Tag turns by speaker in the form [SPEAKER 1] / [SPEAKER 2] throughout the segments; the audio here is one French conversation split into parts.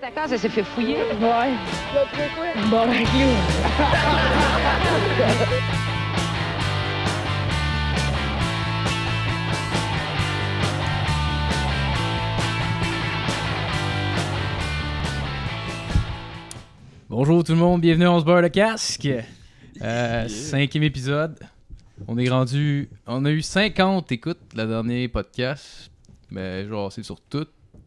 [SPEAKER 1] ta case, elle s'est fait fouiller.
[SPEAKER 2] Ouais. Bon, ben, clou.
[SPEAKER 3] Bonjour tout le monde, bienvenue à On se beurre le casque. Euh, Cinquième épisode. On est rendu. On a eu 50 écoutes la dernière podcast. Mais genre, c'est sur tout.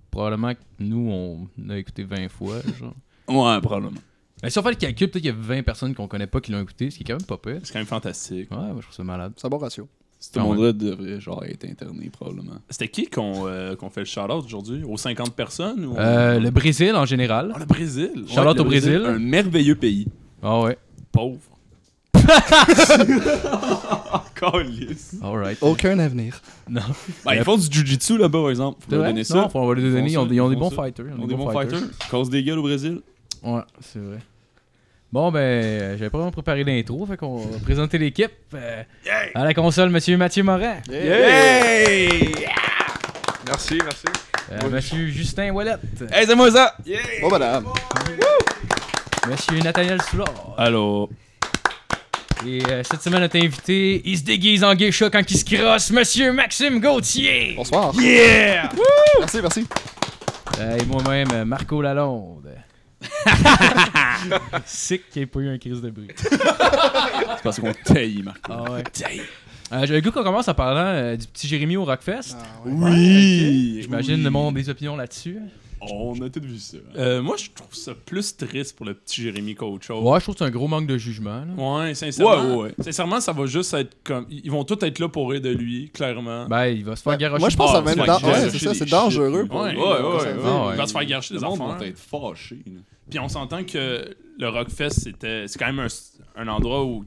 [SPEAKER 3] Probablement que nous, on a écouté 20 fois. Genre.
[SPEAKER 4] Ouais, probablement.
[SPEAKER 3] Mais si on fait le calcul, peut-être qu'il y a 20 personnes qu'on connaît pas qui l'ont écouté, ce qui est quand même pas pire.
[SPEAKER 4] C'est quand même fantastique.
[SPEAKER 3] Ouais, moi je trouve ça malade.
[SPEAKER 5] C'est un bon ratio.
[SPEAKER 4] Si tout
[SPEAKER 3] Quand
[SPEAKER 4] le monde
[SPEAKER 3] même.
[SPEAKER 4] là devrait genre être interné probablement. C'était qui qu'on euh, qu'on fait le shout-out aujourd'hui Aux 50 personnes ou
[SPEAKER 3] Euh, le Brésil en général.
[SPEAKER 4] Ah, le Brésil.
[SPEAKER 3] Shout-out
[SPEAKER 4] le
[SPEAKER 3] au Brésil.
[SPEAKER 4] Un merveilleux pays.
[SPEAKER 3] Ah ouais,
[SPEAKER 4] Pauvre. Calice.
[SPEAKER 3] alright.
[SPEAKER 5] Aucun avenir.
[SPEAKER 4] Ben, ils font du jujitsu là-bas, par exemple. Faut
[SPEAKER 3] C'est
[SPEAKER 4] leur
[SPEAKER 3] vrai?
[SPEAKER 4] donner
[SPEAKER 3] Non,
[SPEAKER 4] ça.
[SPEAKER 3] faut- on va les
[SPEAKER 4] Ils font
[SPEAKER 3] donner. Ils ont,
[SPEAKER 4] ça,
[SPEAKER 3] des- ils ont
[SPEAKER 4] ils
[SPEAKER 3] des
[SPEAKER 4] font
[SPEAKER 3] bons
[SPEAKER 4] ça.
[SPEAKER 3] fighters. ils ont
[SPEAKER 4] On est des bons fighters. Cause des gueules au Brésil.
[SPEAKER 3] Ouais, c'est vrai. Bon, ben, euh, j'avais pas vraiment préparé l'intro, fait qu'on va présenter l'équipe. euh, à la console, monsieur Mathieu Morin.
[SPEAKER 6] Merci, merci.
[SPEAKER 3] Euh, monsieur Justin Wallet.
[SPEAKER 4] Hey, c'est moi ça.
[SPEAKER 5] Oh, madame.
[SPEAKER 3] Monsieur Nathaniel Soulard.
[SPEAKER 4] Allô.
[SPEAKER 3] Et euh, cette semaine, notre invité, il se déguise en geisha quand il se crosse, monsieur Maxime Gauthier.
[SPEAKER 5] Bonsoir.
[SPEAKER 4] Yeah.
[SPEAKER 5] Merci, merci.
[SPEAKER 3] Euh, et moi-même, euh, Marco Lalonde. Sick qu'il n'y ait pas eu un crise de bruit.
[SPEAKER 4] C'est parce qu'on taille, Marc.
[SPEAKER 3] Ah ouais. Euh, J'avais le goût qu'on commence en parlant euh, du petit Jérémy au Rockfest.
[SPEAKER 4] Oui.
[SPEAKER 3] J'imagine
[SPEAKER 4] oui.
[SPEAKER 3] le monde des opinions là-dessus.
[SPEAKER 4] On a tout vu ça. Euh, moi, je trouve ça plus triste pour le petit Jérémy qu'autre chose.
[SPEAKER 3] Ouais, je trouve que c'est un gros manque de jugement. là.
[SPEAKER 4] Ouais, sincèrement.
[SPEAKER 6] Ouais, ouais, ouais.
[SPEAKER 4] Sincèrement, ça va juste être comme. Ils vont tous être là pour rire de lui, clairement.
[SPEAKER 3] Ben, il va se faire garocher.
[SPEAKER 5] Moi, je pense
[SPEAKER 4] Ah,
[SPEAKER 5] en même
[SPEAKER 4] c'est
[SPEAKER 5] temps.
[SPEAKER 4] vrai que
[SPEAKER 5] Ouais,
[SPEAKER 4] j'ai
[SPEAKER 5] c'est ça,
[SPEAKER 4] des
[SPEAKER 5] c'est
[SPEAKER 4] shit,
[SPEAKER 5] dangereux
[SPEAKER 4] oui.
[SPEAKER 5] pour.
[SPEAKER 4] Ouais,
[SPEAKER 5] pour-
[SPEAKER 4] ouais,
[SPEAKER 5] pour-
[SPEAKER 4] ouais,
[SPEAKER 5] ça veut
[SPEAKER 4] ouais.
[SPEAKER 3] Ah,
[SPEAKER 5] dire.
[SPEAKER 4] Il va se faire garcher
[SPEAKER 6] Le
[SPEAKER 4] des
[SPEAKER 6] monde
[SPEAKER 4] affaires.
[SPEAKER 6] va être fâché. là.
[SPEAKER 4] Puis on s'entend que le Rockfest, c'était, c'est quand même un, un endroit où.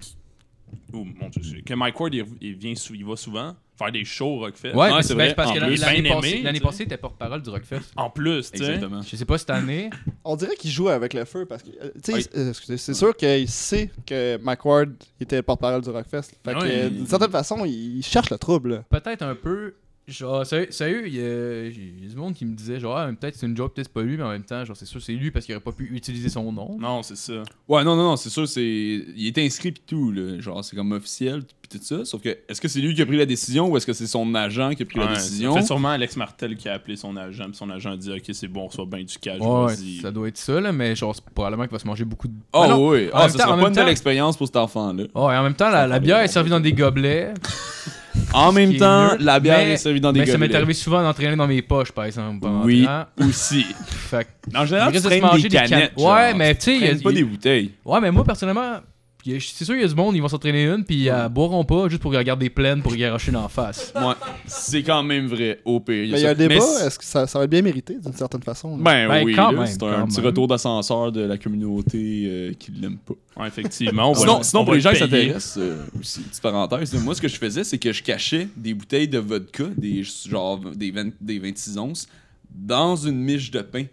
[SPEAKER 4] où mon Dieu, c'est- que Mike Ward, il, il vient, sou- il va souvent faire des shows au Rockfest.
[SPEAKER 3] Ouais,
[SPEAKER 6] Ouais,
[SPEAKER 3] mais
[SPEAKER 6] c'est
[SPEAKER 3] c'est ben,
[SPEAKER 6] vrai,
[SPEAKER 3] parce
[SPEAKER 6] en
[SPEAKER 3] que
[SPEAKER 4] plus.
[SPEAKER 3] l'année
[SPEAKER 4] Bien aimé,
[SPEAKER 3] passée, l'année
[SPEAKER 4] tu sais.
[SPEAKER 3] passée, il était porte-parole du Rockfest.
[SPEAKER 4] En plus, tu sais.
[SPEAKER 6] Exactement.
[SPEAKER 3] Je sais pas cette année.
[SPEAKER 5] On dirait qu'il joue avec le feu parce que. euh, Tu sais,
[SPEAKER 4] Oui.
[SPEAKER 5] euh, excusez, c'est sûr qu'il sait que McWard était le porte-parole du Rockfest. Fait que,
[SPEAKER 4] Ouais.
[SPEAKER 5] euh, d'une certaine façon, il cherche le trouble.
[SPEAKER 3] Peut-être un peu. Genre, sérieux, sérieux, il y a il y a du monde qui me disait, genre, Ah, mais peut-être c'est une joke, peut-être c'est pas lui, mais en même temps, genre, c'est sûr, c'est lui parce qu'il aurait pas pu utiliser son nom.
[SPEAKER 4] Non, c'est ça.
[SPEAKER 6] Ouais, non, non, non, c'est sûr, c'est. Il est inscrit pis tout, là. Genre, c'est comme officiel pis tout ça. Sauf que, est-ce que c'est lui qui a pris la décision ou est-ce que c'est son agent qui a pris
[SPEAKER 4] Ouais,
[SPEAKER 6] la décision?
[SPEAKER 4] ça fait sûrement Alex Martel qui a appelé son agent, puis son agent a dit Ok, c'est bon, on reçoit bien du cash,
[SPEAKER 3] Ouais,
[SPEAKER 4] vas-y.
[SPEAKER 3] ça doit être ça, là, mais genre, c'est probablement qu'il va se manger beaucoup de.
[SPEAKER 6] Oh,
[SPEAKER 3] Ah non.
[SPEAKER 6] oui.
[SPEAKER 3] En
[SPEAKER 6] Ah,
[SPEAKER 3] même
[SPEAKER 6] ça
[SPEAKER 3] temps- en
[SPEAKER 6] sera
[SPEAKER 3] même
[SPEAKER 6] pas une belle
[SPEAKER 3] temps-
[SPEAKER 6] expérience pour cet enfant-là.
[SPEAKER 3] Oh, et en même temps, la, la bière est servie dans des gobelets.
[SPEAKER 6] En même
[SPEAKER 3] qui est
[SPEAKER 6] temps,
[SPEAKER 3] mieux,
[SPEAKER 6] la bière
[SPEAKER 3] mais-
[SPEAKER 6] est servie dans des
[SPEAKER 3] mais ça m'est
[SPEAKER 6] gobelets.
[SPEAKER 3] arrivé souvent d'entraîner dans mes poches, par exemple. pendant
[SPEAKER 6] Oui,
[SPEAKER 3] le temps.
[SPEAKER 6] aussi.
[SPEAKER 3] Fait que-
[SPEAKER 6] En
[SPEAKER 3] il
[SPEAKER 6] général,
[SPEAKER 3] risque
[SPEAKER 6] tu
[SPEAKER 3] de se
[SPEAKER 6] traînes
[SPEAKER 3] manger
[SPEAKER 6] des
[SPEAKER 3] Ah, des can-
[SPEAKER 6] canettes.
[SPEAKER 3] Ouais,
[SPEAKER 6] genre.
[SPEAKER 3] mais tu sais, il y a-
[SPEAKER 6] traînes pas
[SPEAKER 3] il-
[SPEAKER 6] des bouteilles.
[SPEAKER 3] Ouais, mais moi, personnellement, il y a- c'est sûr, il y a du monde, ils vont s'entraîner une, puis euh, boiront pas juste pour regarder pleine pour garocher d'en face.
[SPEAKER 6] Ouais, c'est quand même vrai, au pire.
[SPEAKER 5] Mais il y a un
[SPEAKER 6] ça. Mais
[SPEAKER 5] débat,
[SPEAKER 6] c'est-
[SPEAKER 5] est-ce que ça, ça va être bien mérité d'une certaine façon? là?
[SPEAKER 6] Ben,
[SPEAKER 3] Ben,
[SPEAKER 6] oui,
[SPEAKER 3] quand
[SPEAKER 6] là,
[SPEAKER 3] même,
[SPEAKER 6] c'est
[SPEAKER 3] quand
[SPEAKER 6] un petit
[SPEAKER 3] même.
[SPEAKER 6] retour d'ascenseur de la communauté euh, qui l'aime pas.
[SPEAKER 4] Ouais, effectivement. on va-
[SPEAKER 6] sinon,
[SPEAKER 4] on
[SPEAKER 6] sinon
[SPEAKER 4] va
[SPEAKER 6] pour les
[SPEAKER 4] le
[SPEAKER 6] gens qui
[SPEAKER 4] payer.
[SPEAKER 6] s'intéressent, euh, aussi, petite parenthèse, là, moi ce que je faisais, c'est que je cachais des bouteilles de vodka, des genre des, 20 des 26 onces, dans une miche de pain.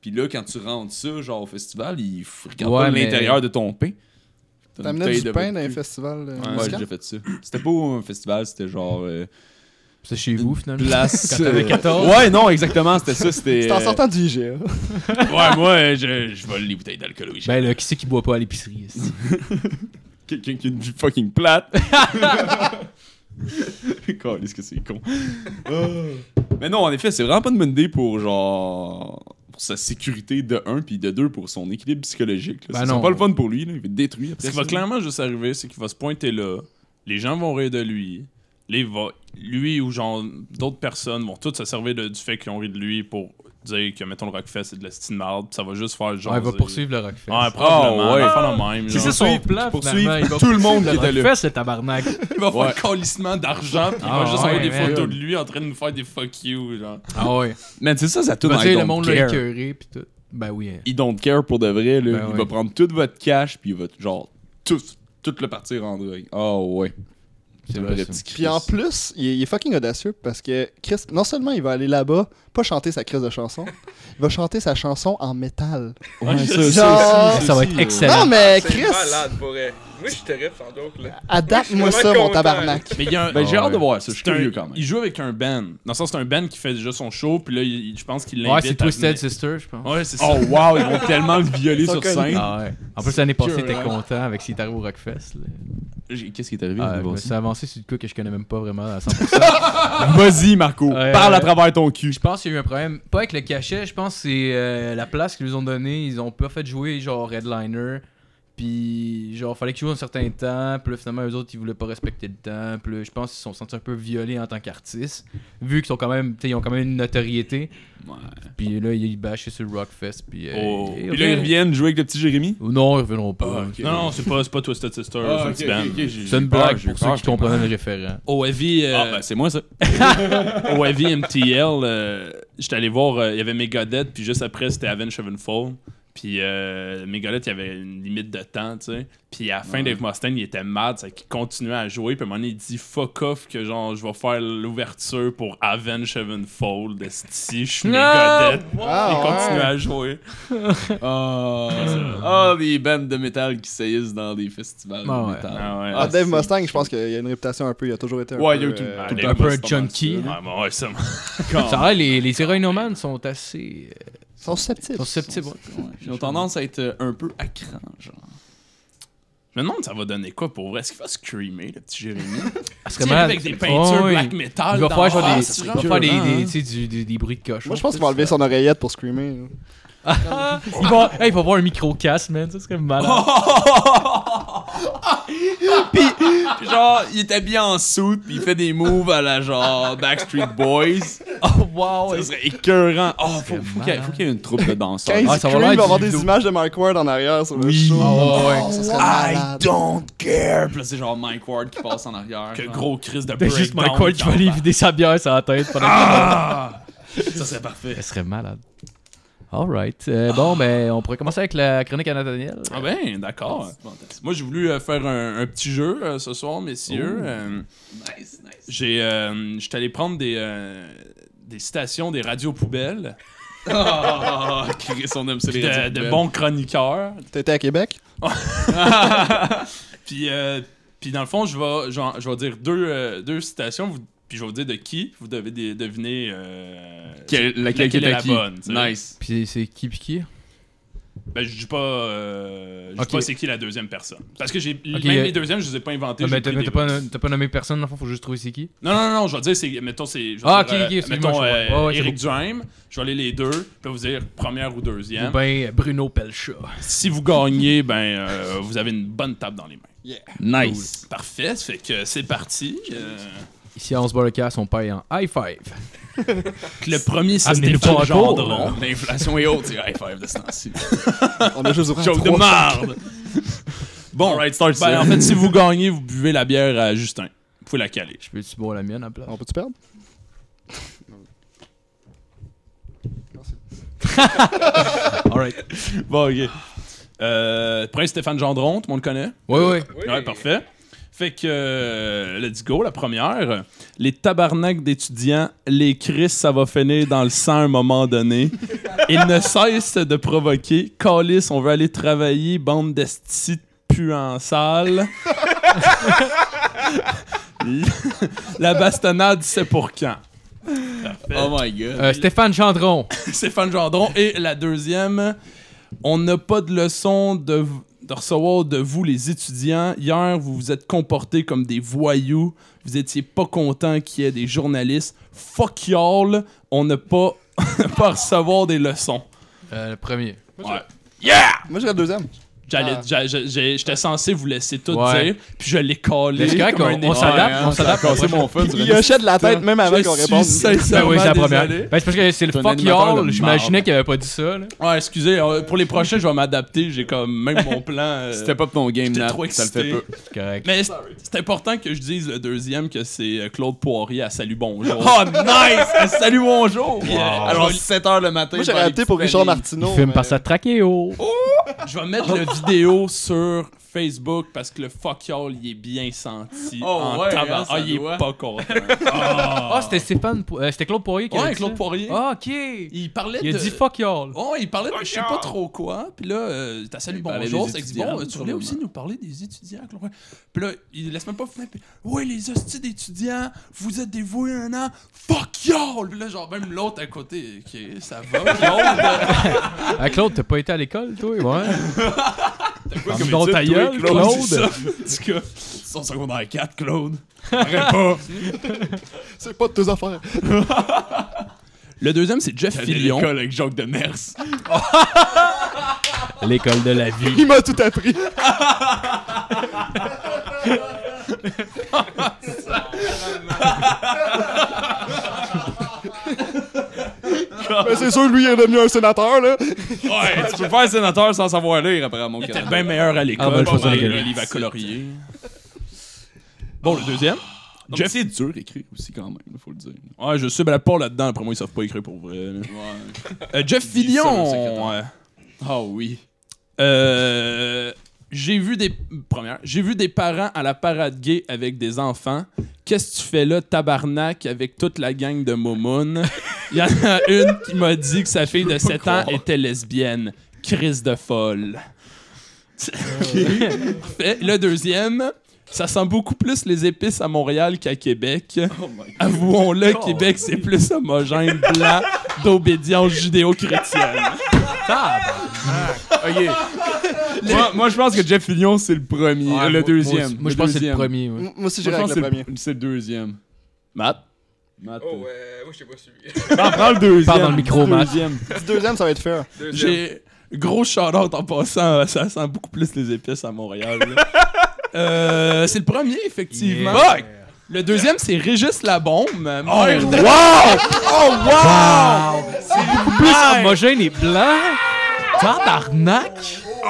[SPEAKER 6] Puis là, quand tu rentres ça, genre au festival, ils f- regardent
[SPEAKER 3] Ouais,
[SPEAKER 6] pas
[SPEAKER 3] mais-
[SPEAKER 6] l'intérieur de ton pain. T'as une
[SPEAKER 5] T'amenais
[SPEAKER 6] bouteille
[SPEAKER 5] du
[SPEAKER 6] de
[SPEAKER 5] pain
[SPEAKER 6] vodka.
[SPEAKER 5] dans un festival euh,
[SPEAKER 6] Ouais, j'ai
[SPEAKER 5] musical?
[SPEAKER 6] déjà fait ça. C'était pas un festival, c'était genre euh,
[SPEAKER 3] C'est chez vous, finalement.
[SPEAKER 6] place.
[SPEAKER 3] Quand t'avais
[SPEAKER 6] euh,
[SPEAKER 3] 14.
[SPEAKER 6] Ouais, non, exactement, c'était ça. C'était.
[SPEAKER 5] C'est en
[SPEAKER 6] euh,
[SPEAKER 5] sortant du IGA.
[SPEAKER 4] Ouais, moi, je, je vole les bouteilles d'alcool, oui.
[SPEAKER 3] Ben là, qui c'est qui boit pas à l'épicerie? esti?
[SPEAKER 6] Quelqu'un qui a une vie fucking plate. est ce que c'est con.
[SPEAKER 3] Ah.
[SPEAKER 6] Mais non, en effet, c'est vraiment pas une bonne idée pour genre pour sa sécurité de 1 puis de 2 pour son équilibre psychologique.
[SPEAKER 3] Ben
[SPEAKER 6] Là. c'est
[SPEAKER 3] non.
[SPEAKER 6] pas le fun pour lui, là. il va te détruire. après
[SPEAKER 4] Ce qui va
[SPEAKER 6] ça.
[SPEAKER 4] clairement juste arriver, c'est qu'il va se pointer là. Les gens vont rire de lui. Les va, lui ou genre d'autres personnes vont toutes se servir de- du fait qu'ils ont ri de lui pour dire que, mettons, le Rockfest, c'est de la style marde. Puis ça va juste faire genre.
[SPEAKER 3] Ouais, il va poursuivre le Rockfest.
[SPEAKER 4] Ouais, probablement.
[SPEAKER 6] Ah, ouais.
[SPEAKER 4] Il va faire le même.
[SPEAKER 6] C'est ça,
[SPEAKER 4] genre.
[SPEAKER 6] son plan, finalement, il va poursuivre le
[SPEAKER 3] Rockfest, le tabarnak.
[SPEAKER 4] Il va faire
[SPEAKER 6] Ouais.
[SPEAKER 4] un calissement d'argent. Puis
[SPEAKER 3] Ah,
[SPEAKER 4] il va juste
[SPEAKER 3] ouais,
[SPEAKER 4] envoyer des
[SPEAKER 3] man.
[SPEAKER 4] photos de lui en train de nous faire des fuck you. Genre.
[SPEAKER 3] Ah ouais.
[SPEAKER 6] Man, c'est ça, ça
[SPEAKER 3] Ben, Tu
[SPEAKER 6] tourne
[SPEAKER 3] vas
[SPEAKER 6] en
[SPEAKER 3] dire, le
[SPEAKER 6] don't
[SPEAKER 3] monde l'a
[SPEAKER 6] Oh care.
[SPEAKER 3] écœuré, pis tout. Ben oui. hein.
[SPEAKER 6] Il don't care pour de vrai. Là.
[SPEAKER 3] Ben
[SPEAKER 6] il
[SPEAKER 3] ouais.
[SPEAKER 6] va prendre tout votre cash puis il va genre tout, tout le partir en drogue. Ah ouais.
[SPEAKER 3] C'est
[SPEAKER 7] un
[SPEAKER 3] vrai,
[SPEAKER 7] vrai
[SPEAKER 3] ça.
[SPEAKER 7] petit Chris.
[SPEAKER 5] Puis en plus, il est, il est fucking audacieux parce que Chris, non seulement il va aller là-bas, pas chanter sa crise de chanson, il va chanter sa chanson en métal.
[SPEAKER 7] Ouais,
[SPEAKER 4] Ouais,
[SPEAKER 7] ça,
[SPEAKER 4] Ah,
[SPEAKER 7] ça
[SPEAKER 4] je-
[SPEAKER 5] ça
[SPEAKER 7] aussi,
[SPEAKER 3] Ça va
[SPEAKER 7] aussi,
[SPEAKER 6] Ah,
[SPEAKER 3] être
[SPEAKER 7] là.
[SPEAKER 3] excellent.
[SPEAKER 5] non, mais
[SPEAKER 8] C'est
[SPEAKER 5] Chris,
[SPEAKER 8] malade pour elle. Moi, je te rêve sans doute, là.
[SPEAKER 5] adapte-moi
[SPEAKER 8] Je suis
[SPEAKER 5] ça,
[SPEAKER 8] vraiment
[SPEAKER 5] mon
[SPEAKER 8] content.
[SPEAKER 5] tabarnak.
[SPEAKER 4] Mais il y a un.
[SPEAKER 7] Ben, j'ai
[SPEAKER 3] Ah
[SPEAKER 7] hâte de
[SPEAKER 3] ouais.
[SPEAKER 7] voir ça, je suis
[SPEAKER 4] c'est un-
[SPEAKER 7] curieux quand même.
[SPEAKER 4] Il joue avec un band. Dans le sens, c'est un band qui fait déjà son show, puis là, il- je pense qu'il l'invite.
[SPEAKER 3] Ouais, c'est
[SPEAKER 4] à
[SPEAKER 3] Twisted
[SPEAKER 4] venir.
[SPEAKER 3] Sister, je pense.
[SPEAKER 4] Ouais, c'est ça.
[SPEAKER 7] Oh wow, ils vont tellement le violer
[SPEAKER 5] Ils sont
[SPEAKER 7] sur scène.
[SPEAKER 3] Ah ouais. En plus, l'année passée,
[SPEAKER 7] Curieux,
[SPEAKER 3] t'es
[SPEAKER 7] hein.
[SPEAKER 3] content avec s'il est arrivé au Rockfest. là.
[SPEAKER 7] J'ai- Qu'est-ce qui est arrivé?
[SPEAKER 3] Ah, je
[SPEAKER 7] Vas-y.
[SPEAKER 3] me suis avancé sur le coup que je connais même pas vraiment à 100%.
[SPEAKER 7] Vas-y, Marco,
[SPEAKER 3] Ah. Ouais,
[SPEAKER 7] parle
[SPEAKER 3] ouais.
[SPEAKER 7] à travers ton cul.
[SPEAKER 3] Je pense qu'il y a eu un problème, pas avec le cachet, je pense que c'est euh, la place qu'ils nous ont donnée. Ils ont pas fait jouer genre Headliner, puis genre fallait qu'ils jouent un certain temps, puis là, finalement eux autres ils voulaient pas respecter le temps, puis là, je pense qu'ils se sont sentis un peu violés en tant qu'artistes, vu qu'ils sont quand même, tu sais, ils ont quand même une notoriété,
[SPEAKER 7] Ouais.
[SPEAKER 3] puis là ils bâchaient sur le Rockfest, puis. euh,
[SPEAKER 4] Oh.
[SPEAKER 3] et-
[SPEAKER 7] Puis là, ils reviennent jouer avec le petit Jérémy.
[SPEAKER 3] Ou non, ils reviendront pas.
[SPEAKER 7] Ah, ok.
[SPEAKER 4] Non, non, c'est pas, c'est pas Twisted Sister,
[SPEAKER 5] Ah,
[SPEAKER 7] Ah,
[SPEAKER 4] c'est un petit band.
[SPEAKER 3] C'est une blague pour ceux qui comprenaient le référent.
[SPEAKER 4] OAV, euh,
[SPEAKER 7] Ah, ben, c'est moi ça.
[SPEAKER 4] OAV MTL, euh, j'étais allé voir, euh, il y avait Megadeth, puis juste après, c'était Avenged Sevenfold. Puis euh, Megadeth, il y avait une limite de temps, tu sais. Puis à la fin, Dave Mustaine, il était mad, c'est qu'il continuait à jouer. Puis à un moment donné, il dit « Fuck off que genre, je vais faire l'ouverture pour Avenged Sevenfold, si je suis Megadeth. Il
[SPEAKER 5] Ah, ouais.
[SPEAKER 4] continuait à jouer.
[SPEAKER 7] Ah, oh, des bandes de métal qui saillissent dans des festivals
[SPEAKER 3] Ah,
[SPEAKER 7] de
[SPEAKER 3] ouais.
[SPEAKER 7] métal.
[SPEAKER 4] Ah ouais.
[SPEAKER 5] Ah, Dave
[SPEAKER 7] c'est-
[SPEAKER 5] Mustang, je pense qu'il y a une réputation un peu, il a toujours été un
[SPEAKER 7] Ouais,
[SPEAKER 5] peu...
[SPEAKER 7] il y a tout-
[SPEAKER 5] euh,
[SPEAKER 4] tout
[SPEAKER 3] un peu
[SPEAKER 7] c'est pas mal
[SPEAKER 3] junkie,
[SPEAKER 7] ça.
[SPEAKER 4] Ah, bon, ouais, ça...
[SPEAKER 3] Ça a l'air, les, les héroïnomans sont assez. euh,
[SPEAKER 5] Ils sont susceptibles.
[SPEAKER 3] sont susceptibles. ouais.
[SPEAKER 7] Ouais, Ils ont tendance à être euh, un peu à cran, genre.
[SPEAKER 4] Je me demande ça va donner quoi pour vrai. Est-ce qu'il va screamer, le petit Jérémy?
[SPEAKER 3] Ça serait
[SPEAKER 4] Tu sais,
[SPEAKER 3] malade.
[SPEAKER 4] avec des peintures
[SPEAKER 3] Oh, oui.
[SPEAKER 4] black metal
[SPEAKER 3] Il va
[SPEAKER 4] dans
[SPEAKER 3] falloir genre
[SPEAKER 4] la
[SPEAKER 3] des,
[SPEAKER 4] face,
[SPEAKER 3] il
[SPEAKER 4] genre.
[SPEAKER 3] va falloir des,
[SPEAKER 7] épeurant,
[SPEAKER 3] des,
[SPEAKER 7] hein.
[SPEAKER 3] tu sais, du- du- des bruits de cochon.
[SPEAKER 5] Moi, je pense qu'il va enlever son oreillette pour screamer. là.
[SPEAKER 3] il va, hey, il va avoir un micro casse, man. Ça serait malade.
[SPEAKER 4] Oh,
[SPEAKER 7] puis, puis genre, il est habillé en suit, puis il fait des moves à la genre Backstreet Boys.
[SPEAKER 3] Oh, wow.
[SPEAKER 7] Ça serait écœurant. Oh, faut, faut qu'il y ait-
[SPEAKER 3] malade.
[SPEAKER 7] faut qu'il y ait une troupe de danseurs.
[SPEAKER 5] Quand il
[SPEAKER 3] Ah, ça va
[SPEAKER 5] scream,
[SPEAKER 3] l'air
[SPEAKER 5] il va avoir
[SPEAKER 3] du
[SPEAKER 5] des
[SPEAKER 3] judo.
[SPEAKER 5] images de Mike Ward en arrière sur le show.
[SPEAKER 3] Ah, ouais.
[SPEAKER 5] Oh, ça serait
[SPEAKER 7] I
[SPEAKER 5] malade.
[SPEAKER 7] don't care. Puis là, c'est genre Mike Ward qui passe en arrière.
[SPEAKER 4] Que
[SPEAKER 7] genre.
[SPEAKER 4] gros crise de
[SPEAKER 3] T'as
[SPEAKER 4] breakdown. Ah!
[SPEAKER 3] juste Michael qui va aller vider sa bière sur la tête. pendant que-
[SPEAKER 4] Ça, c'est parfait.
[SPEAKER 3] Elle serait malade. Alright. Euh, bon, ben, on pourrait commencer avec la chronique à Nathaniel.
[SPEAKER 4] Ah ben, d'accord. Moi, j'ai voulu euh, faire un, un petit jeu euh, ce soir, messieurs. Euh,
[SPEAKER 7] Nice, nice.
[SPEAKER 4] j'ai, euh, j'étais allé prendre des, euh, des citations des radios poubelles
[SPEAKER 7] Oh, Chris, on aime ça les
[SPEAKER 4] de,
[SPEAKER 7] radios
[SPEAKER 4] de
[SPEAKER 7] poubelles.
[SPEAKER 4] bons chroniqueurs.
[SPEAKER 5] T'étais à Québec?
[SPEAKER 4] Puis, euh, puis dans le fond, je vais, j'en- je vais dire deux, euh, deux citations, vous- puis je vais vous dire de qui. Vous devez dé- deviner... euh,
[SPEAKER 7] Quelle- laquelle
[SPEAKER 4] Laquelle
[SPEAKER 7] est
[SPEAKER 4] est
[SPEAKER 7] à
[SPEAKER 4] la
[SPEAKER 7] qui?
[SPEAKER 4] bonne, tu sais.
[SPEAKER 7] Nice.
[SPEAKER 3] Puis c'est qui puis qui
[SPEAKER 4] Ben, je dis pas, euh, je dis
[SPEAKER 3] Ok.
[SPEAKER 4] pas c'est qui la deuxième personne. Parce que j'ai
[SPEAKER 3] Ok,
[SPEAKER 4] même
[SPEAKER 3] euh,
[SPEAKER 4] les deuxièmes, je les ai pas inventés.
[SPEAKER 3] Ah,
[SPEAKER 4] j'ai
[SPEAKER 3] ben, T'as
[SPEAKER 4] pris
[SPEAKER 3] t'as
[SPEAKER 4] des
[SPEAKER 3] pas,
[SPEAKER 4] bonnes.
[SPEAKER 3] t'as pas nommé personne, dans le fond, faut juste trouver c'est qui.
[SPEAKER 4] Non, non, non, je vais dire, c'est, mettons, c'est. je vais
[SPEAKER 3] Ah,
[SPEAKER 4] dire,
[SPEAKER 3] ok,
[SPEAKER 4] euh,
[SPEAKER 3] ok, excuse-moi,
[SPEAKER 4] Mettons,
[SPEAKER 3] je
[SPEAKER 4] euh,
[SPEAKER 3] vois. Ouais, ouais, c'est
[SPEAKER 4] Eric Duhaime, je vais aller les deux, puis vous dire première ou deuxième.
[SPEAKER 3] Ou ben Bruno Pelcha.
[SPEAKER 4] Si vous gagnez, ben, euh, vous avez une bonne table dans les mains.
[SPEAKER 7] Nice.
[SPEAKER 4] Parfait, ça fait que c'est parti. euh,
[SPEAKER 3] Ici, à On se bat le casse, on paye en high five.
[SPEAKER 4] que le premier, c'est
[SPEAKER 3] Amenez-le
[SPEAKER 4] Stéphane
[SPEAKER 3] pas en cours,
[SPEAKER 4] Gendron.
[SPEAKER 3] là.
[SPEAKER 7] L'inflation est haute, c'est high five de ce temps-ci.
[SPEAKER 5] On a juste ouvert
[SPEAKER 4] Joke de
[SPEAKER 5] trois-
[SPEAKER 4] marde! bon,
[SPEAKER 7] Alright, start
[SPEAKER 4] ben,
[SPEAKER 7] ça.
[SPEAKER 4] en fait, si vous gagnez, vous buvez la bière à Justin. Vous pouvez la caler.
[SPEAKER 3] Je peux-tu boire la mienne à la place
[SPEAKER 5] On peut-tu perdre?
[SPEAKER 3] Alright.
[SPEAKER 4] Bon, ok. Euh, Prince Stéphane Gendron, tout le monde le connaît?
[SPEAKER 3] Ouais, ouais.
[SPEAKER 8] Oui.
[SPEAKER 4] Ouais, parfait. Fait que, euh, let's go, la première. Les tabarnaks d'étudiants, les cris, ça va finir dans le sang à un moment donné. Ils ne cessent de provoquer. Calice, on veut aller travailler, bande d'estis pu en salle. la bastonnade, c'est pour quand?
[SPEAKER 7] Oh my god.
[SPEAKER 3] Euh, Stéphane Chandron.
[SPEAKER 4] Stéphane Gendron. Et la deuxième, on n'a pas de leçon de, v- de recevoir de vous, les étudiants. Hier, vous vous êtes comportés comme des voyous. Vous étiez pas contents qu'il y ait des journalistes. Fuck y'all, on n'a pas, pas à recevoir des leçons.
[SPEAKER 3] Euh, le premier.
[SPEAKER 4] Ouais.
[SPEAKER 5] Moi, j'irais deuxième.
[SPEAKER 4] J'allais-
[SPEAKER 5] Ah.
[SPEAKER 4] j'a- j'a- j'ai- J'étais censé vous laisser tout
[SPEAKER 3] Ouais.
[SPEAKER 4] dire, puis je l'ai collé.
[SPEAKER 3] Mais c'est correct,
[SPEAKER 4] comme un
[SPEAKER 3] on- on
[SPEAKER 4] énorme-
[SPEAKER 3] s'adapte,
[SPEAKER 7] hein,
[SPEAKER 3] on s'adapte.
[SPEAKER 7] C'est mon fun.
[SPEAKER 5] Il achète la tête même avant
[SPEAKER 4] Je
[SPEAKER 5] qu'on
[SPEAKER 4] suis
[SPEAKER 5] réponde.
[SPEAKER 4] sincèrement
[SPEAKER 3] Ben oui, c'est la première.
[SPEAKER 4] désolé.
[SPEAKER 3] Ben, c'est parce que c'est le
[SPEAKER 7] C'est un
[SPEAKER 3] fuck
[SPEAKER 7] animateur de
[SPEAKER 3] y'all.
[SPEAKER 7] marde.
[SPEAKER 3] J'imaginais qu'il avait pas dit ça. Là.
[SPEAKER 4] Ouais, excusez, euh, pour les prochains, je vais m'adapter. J'ai comme même mon plan. euh,
[SPEAKER 7] C'était pas ton game,
[SPEAKER 4] j'étais
[SPEAKER 7] Nat.
[SPEAKER 4] trop
[SPEAKER 7] Ça le fait
[SPEAKER 4] excité.
[SPEAKER 7] peu.
[SPEAKER 3] C'est correct.
[SPEAKER 4] Mais c'est c'est important que je dise le deuxième que c'est euh, Claude Poirier à Salut Bonjour. euh,
[SPEAKER 7] Oh, nice! Salut, bonjour!
[SPEAKER 4] Wow.
[SPEAKER 7] Alors, 7h le matin.
[SPEAKER 5] Moi, j'aurais opté pour Richard
[SPEAKER 7] Martin.
[SPEAKER 5] Martineau.
[SPEAKER 3] Il filme
[SPEAKER 5] mais-
[SPEAKER 3] par sa trachéo.
[SPEAKER 4] Je vais mettre la vidéo sur Facebook parce que le fuck y'all, il est bien senti.
[SPEAKER 7] Oh,
[SPEAKER 4] en
[SPEAKER 7] ouais,
[SPEAKER 4] tabac.
[SPEAKER 7] hein, ça
[SPEAKER 4] ah, il
[SPEAKER 7] doit.
[SPEAKER 4] est pas content.
[SPEAKER 3] Ah, c'était Stéphane. Po- euh, c'était Claude Poirier qui a
[SPEAKER 4] ouais,
[SPEAKER 3] dit
[SPEAKER 4] Claude
[SPEAKER 3] ça.
[SPEAKER 4] Poirier.
[SPEAKER 3] Ah, ok. Il
[SPEAKER 4] Il parlait de.
[SPEAKER 3] a dit fuck y'all.
[SPEAKER 4] Oh, il parlait de je sais pas trop quoi. Puis là, euh, t'as salut
[SPEAKER 7] Il parlait
[SPEAKER 4] bonjour.
[SPEAKER 7] des
[SPEAKER 4] c'est que dit,
[SPEAKER 7] étudiants,
[SPEAKER 4] bon, tu voulais aussi
[SPEAKER 7] probablement.
[SPEAKER 4] nous parler des étudiants. Claude Poirier. Puis là, il laisse même pas finir. Puis, ouais, les hosties d'étudiants, vous êtes dévoués un an. Fuck y'all! Puis là, genre, même l'autre à côté, qui ça va, Claude?
[SPEAKER 3] Ah, Claude, t'as pas été à l'école, toi? Ouais.
[SPEAKER 7] Quoi
[SPEAKER 3] Ferme donc
[SPEAKER 7] étude,
[SPEAKER 3] ta
[SPEAKER 7] toi,
[SPEAKER 3] gueule, Claude.
[SPEAKER 7] c'est ça. En tout cas, son secondaire 4, Claude. Arrête pas.
[SPEAKER 5] C'est pas de tes affaires.
[SPEAKER 4] Le deuxième, c'est Jeff
[SPEAKER 7] T'as
[SPEAKER 4] Fillion.
[SPEAKER 7] l'école avec Jacques Demers.
[SPEAKER 3] L'école de la vie.
[SPEAKER 5] Il m'a tout appris. Mais c'est sûr, lui, il est devenu un sénateur, là.
[SPEAKER 7] Ouais, tu peux faire sénateur sans savoir lire, apparemment, mon
[SPEAKER 4] T'es
[SPEAKER 7] Canada.
[SPEAKER 4] bien meilleur à l'école.
[SPEAKER 3] Ah, ben, je
[SPEAKER 4] pas
[SPEAKER 3] faisais
[SPEAKER 4] mal,
[SPEAKER 3] la gueule.
[SPEAKER 4] le livre à colorier. Bon, le deuxième.
[SPEAKER 7] Non, mais
[SPEAKER 4] Jeff-
[SPEAKER 7] Ah, c'est dur à écrire aussi, quand même, faut le dire.
[SPEAKER 4] Ouais, je sais, mais la part là-dedans, après moi, ils savent pas écrire pour vrai. là.
[SPEAKER 7] Ouais.
[SPEAKER 4] Euh, Jeff
[SPEAKER 7] Dis ça, le
[SPEAKER 4] Fillion.
[SPEAKER 7] secrétaire.
[SPEAKER 4] euh,
[SPEAKER 7] Ah oui.
[SPEAKER 4] Euh, j'ai vu des première, j'ai vu des parents à la parade gay avec des enfants. Qu'est-ce que tu fais là, tabarnak, avec toute la gang de momounes? Il y en a une qui m'a dit que sa fille de 7 ans était lesbienne. Crise de folle. Fait, le deuxième, ça sent beaucoup plus les épices à Montréal qu'à Québec.
[SPEAKER 7] Oh my god.
[SPEAKER 4] Avouons-le, Québec, c'est plus homogène, blanc, d'obédience judéo-chrétienne.
[SPEAKER 7] Moi, moi, je pense que Jeff Fillion, c'est le premier.
[SPEAKER 3] Ouais,
[SPEAKER 7] le
[SPEAKER 3] moi-
[SPEAKER 7] deuxième.
[SPEAKER 3] Moi, je pense que c'est le
[SPEAKER 7] deuxième.
[SPEAKER 3] premier. ouais.
[SPEAKER 5] M- Moi aussi,
[SPEAKER 7] Moi, je
[SPEAKER 5] j'irai
[SPEAKER 7] pense
[SPEAKER 5] avec
[SPEAKER 7] que
[SPEAKER 5] le
[SPEAKER 7] c'est
[SPEAKER 5] premier.
[SPEAKER 7] le- c'est le deuxième.
[SPEAKER 4] Matt?
[SPEAKER 7] Matt.
[SPEAKER 8] Oh, ouais, moi, je t'ai pas suivi.
[SPEAKER 7] Ah, prends le deuxième.
[SPEAKER 3] Parle dans le micro, Matt.
[SPEAKER 7] Deuxième.
[SPEAKER 5] Le deuxième, ça va être fair.
[SPEAKER 8] Deuxième.
[SPEAKER 4] J'ai gros shout-out en passant, euh, ça sent beaucoup plus les épices à Montréal. là. Euh, c'est le premier, effectivement.
[SPEAKER 3] Yeah.
[SPEAKER 4] Fuck! Le deuxième, c'est Régis Labombe. euh, mon-
[SPEAKER 7] Wow! Oh, wow!
[SPEAKER 3] Plus homogène et blanc. Tabarnak.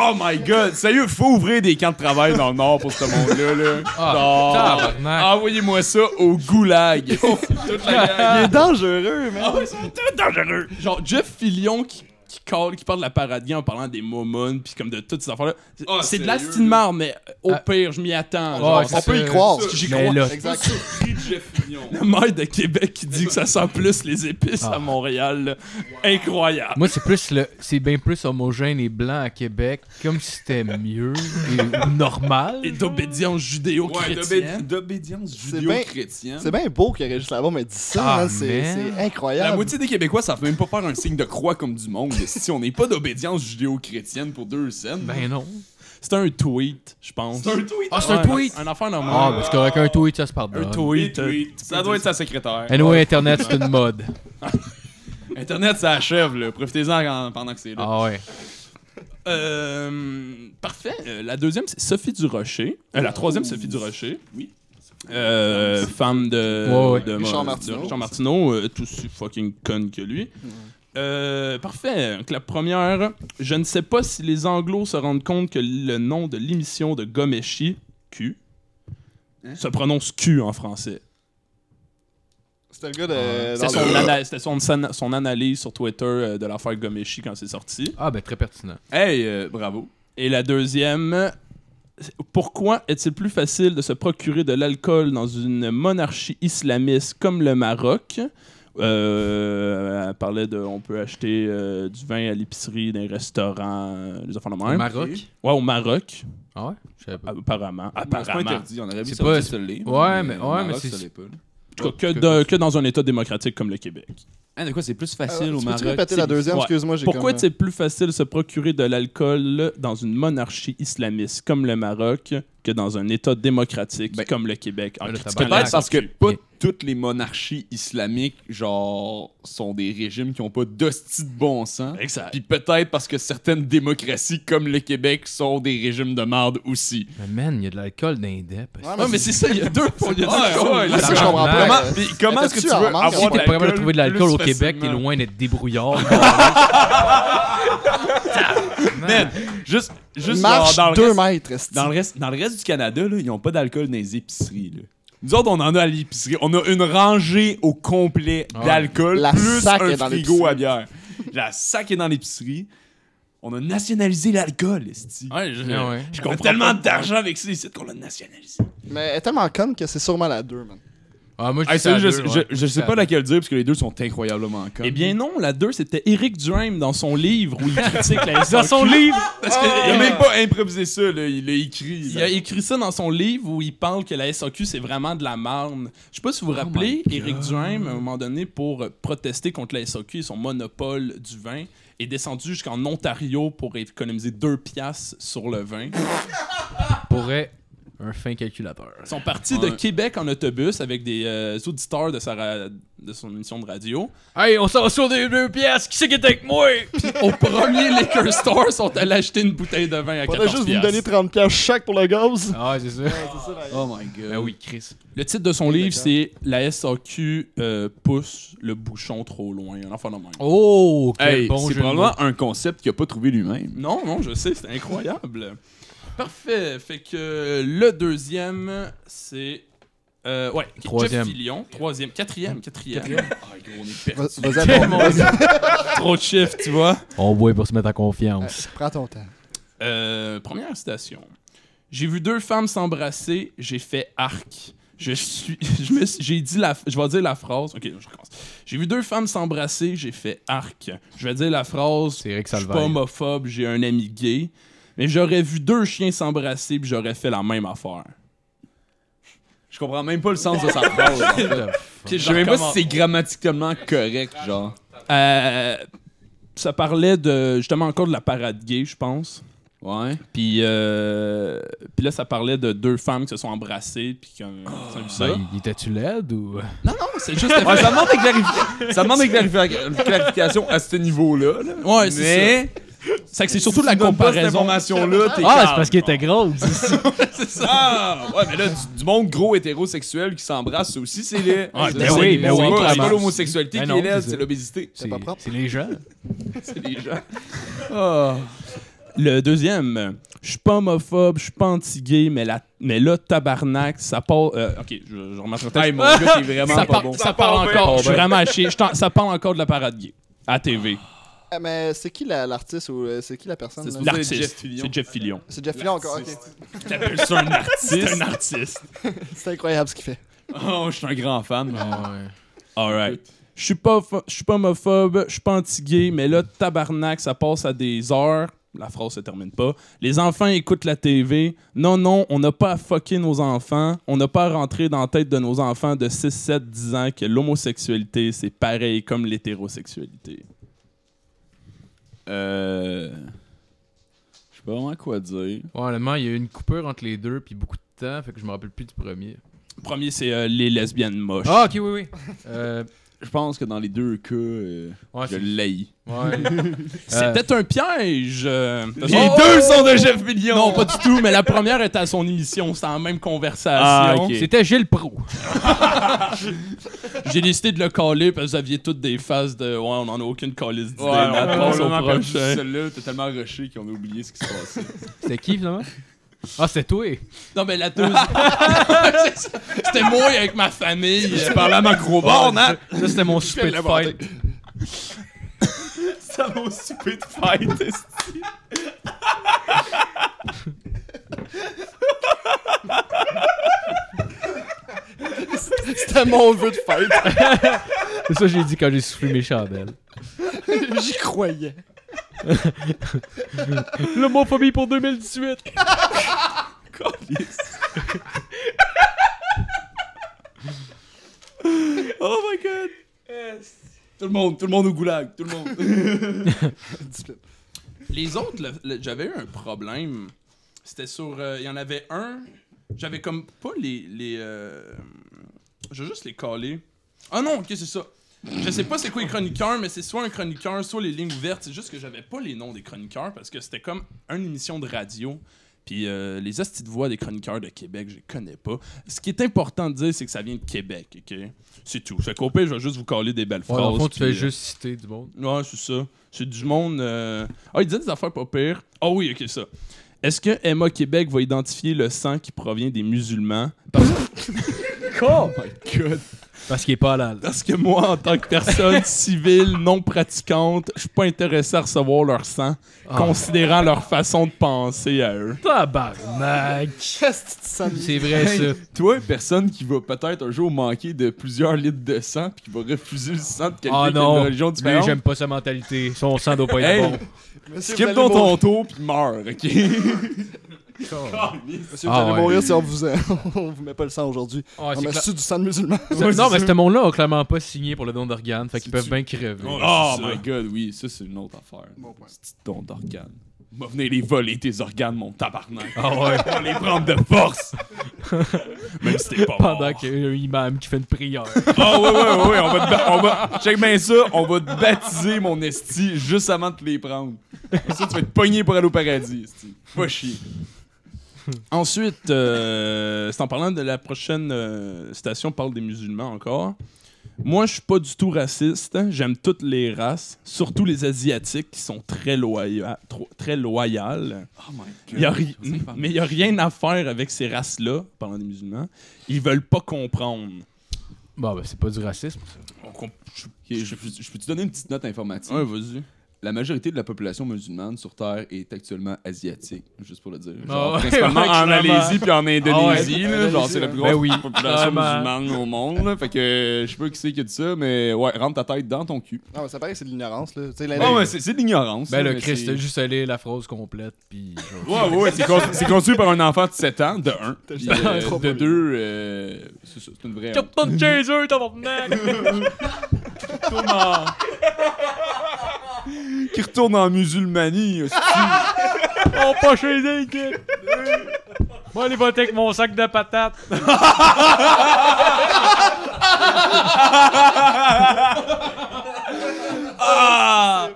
[SPEAKER 7] Oh my god! Sérieux, faut ouvrir des camps de travail dans le Nord pour ce monde-là, là.
[SPEAKER 3] Ah,
[SPEAKER 7] Non.
[SPEAKER 3] tabarnak.
[SPEAKER 7] Envoyez-moi ça au goulag.
[SPEAKER 8] Toute la gang.
[SPEAKER 5] Il est dangereux, man.
[SPEAKER 7] oh, dangereux.
[SPEAKER 4] Genre Jeff Fillion qui, qui, call- qui parle de la paradis en parlant des momons puis comme de toutes ces affaires-là. C'est-
[SPEAKER 7] Ah,
[SPEAKER 4] c'est de
[SPEAKER 7] sérieux,
[SPEAKER 4] la stine marre, mais au
[SPEAKER 3] Ah.
[SPEAKER 4] pire, je m'y attends.
[SPEAKER 3] Ouais,
[SPEAKER 4] Genre,
[SPEAKER 3] c'est
[SPEAKER 5] On
[SPEAKER 3] ça.
[SPEAKER 5] peut y croire.
[SPEAKER 3] Mais
[SPEAKER 4] J'y crois.
[SPEAKER 3] là,
[SPEAKER 5] Exact.
[SPEAKER 7] Surpris de Jeff Fillion.
[SPEAKER 4] le maire de Québec qui dit que ça sent plus les épices
[SPEAKER 3] Ah.
[SPEAKER 4] à Montréal. là. Incroyable.
[SPEAKER 3] Moi, c'est plus le, c'est bien plus homogène et blanc à Québec, comme si c'était mieux et normal.
[SPEAKER 4] Et d'obédience
[SPEAKER 7] Ouais,
[SPEAKER 4] judéo-chrétienne.
[SPEAKER 7] d'obé- d'obédience
[SPEAKER 5] C'est ben-
[SPEAKER 7] judéo-chrétienne.
[SPEAKER 5] C'est bien beau que Régis Labombe ait dit ça,
[SPEAKER 3] Ah,
[SPEAKER 5] man. C'est
[SPEAKER 3] man.
[SPEAKER 5] c'est incroyable.
[SPEAKER 7] La moitié des Québécois savent même pas faire un signe de croix comme du monde. si on n'est pas d'obédience judéo-chrétienne pour deux scènes.
[SPEAKER 3] Ben non.
[SPEAKER 4] C'était un tweet, je pense.
[SPEAKER 7] c'est un tweet.
[SPEAKER 3] Ah, c'est un
[SPEAKER 4] Ouais,
[SPEAKER 3] tweet.
[SPEAKER 4] Un affaire
[SPEAKER 3] Ah,
[SPEAKER 4] normale.
[SPEAKER 3] parce qu'avec un tweet, ça se parle.
[SPEAKER 4] un
[SPEAKER 7] Oui,
[SPEAKER 4] tweet. euh,
[SPEAKER 7] tweet. Ça doit être sa secrétaire.
[SPEAKER 3] Anyway, Internet, c'est une mode.
[SPEAKER 7] Internet, ça achève, là. Profitez-en quand- pendant que c'est là.
[SPEAKER 3] Ah ouais.
[SPEAKER 4] euh, parfait. Euh, la deuxième, c'est Sophie Durocher. Euh,
[SPEAKER 5] Oh.
[SPEAKER 4] la troisième, Sophie Durocher.
[SPEAKER 7] Oui.
[SPEAKER 4] Euh, femme de,
[SPEAKER 3] Ouais, ouais.
[SPEAKER 4] de-
[SPEAKER 5] Richard
[SPEAKER 4] de
[SPEAKER 5] Martineau.
[SPEAKER 4] Richard Martineau, euh, tout aussi fucking conne que lui. Euh, parfait. Donc, la première, je ne sais pas si les Anglos se rendent compte que le nom de l'émission de Gomeshi, Q,
[SPEAKER 7] Hein?
[SPEAKER 4] se prononce Q en français.
[SPEAKER 5] C'était le gars de.
[SPEAKER 4] C'était
[SPEAKER 5] dans le-
[SPEAKER 4] son, ana- c'était son- son- son analyse sur Twitter euh, de l'affaire Gomeshi quand c'est sorti.
[SPEAKER 3] Ah, ben très pertinent.
[SPEAKER 7] Hey, euh, bravo.
[SPEAKER 4] Et la deuxième, c'est- pourquoi est-il plus facile de se procurer de l'alcool dans une monarchie islamiste comme le Maroc Euh, elle parlait de on peut acheter euh, du vin à l'épicerie, dans les restaurants, euh, les affaires de
[SPEAKER 3] Au
[SPEAKER 4] même.
[SPEAKER 3] Maroc.
[SPEAKER 4] ouais, au Maroc,
[SPEAKER 3] Ah ouais? Je savais pas.
[SPEAKER 4] apparemment.
[SPEAKER 7] C'est pas
[SPEAKER 4] apparemment. En
[SPEAKER 7] interdit. On aurait vu
[SPEAKER 3] C'est
[SPEAKER 7] ça
[SPEAKER 3] pas-
[SPEAKER 7] aussi, ça l'est.
[SPEAKER 3] Ouais, mais-
[SPEAKER 7] le
[SPEAKER 3] ouais,
[SPEAKER 7] Maroc,
[SPEAKER 3] mais c'est-
[SPEAKER 7] ça l'est pas, là.
[SPEAKER 4] tout cas, que, de- que dans un État démocratique comme le Québec.
[SPEAKER 7] Hein, de quoi c'est plus
[SPEAKER 5] Ah,
[SPEAKER 7] facile au
[SPEAKER 5] Tu
[SPEAKER 7] Maroc?
[SPEAKER 5] peux-tu répéter la
[SPEAKER 7] c'est-
[SPEAKER 5] deuxième?
[SPEAKER 4] ouais.
[SPEAKER 5] Excuse-moi, j'ai
[SPEAKER 4] Pourquoi
[SPEAKER 5] comme-
[SPEAKER 4] est-il plus facile de se procurer de l'alcool dans une monarchie islamiste comme le Maroc que dans un État démocratique
[SPEAKER 7] Ben,
[SPEAKER 4] comme le Québec? En
[SPEAKER 3] ben, le
[SPEAKER 4] critiquant
[SPEAKER 3] tabarnak.
[SPEAKER 7] Peut-être
[SPEAKER 4] l'action
[SPEAKER 7] parce que
[SPEAKER 4] publique.
[SPEAKER 7] pas toutes les monarchies islamiques, genre, sont des régimes qui ont pas d'hostie de bon sens.
[SPEAKER 4] Exact.
[SPEAKER 7] Puis peut-être parce que certaines démocraties, comme le Québec, sont des régimes de merde aussi.
[SPEAKER 5] Ah.
[SPEAKER 3] Mais man, il y a de l'alcool dans les dépes.
[SPEAKER 5] euh, Ouais,
[SPEAKER 4] Non, mais c'est ça, il y a deux fois. il y a deux choses.
[SPEAKER 5] là, Ah, ça, je
[SPEAKER 3] Tabarnak.
[SPEAKER 5] comprends pas.
[SPEAKER 7] Comment, puis comment est-ce que tu
[SPEAKER 5] T'as-tu
[SPEAKER 7] veux
[SPEAKER 5] en manque,
[SPEAKER 7] avoir
[SPEAKER 5] si
[SPEAKER 3] Si
[SPEAKER 5] boire
[SPEAKER 7] de
[SPEAKER 3] t'es pas capable de
[SPEAKER 7] l'alcool
[SPEAKER 3] trouver de l'alcool
[SPEAKER 7] plus
[SPEAKER 3] au Québec, t'es
[SPEAKER 7] facilement?
[SPEAKER 3] loin d'être débrouillard.
[SPEAKER 7] Man, juste, juste
[SPEAKER 5] Marche
[SPEAKER 7] genre, dans, le
[SPEAKER 5] 2
[SPEAKER 7] reste,
[SPEAKER 5] mètres, esti.
[SPEAKER 7] dans, le reste, dans le reste du Canada, là, ils ont pas d'alcool dans les épiceries. Là. Nous autres, on en a à l'épicerie. On a une rangée au complet
[SPEAKER 3] Ah ouais.
[SPEAKER 7] d'alcool,
[SPEAKER 5] La
[SPEAKER 7] plus
[SPEAKER 5] sac
[SPEAKER 7] un
[SPEAKER 5] est dans
[SPEAKER 7] frigo
[SPEAKER 5] l'épicerie.
[SPEAKER 7] à bière. La sac est dans l'épicerie.
[SPEAKER 6] On a nationalisé l'alcool, esti.
[SPEAKER 4] Ouais, je,
[SPEAKER 3] Ah ouais.
[SPEAKER 4] je
[SPEAKER 6] On a
[SPEAKER 4] comprends
[SPEAKER 6] tellement
[SPEAKER 4] pas.
[SPEAKER 6] d'argent avec ces sites qu'on l'a nationalisé.
[SPEAKER 5] Mais elle est tellement conne que c'est sûrement la 2, man.
[SPEAKER 3] Ah, moi, je
[SPEAKER 6] Hey,
[SPEAKER 3] suis à
[SPEAKER 6] sérieux, je,
[SPEAKER 3] deux,
[SPEAKER 6] je-
[SPEAKER 3] ouais.
[SPEAKER 6] je sais pas laquelle dire, parce que les deux sont incroyablement cons.
[SPEAKER 4] Eh bien non, la 2, c'était Eric Duhem dans son livre où il critique la Dans son livre! Parce que,
[SPEAKER 6] il a même pas improvisé ça, là, il l'a écrit.
[SPEAKER 4] Il
[SPEAKER 6] ça.
[SPEAKER 4] a écrit ça dans son livre où il parle que la SAQ, c'est vraiment de la marne. Je sais pas si vous vous
[SPEAKER 5] Oh
[SPEAKER 4] rappelez, Éric Duhem, à un moment donné, pour euh, protester contre la SAQ et son monopole du vin, est descendu jusqu'en Ontario pour économiser 2 piastres sur le vin.
[SPEAKER 3] Pourrait un fin calculateur.
[SPEAKER 4] Ils sont partis de
[SPEAKER 6] Ouais.
[SPEAKER 4] Québec en autobus avec des euh, auditeurs de, sa ra- de son émission de radio.
[SPEAKER 3] Hey, on s'en sur des deux pièces. Qui c'est qui est avec moi?
[SPEAKER 4] Au premier liquor store, sont allés acheter une bouteille de vin à
[SPEAKER 5] Faudrait
[SPEAKER 4] 14
[SPEAKER 5] juste vous me
[SPEAKER 4] piastres.
[SPEAKER 5] donner 30$ piastres chaque pour le gaz.
[SPEAKER 3] Ah, c'est ça.
[SPEAKER 6] Oh my god.
[SPEAKER 3] Ben oui, Chris.
[SPEAKER 4] Le titre de son livre, c'est La SAQ euh, pousse le bouchon trop loin. Un enfant de même.
[SPEAKER 3] Oh, quel
[SPEAKER 6] Hey,
[SPEAKER 3] bon
[SPEAKER 6] c'est
[SPEAKER 3] jeu. de mots.
[SPEAKER 6] probablement un concept qu'il a pas trouvé lui-même.
[SPEAKER 4] Non, non, je sais, c'est incroyable. Parfait. Fait que le deuxième, c'est. euh, ouais, qui est
[SPEAKER 3] Troisième.
[SPEAKER 4] Jeff Fillion. Troisième. Quatrième. Quatrième.
[SPEAKER 5] Va- Vas-y, attends, vas-y.
[SPEAKER 4] Trop de chiffres, tu vois.
[SPEAKER 3] On voit pour se mettre en confiance.
[SPEAKER 5] Prends ton temps.
[SPEAKER 4] Euh, première citation. J'ai vu deux femmes s'embrasser, j'ai fait arc. Je suis. je me suis- J'ai dit la. Je vais dire la phrase. Ok, je recommence. J'ai vu deux femmes s'embrasser, j'ai fait arc. Je vais dire la phrase.
[SPEAKER 3] C'est Eric
[SPEAKER 4] Je suis pas
[SPEAKER 3] Salvaire.
[SPEAKER 4] homophobe, j'ai un ami gay. Mais j'aurais vu deux chiens s'embrasser, puis j'aurais fait la même affaire.
[SPEAKER 6] Je comprends même pas le sens de sa phrase. en fait.
[SPEAKER 4] Puis
[SPEAKER 6] Je sais même pas si
[SPEAKER 4] recommence.
[SPEAKER 6] c'est grammaticalement correct, genre.
[SPEAKER 4] Euh, ça parlait de justement encore de la parade gay, je pense.
[SPEAKER 6] Ouais.
[SPEAKER 4] Puis, euh, puis là, ça parlait de deux femmes qui se sont embrassées. Puis qu'on- t'as vu ça?
[SPEAKER 3] Ben, il était-tu laide ou.
[SPEAKER 4] Non, non, c'est juste.
[SPEAKER 6] Ouais, ça demande des, clarifi- ça demande des clarifi- clarifications à ce niveau-là. là.
[SPEAKER 4] Ouais, c'est
[SPEAKER 6] Mais
[SPEAKER 4] ça. C'est que c'est surtout la
[SPEAKER 6] tu donnes pas cette
[SPEAKER 4] comparaison.
[SPEAKER 6] information-là, t'es
[SPEAKER 3] Ah, c'est
[SPEAKER 6] calme,
[SPEAKER 3] parce qu'il était
[SPEAKER 6] genre.
[SPEAKER 3] gros.
[SPEAKER 6] C'est ça. Ah, ouais, mais là, du, du monde gros hétérosexuel qui s'embrasse, ça aussi, c'est laid.
[SPEAKER 4] Ouais,
[SPEAKER 6] C'est-
[SPEAKER 4] ben
[SPEAKER 6] c'est-
[SPEAKER 4] oui, ben
[SPEAKER 6] c'est
[SPEAKER 4] oui,
[SPEAKER 6] pas- C'est
[SPEAKER 4] clairement.
[SPEAKER 6] pas l'homosexualité
[SPEAKER 3] Ben
[SPEAKER 6] qui
[SPEAKER 3] non,
[SPEAKER 6] est laide,
[SPEAKER 3] c'est ça.
[SPEAKER 6] c'est l'obésité.
[SPEAKER 3] C'est
[SPEAKER 5] pas propre.
[SPEAKER 3] c'est les gens.
[SPEAKER 6] C'est les gens.
[SPEAKER 4] Le deuxième, euh, je suis pas homophobe, je suis pas anti-gay, mais, la... mais là, tabarnak, ça part. euh, ok, je, je remarque le texte.
[SPEAKER 6] Hey, mon gars, t'es vraiment
[SPEAKER 4] ça,
[SPEAKER 6] pas
[SPEAKER 4] par-
[SPEAKER 6] bon.
[SPEAKER 4] ça parle
[SPEAKER 9] Ça part
[SPEAKER 4] encore. Je suis vraiment à chier. Je t'en- Ça parle encore de la parade gay à TV.
[SPEAKER 5] Ah, mais c'est qui la- l'artiste ou euh, c'est qui la personne?
[SPEAKER 6] C'est
[SPEAKER 5] là?
[SPEAKER 6] supposé-
[SPEAKER 4] L'artiste.
[SPEAKER 6] Jeff Fillion.
[SPEAKER 4] C'est Jeff Fillion.
[SPEAKER 5] C'est Jeff Lyon encore, ok.
[SPEAKER 4] T'appelles ça un artiste? un artiste.
[SPEAKER 5] C'est incroyable ce qu'il fait.
[SPEAKER 6] Oh, je suis un grand fan.
[SPEAKER 4] Alright. Je suis pas, pho- je suis pas homophobe, je suis pas anti-gay, mais là, tabarnak, ça passe à des heures. La phrase se termine pas. Les enfants écoutent la TV. Non, non, on n'a pas à fucker nos enfants. On n'a pas à rentrer dans la tête de nos enfants de 6, 7, 10 ans que l'homosexualité, c'est pareil comme l'hétérosexualité.
[SPEAKER 6] Euh. Je sais pas vraiment quoi dire.
[SPEAKER 3] Ouais, honnêtement, il y a eu une coupure entre les deux, puis beaucoup de temps, fait que je me rappelle plus du premier.
[SPEAKER 4] Premier, c'est euh, les lesbiennes moches.
[SPEAKER 3] Ah, ok, oui, oui. Euh,
[SPEAKER 6] Je pense que dans les deux cas, euh,
[SPEAKER 3] ouais,
[SPEAKER 6] je
[SPEAKER 3] c'est-
[SPEAKER 6] l'ai.
[SPEAKER 3] ouais. Euh,
[SPEAKER 4] C'était un piège. euh, parce que-
[SPEAKER 6] deux sont de Jeff Million!
[SPEAKER 4] Non, pas du tout, mais la première est à son émission. C'est en même conversation.
[SPEAKER 6] Ah, ok.
[SPEAKER 3] C'était Gilles Pro.
[SPEAKER 4] J'ai décidé de le caler parce que vous aviez toutes des phases de ouais, on en a aucune calice d'idée.
[SPEAKER 6] Ouais,
[SPEAKER 4] Nat,
[SPEAKER 6] on
[SPEAKER 4] passe au
[SPEAKER 6] probablement perdu
[SPEAKER 4] prochain.
[SPEAKER 6] Celle-là, t'as tellement rushé qu'on a oublié ce qui se passait.
[SPEAKER 3] C'était qui, finalement? Ah, c'était toi.
[SPEAKER 4] Non, mais la deuxième. C'est ça. C'était moi avec ma famille.
[SPEAKER 6] Je parlais à ma gros
[SPEAKER 3] Oh,
[SPEAKER 6] borne, hein?
[SPEAKER 3] Ça, c'était mon souper de
[SPEAKER 6] l'inventer.
[SPEAKER 3] fête.
[SPEAKER 6] Ça va au souper de fête, esti.
[SPEAKER 5] C'était mon vœu de fête.
[SPEAKER 3] C'est ça que j'ai dit quand j'ai soufflé mes chandelles.
[SPEAKER 5] J'y croyais.
[SPEAKER 3] L'homophobie pour 2018.
[SPEAKER 6] Oh my god! Tout le monde, tout le monde au goulag, tout le monde.
[SPEAKER 4] Les autres, le- le- j'avais eu un problème. C'était sur. euh, Il y en avait un. J'avais comme pas les. les euh, Je vais juste les caler. Ah non, ok, c'est ça. Je sais pas c'est quoi les chroniqueurs, mais c'est soit un chroniqueur, soit les lignes ouvertes. C'est juste que j'avais pas les noms des chroniqueurs parce que c'était comme une émission de radio. Puis euh, les hosties de voix des chroniqueurs de Québec, je les connais pas. Ce qui est important de dire, c'est que ça vient de Québec, ok? C'est tout. Fait qu'au pire, je vais juste vous caler des belles
[SPEAKER 3] Ouais,
[SPEAKER 4] phrases.
[SPEAKER 3] dans le fond, tu
[SPEAKER 4] puis,
[SPEAKER 3] fais
[SPEAKER 4] euh,
[SPEAKER 3] juste citer du monde.
[SPEAKER 4] Ouais, c'est ça. C'est du monde. euh, Ah, il disait des affaires pas pires. Ah oui, ok, ça. Est-ce que Emma Québec va identifier le sang qui provient des musulmans? Parce-
[SPEAKER 6] Oh my god!
[SPEAKER 3] Parce qu'il est pas halal.
[SPEAKER 4] Parce que moi, en tant que personne civile, non pratiquante, je suis pas intéressé à recevoir leur sang,
[SPEAKER 6] Ah.
[SPEAKER 4] considérant leur façon de penser à eux.
[SPEAKER 3] Tabarnak!
[SPEAKER 5] Ah,
[SPEAKER 3] C'est vrai, ça.
[SPEAKER 6] Hey, toi, personne qui va peut-être un jour manquer de plusieurs litres de sang puis qui va refuser le sang de quelqu'un
[SPEAKER 3] Ah
[SPEAKER 6] qui a une
[SPEAKER 3] non!
[SPEAKER 6] religion
[SPEAKER 3] Lui,
[SPEAKER 6] différente.
[SPEAKER 3] j'aime pas sa mentalité. Son sang doit pas être
[SPEAKER 6] Hey,
[SPEAKER 3] bon.
[SPEAKER 6] skip dans ton tour puis meurs, ok?
[SPEAKER 5] Monsieur, vous
[SPEAKER 3] Ah
[SPEAKER 5] allez
[SPEAKER 3] ouais.
[SPEAKER 5] mourir si on vous, on vous met pas le sang aujourd'hui.
[SPEAKER 3] Ah,
[SPEAKER 5] on
[SPEAKER 3] c'est
[SPEAKER 5] a
[SPEAKER 3] cla-
[SPEAKER 5] su du sang de musulman.
[SPEAKER 3] C'est- non, mais ce monde-là a clairement pas signé pour le don d'organes, fait qu'ils peuvent
[SPEAKER 6] C'est-tu-
[SPEAKER 3] bien crever.
[SPEAKER 6] Oh
[SPEAKER 4] c'est ça.
[SPEAKER 6] my god, oui, ça c'est une autre affaire.
[SPEAKER 5] Bon point.
[SPEAKER 6] C'est ton d'organes. Va venir les voler tes organes, mon tabarnak.
[SPEAKER 3] Ah ouais.
[SPEAKER 6] On va les prendre de force. Même si t'es pas
[SPEAKER 3] Pendant
[SPEAKER 6] mort.
[SPEAKER 3] qu'il y a un imam qui fait une prière.
[SPEAKER 6] Ah ouais, ouais, ouais, ouais, on va te ba- on va... Check bien ça, on va te baptiser, mon esti, juste avant de te les prendre. Comme ça, tu vas être pogné pour aller au paradis, esti. Pas chier.
[SPEAKER 4] Ensuite, euh, c'est en parlant de la prochaine euh, station, parle des musulmans encore. Moi, je suis pas du tout raciste. hein. J'aime toutes les races, surtout les asiatiques qui sont très, loya- tro- très loyales.
[SPEAKER 6] Oh my god.
[SPEAKER 4] Y a ri- mais il n'y a rien à faire avec ces races-là, parlant des musulmans. Ils veulent pas comprendre.
[SPEAKER 3] Bon, ben, c'est pas du racisme.
[SPEAKER 4] On comp- je-
[SPEAKER 6] je peux- je peux-tu donner une petite note informative?
[SPEAKER 4] Ouais, vas-y.
[SPEAKER 6] La majorité de la population musulmane sur Terre est actuellement asiatique, juste pour le dire.
[SPEAKER 3] Ah
[SPEAKER 6] Genre,
[SPEAKER 3] ouais,
[SPEAKER 6] principalement
[SPEAKER 3] ouais,
[SPEAKER 6] en
[SPEAKER 3] clairement.
[SPEAKER 6] Malaisie puis en Indonésie.
[SPEAKER 5] Ah ouais.
[SPEAKER 6] là, genre, c'est la plus
[SPEAKER 5] Ben
[SPEAKER 6] grosse
[SPEAKER 3] oui,
[SPEAKER 6] population
[SPEAKER 3] clairement.
[SPEAKER 6] musulmane au monde. là. fait que euh, je sais pas qui c'est qui a dit ça, mais ouais, rentre ta tête dans ton cul.
[SPEAKER 5] Non, mais ça paraît que c'est de l'ignorance. Là. Tu sais, la-
[SPEAKER 6] Ouais, ouais, c'est c'est de l'ignorance.
[SPEAKER 3] Ben,
[SPEAKER 6] là,
[SPEAKER 3] le
[SPEAKER 6] mais
[SPEAKER 3] Christ,
[SPEAKER 6] c'est-
[SPEAKER 3] t'as juste allé la phrase complète, puis.
[SPEAKER 6] Ouais, ouais, ouais, c'est con- c'est construit par un enfant de 7 ans, de 1.
[SPEAKER 5] juste un trop
[SPEAKER 6] de
[SPEAKER 5] premier.
[SPEAKER 6] 2, euh, c'est ça, c'est une vraie. honte.
[SPEAKER 3] de Jésus, tabarnak!
[SPEAKER 6] Qui retourne en musulmanie. hostie.
[SPEAKER 3] On pas chez les kid! Moi, les voter avec mon sac de patates!
[SPEAKER 4] Ah!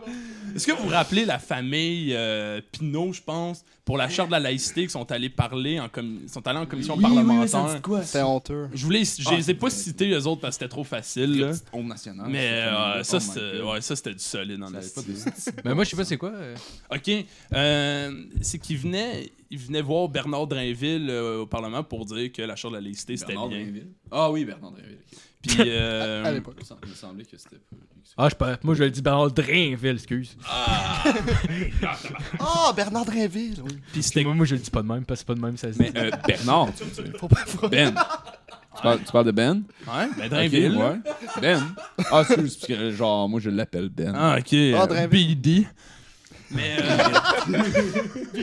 [SPEAKER 4] Est-ce que vous vous rappelez la famille euh, Pinault, je pense, pour la charte de la laïcité, qui sont allés parler en, com- sont allés en commission parlementaire?
[SPEAKER 5] C'est honteux.
[SPEAKER 4] je voulais,
[SPEAKER 6] Ah.
[SPEAKER 4] je les ai pas cités eux autres parce que c'était trop facile, là.
[SPEAKER 6] Petite honte nationale.
[SPEAKER 4] Mais euh,
[SPEAKER 6] Oh
[SPEAKER 4] ça,
[SPEAKER 6] my
[SPEAKER 4] c'était
[SPEAKER 6] God.
[SPEAKER 4] ouais, ça, c'était du solide. en
[SPEAKER 6] Ça avait
[SPEAKER 4] esti.
[SPEAKER 6] Oh, pas de-
[SPEAKER 3] Ben, moi, je sais pas c'est quoi. euh.
[SPEAKER 4] OK. Euh, c'est qu'il venait, il venait voir Bernard Drainville euh, au Parlement pour dire que la Charte de la laïcité, c'était
[SPEAKER 6] Bernard
[SPEAKER 4] bien.
[SPEAKER 6] Drainville. Ah oui, Bernard Drainville. ok.
[SPEAKER 4] Puis, euh,
[SPEAKER 5] À l'époque.
[SPEAKER 6] Il me sem- il me semblait que c'était pas lui qui s'est-
[SPEAKER 3] Ah, je pas. Moi, je le dis Bernard Drainville, excuse.
[SPEAKER 5] Ah, Bernard Drinville. Oui.
[SPEAKER 4] puis c'était...
[SPEAKER 3] Moi, moi, je le dis pas de même, parce que c'est pas de même, ça se dit.
[SPEAKER 6] Mais euh, Bernard, tu veux dire.
[SPEAKER 5] Faut pas faut-
[SPEAKER 6] Ben. Tu parles, tu parles de Ben?
[SPEAKER 4] Ouais, ben,
[SPEAKER 6] Ok,
[SPEAKER 4] Drainville.
[SPEAKER 6] ouais. Ben. Ah, excuse, parce que genre, moi je l'appelle Ben.
[SPEAKER 4] Ah, ok.
[SPEAKER 5] Ah,
[SPEAKER 4] euh,
[SPEAKER 5] Drainville.
[SPEAKER 4] BD. Mais, euh,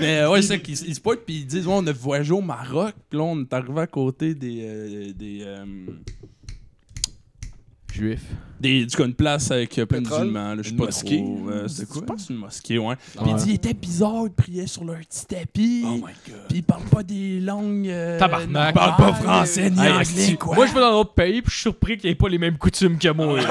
[SPEAKER 4] mais ouais, c'est ça qu'ils ils se pointent puis ils disent ouais, on a voyagé au Maroc, puis là on est arrivé à côté des euh, des, euh,
[SPEAKER 3] Juif.
[SPEAKER 4] des du coup, une place avec euh, plein de
[SPEAKER 5] Pétrole.
[SPEAKER 4] musulmans, là, je sais
[SPEAKER 6] Une
[SPEAKER 4] pas
[SPEAKER 6] mosquée.
[SPEAKER 4] trop, euh, c'est quoi Je pense que c'est une mosquée, ouais. Puis
[SPEAKER 3] Ouais.
[SPEAKER 4] il dit il était bizarre, il priait sur leur petit tapis.
[SPEAKER 6] Oh my god.
[SPEAKER 4] Puis ils parlent pas des langues. euh,
[SPEAKER 3] Tabarnak.
[SPEAKER 4] normales. euh, Ils parlent pas français ni
[SPEAKER 3] Hey,
[SPEAKER 4] anglais,
[SPEAKER 3] esti.
[SPEAKER 4] quoi.
[SPEAKER 3] Moi, je vais dans l'autre pays, puis je suis surpris qu'il n'y ait pas les mêmes coutumes que moi.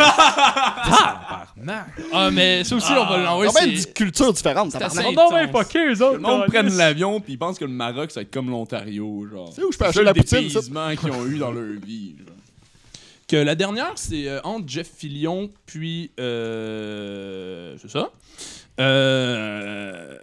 [SPEAKER 3] Tabarnak!
[SPEAKER 4] Ah, mais ça aussi, on va
[SPEAKER 5] Quand
[SPEAKER 4] l'envoyer.
[SPEAKER 5] même
[SPEAKER 4] c'est-
[SPEAKER 5] des cultures différentes.
[SPEAKER 4] C'est
[SPEAKER 5] tabarnak.
[SPEAKER 4] assez
[SPEAKER 3] Ils sont bien
[SPEAKER 4] intense.
[SPEAKER 3] fuckés, eux autres! Hein?
[SPEAKER 6] Le monde
[SPEAKER 3] calice.
[SPEAKER 6] prenne l'avion puis ils pensent que le Maroc ça va être comme l'Ontario, genre.
[SPEAKER 5] sais où je peux
[SPEAKER 6] C'est
[SPEAKER 5] acheter
[SPEAKER 6] le
[SPEAKER 5] la poutine, ça?
[SPEAKER 6] dépaysement qu'ils ont eu dans leur vie. genre.
[SPEAKER 4] Que la dernière, c'est euh, entre Jeff Fillion puis. euh, c'est ça. Euh,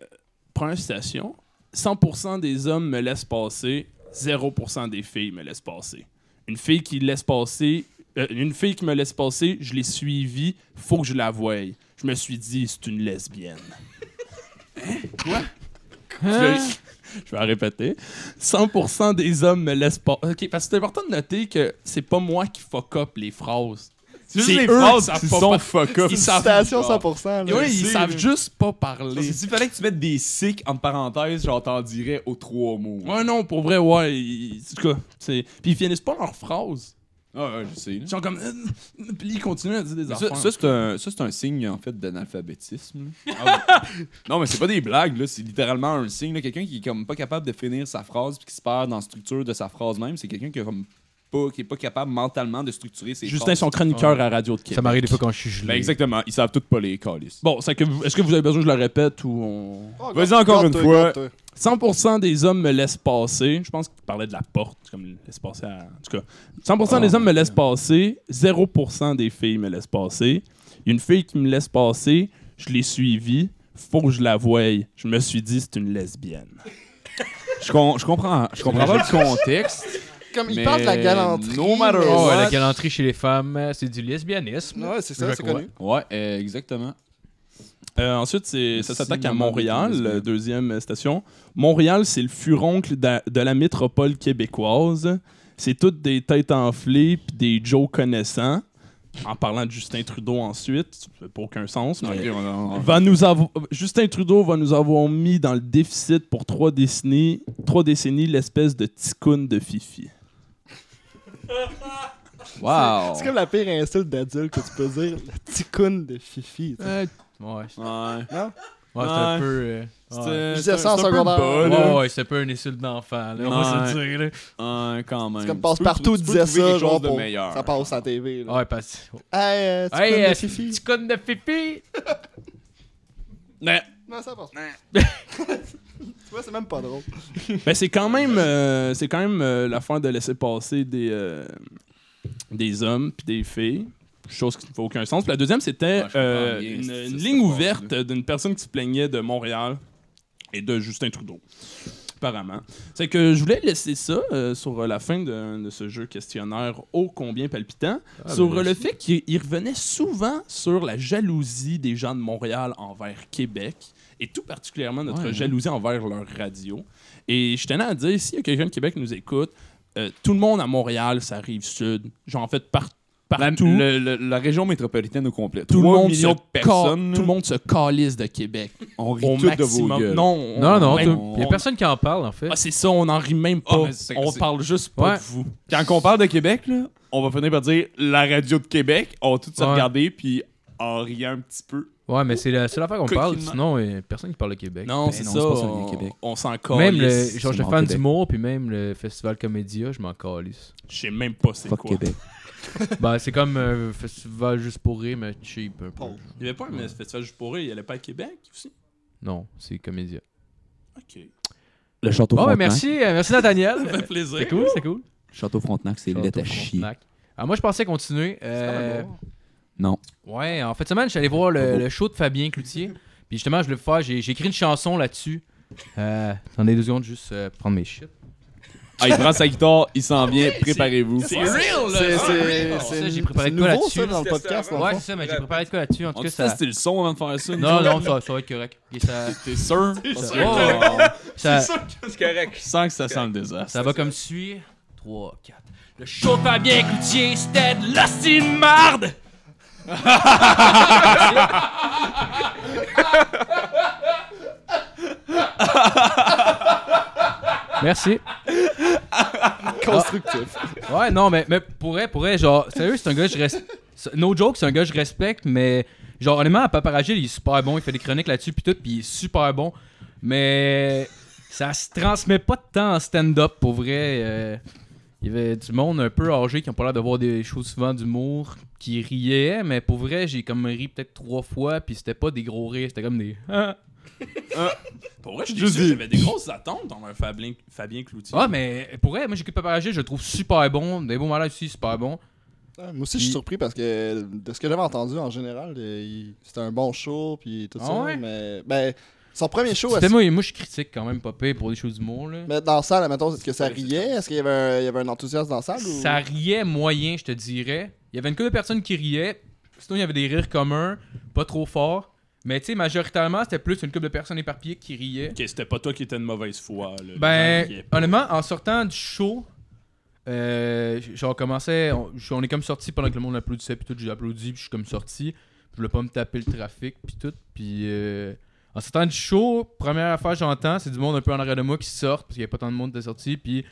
[SPEAKER 4] première citation 100% des hommes me laissent passer, 0% des filles me laissent passer. Une fille qui laisse passer. euh, une fille qui me laisse passer, je l'ai suivie, faut que je la voie. Je me suis dit, c'est une lesbienne.
[SPEAKER 3] Hein?
[SPEAKER 4] Je vais en répéter. 100% des hommes me laissent pas. Ok, parce que c'est important de noter que c'est pas moi qui fuck up les phrases.
[SPEAKER 6] C'est
[SPEAKER 4] C'est
[SPEAKER 6] juste les
[SPEAKER 4] eux
[SPEAKER 6] phrases
[SPEAKER 4] qui savent
[SPEAKER 6] qui
[SPEAKER 4] pas
[SPEAKER 6] sont
[SPEAKER 4] par-
[SPEAKER 6] fuck up.
[SPEAKER 4] Ils
[SPEAKER 5] Une
[SPEAKER 4] savent-
[SPEAKER 5] citation
[SPEAKER 6] genre.
[SPEAKER 5] 100%.
[SPEAKER 4] Oui,
[SPEAKER 5] là.
[SPEAKER 4] ils
[SPEAKER 6] sais,
[SPEAKER 4] savent
[SPEAKER 6] là.
[SPEAKER 4] juste pas
[SPEAKER 6] Parce
[SPEAKER 4] parler.
[SPEAKER 6] que s'il fallait que tu mettes des sick en parenthèse, genre t'en dirais aux trois mots.
[SPEAKER 4] Ouais, non, pour vrai, ouais. ils- En tout cas, c'est. Puis ils finissent pas leurs phrases.
[SPEAKER 6] Ah ouais, je sais. là.
[SPEAKER 4] Ils sont comme. euh, Puis ils continuent à dire des
[SPEAKER 6] Mais
[SPEAKER 4] affaires.
[SPEAKER 6] Ça, ça, c'est un, ça, c'est un signe, en fait, d'analphabétisme. là. non, mais c'est pas des blagues, là. C'est littéralement un signe. là. Quelqu'un qui est comme pas capable de finir sa phrase puis qui se perd dans la structure de sa phrase même, c'est quelqu'un qui, a comme pas, qui est pas capable mentalement de structurer ses
[SPEAKER 4] Justin,
[SPEAKER 6] phrases.
[SPEAKER 4] son chroniqueur à Radio de Québec.
[SPEAKER 3] Ça m'arrive des fois quand je suis gelé.
[SPEAKER 6] Ben, exactement. Ils savent tous pas les calices.
[SPEAKER 4] Bon, c'est que vous- est-ce que vous avez besoin que je le répète ou on.
[SPEAKER 5] Oh,
[SPEAKER 6] Vas-y
[SPEAKER 5] garde-
[SPEAKER 6] encore une
[SPEAKER 5] garde-toi,
[SPEAKER 6] fois.
[SPEAKER 5] garde-toi.
[SPEAKER 4] 100% des hommes me laissent passer. Je pense qu'il parlait de la porte, c'est comme laisse passer à... En tout cas, 100% des hommes me laissent passer, 0% des filles me laissent passer. Une fille qui me laisse passer, je l'ai suivie, faut que je la voie. Je me suis dit, c'est une lesbienne.
[SPEAKER 6] Je, com- je comprends, je comprends pas le contexte.
[SPEAKER 5] comme, il
[SPEAKER 7] Mais
[SPEAKER 5] parle de la galanterie.
[SPEAKER 7] no matter
[SPEAKER 5] mais
[SPEAKER 7] what.
[SPEAKER 3] Oh,
[SPEAKER 5] ouais,
[SPEAKER 3] la galanterie chez les femmes, euh, c'est du lesbianisme.
[SPEAKER 5] Ouais, c'est ça,
[SPEAKER 3] Je
[SPEAKER 5] c'est
[SPEAKER 3] crois.
[SPEAKER 5] connu.
[SPEAKER 7] Ouais, euh, exactement.
[SPEAKER 4] Euh, ensuite, c'est- ça
[SPEAKER 7] Merci,
[SPEAKER 4] s'attaque à
[SPEAKER 7] maman
[SPEAKER 4] Montréal,
[SPEAKER 7] des
[SPEAKER 4] euh, deuxième euh, station. Montréal, c'est le furoncle d'a- de, la métropole québécoise. C'est toutes des têtes enflées puis des Joe connaissants. En parlant de Justin Trudeau ensuite, ça fait pas aucun sens. mais-
[SPEAKER 7] Ok, on a- on-
[SPEAKER 4] Va nous avo- Justin Trudeau va nous avoir mis dans le déficit pour trois décennies, trois décennies l'espèce de ticoune de Fifi.
[SPEAKER 7] Wow.
[SPEAKER 5] C'est comme la pire insulte d'adulte que tu peux dire, la ticoune de Fifi. tu sais.
[SPEAKER 3] Euh, ouais, c'est- ouais,
[SPEAKER 7] Ouais.
[SPEAKER 3] c'est un
[SPEAKER 7] Ouais.
[SPEAKER 3] peu. euh, ouais.
[SPEAKER 7] C'était-
[SPEAKER 5] Je
[SPEAKER 7] c'était-
[SPEAKER 5] disais ça en
[SPEAKER 7] c'était un peu
[SPEAKER 5] secondaire.
[SPEAKER 7] bas, là.
[SPEAKER 3] Ouais, ouais, c'est un peu un insulte d'enfant, là, on va se le dire. Là.
[SPEAKER 7] Ouais, quand même.
[SPEAKER 5] C'est comme passe
[SPEAKER 7] Tu peux-
[SPEAKER 5] partout,
[SPEAKER 7] tu peux
[SPEAKER 5] disait
[SPEAKER 7] trouver
[SPEAKER 5] ça,
[SPEAKER 7] quelque
[SPEAKER 5] genre,
[SPEAKER 7] chose de
[SPEAKER 5] pour-
[SPEAKER 7] meilleur.
[SPEAKER 5] ça passe à la TV. Là.
[SPEAKER 3] Ouais, parce que.
[SPEAKER 5] Hey, euh, ticoune
[SPEAKER 3] Hey,
[SPEAKER 5] de
[SPEAKER 3] euh,
[SPEAKER 5] Fifi.
[SPEAKER 3] tu connais de Fifi!
[SPEAKER 4] Mais
[SPEAKER 5] Non, ça passe pas. tu vois, c'est même pas drôle.
[SPEAKER 4] Ben, c'est quand même, euh, c'est quand même euh, l'affaire de laisser passer des, euh, des hommes puis des filles. Chose qui ne fait aucun sens. Puis la deuxième, c'était
[SPEAKER 7] Ouais, je comprends
[SPEAKER 4] euh,
[SPEAKER 7] bien,
[SPEAKER 4] une,
[SPEAKER 7] c'est-
[SPEAKER 4] une
[SPEAKER 7] c'est
[SPEAKER 4] ligne
[SPEAKER 7] pas
[SPEAKER 4] ouverte d'une personne qui se plaignait de Montréal et de Justin Trudeau, apparemment. C'est que je voulais laisser ça euh, sur euh, la fin de, de ce jeu questionnaire ô combien palpitant,
[SPEAKER 3] Ah,
[SPEAKER 4] sur
[SPEAKER 3] ben,
[SPEAKER 4] euh, le fait qu'il il revenait souvent sur la jalousie des gens de Montréal envers Québec, et tout particulièrement notre
[SPEAKER 7] Ouais, hein.
[SPEAKER 4] jalousie envers leur radio. Et je tenais à dire, s'il y a quelqu'un de Québec qui nous écoute, euh, tout le monde à Montréal, ça arrive sud, genre en fait par-
[SPEAKER 7] La,
[SPEAKER 4] partout.
[SPEAKER 7] le- le- la région métropolitaine au complet.
[SPEAKER 4] tout, le
[SPEAKER 7] 3
[SPEAKER 4] monde se
[SPEAKER 7] millions de personnes.
[SPEAKER 4] ca- tout le monde se calisse de Québec.
[SPEAKER 7] On rit
[SPEAKER 4] Au
[SPEAKER 7] toutes de vos
[SPEAKER 4] maximum.
[SPEAKER 7] gueules.
[SPEAKER 4] Non, on-
[SPEAKER 3] Non, non,
[SPEAKER 4] ben,
[SPEAKER 3] il y a
[SPEAKER 4] on-
[SPEAKER 3] personne qui en parle, en fait.
[SPEAKER 4] Ah, c'est ça, on n'en rit même pas.
[SPEAKER 7] Ah, mais c'est-
[SPEAKER 4] on
[SPEAKER 7] c'est-
[SPEAKER 4] parle juste pas
[SPEAKER 3] Ouais.
[SPEAKER 4] de vous.
[SPEAKER 7] Quand on parle de Québec, là, on va finir par dire la radio de Québec. On va tous se
[SPEAKER 3] Ouais.
[SPEAKER 7] regarder puis en riant un petit peu.
[SPEAKER 3] Ouais, mais c'est la seule affaire qu'on parle,
[SPEAKER 7] Coquinement.
[SPEAKER 3] sinon, euh, personne qui parle de Québec.
[SPEAKER 4] Non,
[SPEAKER 7] Ben
[SPEAKER 4] c'est
[SPEAKER 7] non,
[SPEAKER 4] ça.
[SPEAKER 7] c'est pas ça, le
[SPEAKER 4] on-
[SPEAKER 7] Québec.
[SPEAKER 4] On s'en
[SPEAKER 3] Même
[SPEAKER 4] calisse.
[SPEAKER 3] le, genre,
[SPEAKER 7] c'est
[SPEAKER 3] je
[SPEAKER 7] mon
[SPEAKER 3] fais
[SPEAKER 7] Québec.
[SPEAKER 3] d'humour, puis même le festival Comédia, je m'en calisse.
[SPEAKER 4] Je sais même pas c'est quoi.
[SPEAKER 3] bah, c'est comme un festival juste pour rire, mais cheap un peu.
[SPEAKER 5] Oh.
[SPEAKER 4] Il y avait pas un festival juste pour eux, il allait pas à Québec aussi.
[SPEAKER 3] Non, c'est Comédia.
[SPEAKER 4] Ok.
[SPEAKER 7] Le château
[SPEAKER 3] Bon, ben merci, euh, merci Nathaniel.
[SPEAKER 4] plaisir.
[SPEAKER 3] c'est cool, c'est cool.
[SPEAKER 7] Château Frontenac, c'est
[SPEAKER 3] Château Frontenac. Ah, moi, je pensais continuer. euh,
[SPEAKER 7] Non.
[SPEAKER 3] ouais, en fait, semaine, je suis allé voir
[SPEAKER 7] Pas
[SPEAKER 3] le,
[SPEAKER 7] beau.
[SPEAKER 3] le show de Fabien Cloutier. Puis justement, je voulais le faire. J'ai j'ai écrit une chanson là-dessus. Euh, attendez deux secondes, juste euh, prendre mes shit.
[SPEAKER 7] Ah, il prend sa guitare, il s'en vient, préparez-vous.
[SPEAKER 4] C'est real,
[SPEAKER 5] C'est- c'est-
[SPEAKER 4] là!
[SPEAKER 3] ça,
[SPEAKER 5] c'est-
[SPEAKER 3] j'ai préparé
[SPEAKER 5] c'est
[SPEAKER 3] de quoi
[SPEAKER 5] nouveau,
[SPEAKER 3] là-dessus?
[SPEAKER 5] ça, dans le podcast. dans le
[SPEAKER 3] Ouais,
[SPEAKER 5] fond.
[SPEAKER 3] c'est ça, mais j'ai préparé de quoi là-dessus. En tout
[SPEAKER 7] On
[SPEAKER 3] cas,
[SPEAKER 7] dit
[SPEAKER 3] ça.
[SPEAKER 7] ça, c'était le son avant de faire ça.
[SPEAKER 3] Non, non, ça, ça va être correct. Et ça,
[SPEAKER 7] T'es sûr?
[SPEAKER 3] ça-
[SPEAKER 7] Oh,
[SPEAKER 3] Ah, ça-
[SPEAKER 8] C'est correct.
[SPEAKER 7] Je sens que ça sent le désastre.
[SPEAKER 3] Ça va comme suit. 3, 4. Le show de Fabien Cloutier, c'était de l'hostie de marde! Merci.
[SPEAKER 5] Ah. Constructif.
[SPEAKER 3] Ouais, non, mais, mais pourrait, pourrait, genre, sérieux, c'est un gars que je respecte. No joke, c'est un gars que je respecte, mais genre, honnêtement, à Paparagil, il est super bon, il fait des chroniques là-dessus, puis tout, puis il est super bon. Mais ça se transmet pas de temps en stand-up, pour vrai. euh, il y avait du monde un peu âgé qui ont pas l'air de voir des choses souvent d'humour, qui riaient, mais pour vrai, j'ai comme ri peut-être trois fois, puis c'était pas des gros rires, c'était comme des. Ah,
[SPEAKER 4] Pour vrai, je
[SPEAKER 7] Je
[SPEAKER 4] suis
[SPEAKER 7] dis-
[SPEAKER 4] déçu, j'avais des grosses attentes envers Fabien, Fabien Cloutier.
[SPEAKER 3] Ah, mais pour vrai, moi, j'écoute Paparagil, je le trouve super bon, des bons malades aussi, super bon.
[SPEAKER 5] Ah, Moi aussi, je suis
[SPEAKER 3] Puis-
[SPEAKER 5] surpris parce que de ce que j'avais entendu en général, euh, il- c'était un bon show puis tout
[SPEAKER 3] Ah
[SPEAKER 5] ça.
[SPEAKER 3] ouais?
[SPEAKER 5] Mais ben, son premier show,
[SPEAKER 3] C'était
[SPEAKER 5] est-ce
[SPEAKER 3] moi, moi, je critique quand même, Popé, pour des choses d'humour, là.
[SPEAKER 5] mais dans la salle, admettons, est-ce que ça riait Est-ce qu'il y, avait un- il y avait un enthousiasme dans la salle ou...
[SPEAKER 3] Ça riait moyen, je te dirais. Il y avait une couple de personnes qui riaient. Sinon, il y avait des rires communs, pas trop forts. Mais tu sais, majoritairement, c'était plus une couple de personnes éparpillées qui riaient.
[SPEAKER 4] Ok, c'était pas toi qui étais de mauvaise foi. Là,
[SPEAKER 3] Ben,
[SPEAKER 4] Les gens qui-
[SPEAKER 3] honnêtement, en sortant du show, euh, genre, on commençait, on, je- on est comme sorti pendant que le monde applaudissait, puis tout, j'ai applaudi, puis je suis comme sorti. Je voulais pas me taper le trafic, puis tout. Puis euh, en sortant du show, première affaire que j'entends, c'est du monde un peu en arrière de moi qui sort, parce qu'il y a pas tant de monde de sortie, puis.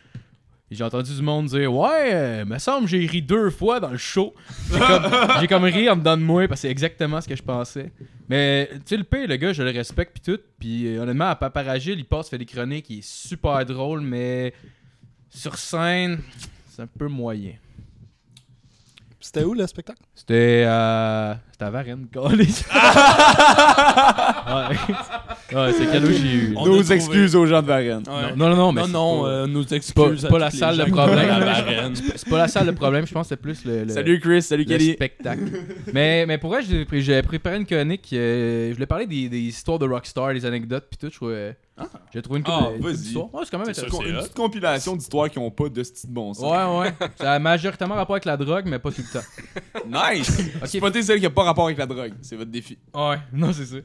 [SPEAKER 3] J'ai entendu du monde dire Ouais, euh, me semble que j'ai ri deux fois dans le show. J'ai comme, j'ai comme ri en dedans de moi parce que c'est exactement ce que je pensais. Mais tu sais, le pire, le gars, je le respecte puis tout. Puis euh, honnêtement, à Paparagil, il passe, fait des chroniques, il est super drôle, mais sur scène, c'est un peu moyen.
[SPEAKER 5] C'était où le spectacle?
[SPEAKER 3] C'était euh, c'était à Varennes, câlisse. ouais, Ouais, c'est quel où j'ai eu. là.
[SPEAKER 4] On a trouvé.
[SPEAKER 6] aux gens de Varennes.
[SPEAKER 4] Ouais.
[SPEAKER 3] Non, non non, mais
[SPEAKER 4] Non,
[SPEAKER 3] c'est
[SPEAKER 4] non,
[SPEAKER 3] pas-
[SPEAKER 4] euh, nos
[SPEAKER 3] pas-
[SPEAKER 4] excuses. à
[SPEAKER 3] pas la
[SPEAKER 4] tous les
[SPEAKER 3] salle,
[SPEAKER 4] gens
[SPEAKER 3] le
[SPEAKER 4] qui vont
[SPEAKER 3] problème.
[SPEAKER 4] à Varennes.
[SPEAKER 3] c'est pas la salle le problème, je pense que c'est plus le, le-
[SPEAKER 6] Salut Chris, salut
[SPEAKER 3] le
[SPEAKER 6] Kelly.
[SPEAKER 3] spectacle. mais mais pour vrai, j'ai pré- j'ai préparé une chronique, euh, je voulais parler des, des histoires de rockstar, des anecdotes puis tout, je trouvais j'ai trouvé une couple
[SPEAKER 7] Ah,
[SPEAKER 3] de- une couple
[SPEAKER 7] vas-y.
[SPEAKER 3] d'histoires. Ouais, c'est quand même
[SPEAKER 4] C'est
[SPEAKER 3] intéressant.
[SPEAKER 7] Une petite compilation d'histoires qui ont pas de style bon sens.
[SPEAKER 3] Ouais, ouais. Ça a majoritairement rapport avec la drogue, mais pas tout le temps.
[SPEAKER 7] Nice!
[SPEAKER 3] Ok,
[SPEAKER 7] Spotter celle qui a pas rapport avec la drogue. C'est votre défi.
[SPEAKER 3] Ah Ouais, non, c'est ça.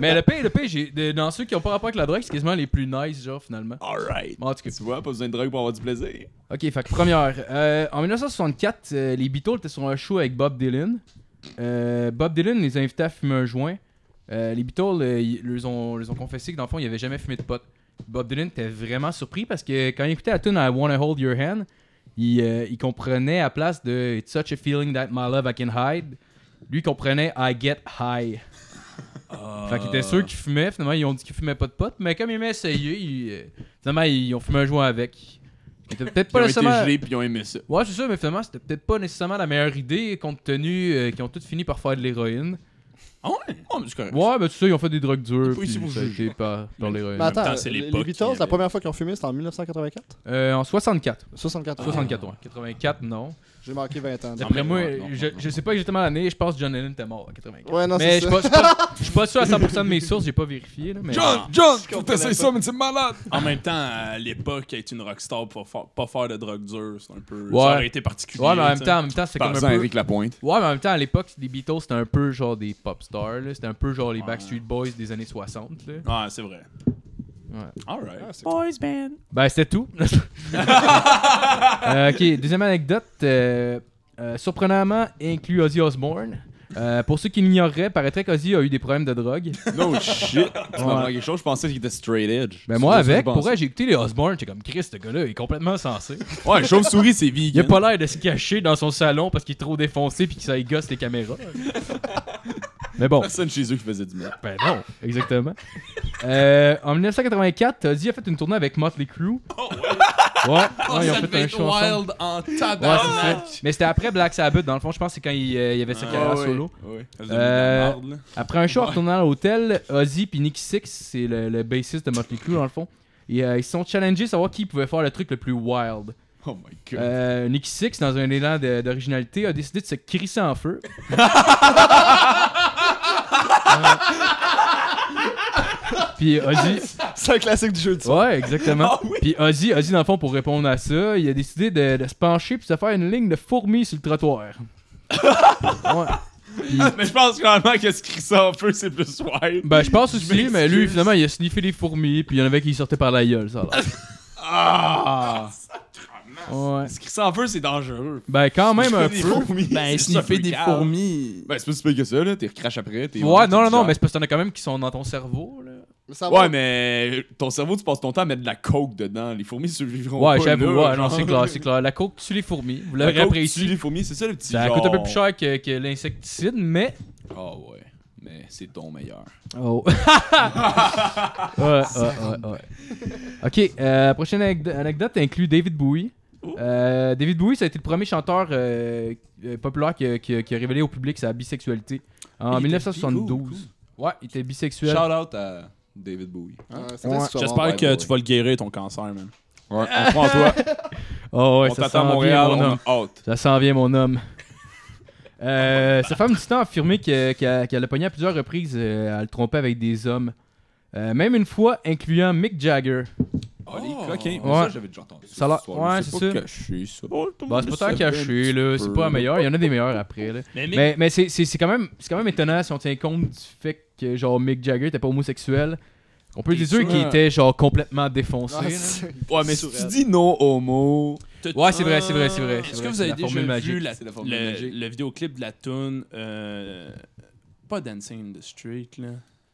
[SPEAKER 3] Mais le pire, le pire, j'ai- de- dans ceux qui ont pas rapport avec la drogue, c'est quasiment les plus nice, genre, finalement.
[SPEAKER 7] Alright.
[SPEAKER 3] Bon, en tout cas.
[SPEAKER 7] Tu vois, pas besoin de drogue pour avoir du plaisir.
[SPEAKER 3] Ok, fait que première. euh, en 1964, euh, les Beatles étaient sur un show avec Bob Dylan. Euh, Bob Dylan les a invités à fumer un joint. Euh, les Beatles, euh, ils leur ont, leur ont confessé que dans le fond, ils n'avaient jamais fumé de pot. Bob Dylan était vraiment surpris parce que quand il écoutait la tune I Wanna Hold Your Hand, il, euh, il comprenait à place de It's such a feeling that my love I can hide, lui il comprenait I get high.
[SPEAKER 4] Ah.
[SPEAKER 3] Fait
[SPEAKER 7] Ah.
[SPEAKER 3] qu'il était sûr qu'il fumait, finalement ils ont dit qu'il fumait pas de pot, mais comme il m'a essayé, il, euh, finalement ils ont fumé un joint avec. Il était peut-être
[SPEAKER 7] Ils
[SPEAKER 3] pas
[SPEAKER 7] ont
[SPEAKER 3] nécessairement-
[SPEAKER 7] été gelés puis ils ont aimé ça.
[SPEAKER 3] Ouais, c'est ça, mais finalement, c'était peut-être pas nécessairement la meilleure idée, compte tenu euh, qu'ils ont tous fini par faire de l'héroïne.
[SPEAKER 4] Ah ouais? Oh, mais c'est correct.
[SPEAKER 3] Ouais, ben tu sais, ils ont fait des drogues dures,
[SPEAKER 4] pas
[SPEAKER 3] puis
[SPEAKER 4] ici pour
[SPEAKER 3] ça a
[SPEAKER 4] juger.
[SPEAKER 3] été par, par l'héroïne.
[SPEAKER 5] Mais attends,
[SPEAKER 4] temps, c'est
[SPEAKER 5] euh, les
[SPEAKER 4] l'époque qu'il y
[SPEAKER 5] Beatles, la
[SPEAKER 4] avait.
[SPEAKER 5] première fois qu'ils ont fumé, c'était en 1984?
[SPEAKER 3] Euh, en 64.
[SPEAKER 5] 64.
[SPEAKER 3] 64, ouais. 84, non.
[SPEAKER 5] J'ai manqué 20 ans.
[SPEAKER 3] D'après
[SPEAKER 4] mais
[SPEAKER 3] moi,
[SPEAKER 4] non, non,
[SPEAKER 3] je,
[SPEAKER 4] non,
[SPEAKER 3] je sais pas exactement l'année, je pense que John Lennon était mort en 84.
[SPEAKER 5] Ouais, non,
[SPEAKER 3] mais
[SPEAKER 5] c'est
[SPEAKER 3] je
[SPEAKER 5] ça.
[SPEAKER 3] suis pas- je suis pas- je suis pas sûr à 100% de mes sources, j'ai pas vérifié. Là, mais...
[SPEAKER 7] John! John! Faut t'essayer ça, mais c'est malade!
[SPEAKER 4] En même temps, à l'époque, être une rockstar pour fa- pas faire de drogue dure, c'est un peu.
[SPEAKER 3] Ouais.
[SPEAKER 4] Ça aurait été particulier.
[SPEAKER 3] Ouais, mais en même
[SPEAKER 4] t'sais.
[SPEAKER 3] temps, en même temps, c'était comme un
[SPEAKER 7] Parle-en
[SPEAKER 3] peu...
[SPEAKER 7] à Eric Lapointe.
[SPEAKER 3] Ouais, mais en même temps, à l'époque, les Beatles, c'était un peu genre des pop stars, là. C'était un peu genre les Backstreet Boys des années 60, là.
[SPEAKER 4] Ouais, c'est vrai.
[SPEAKER 3] Ouais. Ah,
[SPEAKER 4] Alright.
[SPEAKER 6] Boys band.
[SPEAKER 3] Ben, c'était tout. Euh, ok, deuxième anecdote. euh, euh, surprenamment, inclut Ozzy Osbourne. Euh, pour ceux qui l'ignoreraient, paraîtrait qu'Ozzy a eu des problèmes de drogue.
[SPEAKER 7] No shit! Tu m'as demandé quelque chose, je pensais qu'il était straight edge.
[SPEAKER 3] Ben, moi,
[SPEAKER 7] C'est ça que je
[SPEAKER 3] avec, pour
[SPEAKER 7] pensais.
[SPEAKER 3] vrai, j'ai écouté les Osbourne. J'étais comme, Chris, ce gars-là, il est complètement sensé.
[SPEAKER 7] Ouais, chauve-souris, c'est vegan.
[SPEAKER 3] Il a pas l'air de se cacher dans son salon parce qu'il est trop défoncé puis que ça y gosse les caméras. Mais bon.
[SPEAKER 7] personne chez eux qui faisait du mal.
[SPEAKER 3] Ben non, exactement. Euh, en 1984, Ozzy a fait une tournée avec Motley Crue. ouais. Ouais, Ah, ils ont
[SPEAKER 4] Oh, ça
[SPEAKER 3] fait
[SPEAKER 4] devait
[SPEAKER 3] un
[SPEAKER 4] être
[SPEAKER 3] show ensemble.
[SPEAKER 4] wild en
[SPEAKER 3] Ouais,
[SPEAKER 4] tabarnak.
[SPEAKER 3] c'est ça. Mais c'était après Black Sabbath, dans le fond, je pense que c'est quand il, euh, il y avait sa
[SPEAKER 4] Ah,
[SPEAKER 3] carrière
[SPEAKER 7] ouais.
[SPEAKER 3] solo.
[SPEAKER 7] Ouais.
[SPEAKER 4] Ça faisait
[SPEAKER 3] Euh,
[SPEAKER 4] de la merde, là.
[SPEAKER 3] Après un show, en retournant à l'hôtel, Ozzy puis Nicky Six, c'est le, le bassiste de Motley Crue, dans le fond. Et, euh, ils se sont challengés à savoir qui pouvait faire le truc le plus wild.
[SPEAKER 7] Oh my god.
[SPEAKER 3] Euh, Nicky Six, dans un élan de- d'originalité, a décidé de se crisser en feu. Euh, Puis Ozzy,
[SPEAKER 5] C'est un classique du jeu de
[SPEAKER 3] Ouais, exactement.
[SPEAKER 7] Ah
[SPEAKER 3] Puis Ozzy, Ozzy, dans le fond, pour répondre à ça, il a décidé de, de se pencher puis de faire une ligne de fourmis sur le trottoir. ouais.
[SPEAKER 7] Ah, mais je pense vraiment que ce qui ça en feu, c'est plus wild.
[SPEAKER 3] Ben, je pense aussi,
[SPEAKER 7] m'excuse.
[SPEAKER 3] mais lui, finalement, il a sniffé les fourmis puis il y en avait qui sortaient par la gueule, ça a l'air.
[SPEAKER 7] Ah!
[SPEAKER 3] Ouais.
[SPEAKER 7] Ce qui ça en feu, c'est dangereux.
[SPEAKER 3] Ben, quand même un
[SPEAKER 7] Des
[SPEAKER 3] peu.
[SPEAKER 7] fourmis,
[SPEAKER 4] Ben,
[SPEAKER 7] c'est
[SPEAKER 4] sniffer
[SPEAKER 7] ça,
[SPEAKER 4] des
[SPEAKER 7] calme.
[SPEAKER 3] Euh,
[SPEAKER 4] fourmis.
[SPEAKER 7] Ben, c'est pas si pire que ça, là. T'es recrache après. t'es-
[SPEAKER 3] Ouais, non, non,
[SPEAKER 7] t'es
[SPEAKER 3] non,
[SPEAKER 7] bizarre.
[SPEAKER 3] mais c'est parce que t'en as quand même qui sont dans ton cerveau, là.
[SPEAKER 5] Ça va.
[SPEAKER 7] Ouais, mais euh, ton cerveau, tu passes ton temps à mettre de la coke dedans. Les fourmis survivront pas.
[SPEAKER 3] Ouais, j'avoue,
[SPEAKER 7] là,
[SPEAKER 3] ouais, non,
[SPEAKER 7] genre.
[SPEAKER 3] c'est clair, c'est clair. La coke tue les fourmis, vous
[SPEAKER 7] La
[SPEAKER 3] l'aurez
[SPEAKER 7] coke tue
[SPEAKER 3] apprécié.
[SPEAKER 7] les fourmis, c'est ça le petit.
[SPEAKER 3] Ça
[SPEAKER 7] genre...
[SPEAKER 3] coûte un peu plus cher que, que l'insecticide, mais.
[SPEAKER 7] Ah ouais. Mais c'est ton meilleur.
[SPEAKER 3] Oh. ouais, ouais, ouais, ouais. Ok, euh, prochaine anecdo- anecdote inclut David Bowie. Euh, David Bowie, ça a été le premier chanteur euh, euh, populaire qui, a- qui a- qui a révélé au public sa bisexualité
[SPEAKER 7] Il
[SPEAKER 3] en
[SPEAKER 7] était
[SPEAKER 3] 1972. Ouais, il était bisexuel.
[SPEAKER 7] Shout out à David Bowie.
[SPEAKER 5] Euh, c'était
[SPEAKER 3] Ouais.
[SPEAKER 5] ça, ça va.
[SPEAKER 4] J'espère
[SPEAKER 7] ouais,
[SPEAKER 4] que
[SPEAKER 7] ouais.
[SPEAKER 4] tu vas le guérir ton cancer, man.
[SPEAKER 7] Ouais, on prend toi.
[SPEAKER 3] Oh ouais,
[SPEAKER 7] on
[SPEAKER 3] ça
[SPEAKER 7] t'attend à
[SPEAKER 3] s'en
[SPEAKER 7] Montréal,
[SPEAKER 3] vient, mon homme.
[SPEAKER 7] on a hâte.
[SPEAKER 3] Ça s'en vient, mon homme. Euh, sa femme du temps a affirmé que- qu'elle qu'elle a pogné à plusieurs reprises euh, à le tromper avec des hommes. Euh, même une fois, incluant Mick Jagger.
[SPEAKER 7] Oh, les coquins.
[SPEAKER 3] Ouais.
[SPEAKER 7] Mais ça, j'avais déjà entendu.
[SPEAKER 3] Ça a l'air-
[SPEAKER 7] cette histoire-là.
[SPEAKER 3] ouais, c'est
[SPEAKER 7] pas
[SPEAKER 3] ça.
[SPEAKER 7] caché,
[SPEAKER 5] Oh,
[SPEAKER 7] ça.
[SPEAKER 3] Bah, c'est pas tant
[SPEAKER 7] savais un
[SPEAKER 3] caché, là. C'est
[SPEAKER 7] peu.
[SPEAKER 3] pas la meilleure. Il y en a des meilleurs après, là.
[SPEAKER 4] Mais,
[SPEAKER 3] Mais, mais c'est, c'est, c'est quand même, c'est quand même étonnant si on tient compte du fait que genre Mick Jagger était pas homosexuel. On peut
[SPEAKER 4] T'es
[SPEAKER 3] dire
[SPEAKER 4] sûr?
[SPEAKER 3] qu'il était genre complètement défoncé.
[SPEAKER 5] Ah,
[SPEAKER 3] là.
[SPEAKER 5] c'est-
[SPEAKER 7] Ouais, mais si tu dis non homo.
[SPEAKER 3] Ouais, c'est vrai, c'est vrai, c'est vrai, c'est
[SPEAKER 4] Ah, Est-ce
[SPEAKER 3] vrai,
[SPEAKER 4] que vous
[SPEAKER 3] c'est
[SPEAKER 4] avez
[SPEAKER 3] la
[SPEAKER 4] déjà
[SPEAKER 3] formule magique.
[SPEAKER 4] vu la,
[SPEAKER 7] C'est la formule
[SPEAKER 4] le,
[SPEAKER 7] magique.
[SPEAKER 4] le vidéoclip de la tune euh, pas Dancing in the Street là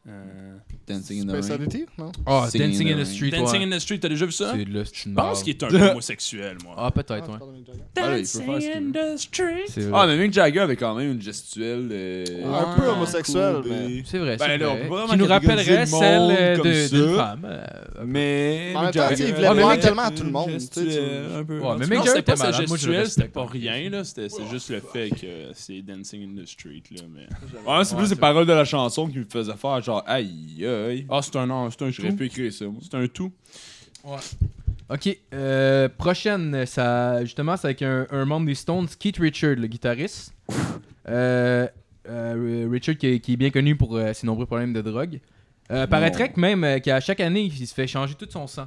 [SPEAKER 4] Euh,
[SPEAKER 6] Dancing in the
[SPEAKER 5] Space
[SPEAKER 6] Rain.
[SPEAKER 5] Oddity, non?
[SPEAKER 3] Ah,
[SPEAKER 6] Singing
[SPEAKER 3] Dancing
[SPEAKER 6] in
[SPEAKER 3] in
[SPEAKER 6] the
[SPEAKER 3] the
[SPEAKER 6] Rain.
[SPEAKER 3] Street,
[SPEAKER 4] Dancing
[SPEAKER 3] ouais.
[SPEAKER 4] in the Street, t'as déjà vu ça?
[SPEAKER 3] C'est là, c'est
[SPEAKER 4] Je
[SPEAKER 3] une barbe.
[SPEAKER 4] pense qu'il est un peu homosexuel, moi.
[SPEAKER 3] Ah, peut-être,
[SPEAKER 5] Ah,
[SPEAKER 3] ouais.
[SPEAKER 5] pardon, Mick Jagger.
[SPEAKER 6] Ah, il peut faire ce qu'il
[SPEAKER 4] the Street.
[SPEAKER 3] C'est vrai.
[SPEAKER 6] Ah, mais Mick Jagger avait quand même une gestuelle. euh,
[SPEAKER 5] Un
[SPEAKER 3] Ouais.
[SPEAKER 5] peu homosexuel,
[SPEAKER 6] courbée.
[SPEAKER 5] mais.
[SPEAKER 3] C'est vrai,
[SPEAKER 4] Ben
[SPEAKER 3] c'est
[SPEAKER 4] là, on
[SPEAKER 3] vrai.
[SPEAKER 4] peut vraiment
[SPEAKER 3] Qui nous
[SPEAKER 6] catégoriser
[SPEAKER 3] rappellerait
[SPEAKER 6] le monde
[SPEAKER 3] celle euh, de-
[SPEAKER 6] comme
[SPEAKER 3] d'une
[SPEAKER 6] ça.
[SPEAKER 3] femme. euh,
[SPEAKER 6] Mais.
[SPEAKER 5] En
[SPEAKER 6] Mick
[SPEAKER 5] même temps,
[SPEAKER 6] Jagger-
[SPEAKER 5] tu sais, il voulait
[SPEAKER 3] Ouais, mais
[SPEAKER 5] plaire
[SPEAKER 3] Mick-
[SPEAKER 5] tellement à tout le monde. tu sais,
[SPEAKER 6] Gestuelle,
[SPEAKER 5] tu-
[SPEAKER 6] un peu.
[SPEAKER 3] Ouais, mais
[SPEAKER 4] Non,
[SPEAKER 3] Mick Jagger
[SPEAKER 4] c'était
[SPEAKER 3] était
[SPEAKER 4] pas sa
[SPEAKER 3] malade. Moi, je le
[SPEAKER 4] gestuelle, c'était
[SPEAKER 3] respecte.
[SPEAKER 4] pas rien, là. C'était c'est juste le fait que c'est Dancing in the Street, là. Mais... Ouais,
[SPEAKER 6] Ah, c'est plus les paroles de la chanson qui me faisaient faire genre aïe aïe.
[SPEAKER 4] Ah, c'est un, non, c'est un
[SPEAKER 6] J'aurais
[SPEAKER 4] tout.
[SPEAKER 6] pu écrire ça, moi.
[SPEAKER 4] C'est un tout.
[SPEAKER 3] Ok, euh, prochaine, ça, justement, c'est avec un, un membre des Stones, Keith Richard, le guitariste. Euh, euh, Richard qui, est- qui est bien connu pour euh, ses nombreux problèmes de drogue. Euh, paraîtrait que même euh, qu'à chaque année, il se fait changer tout son sang.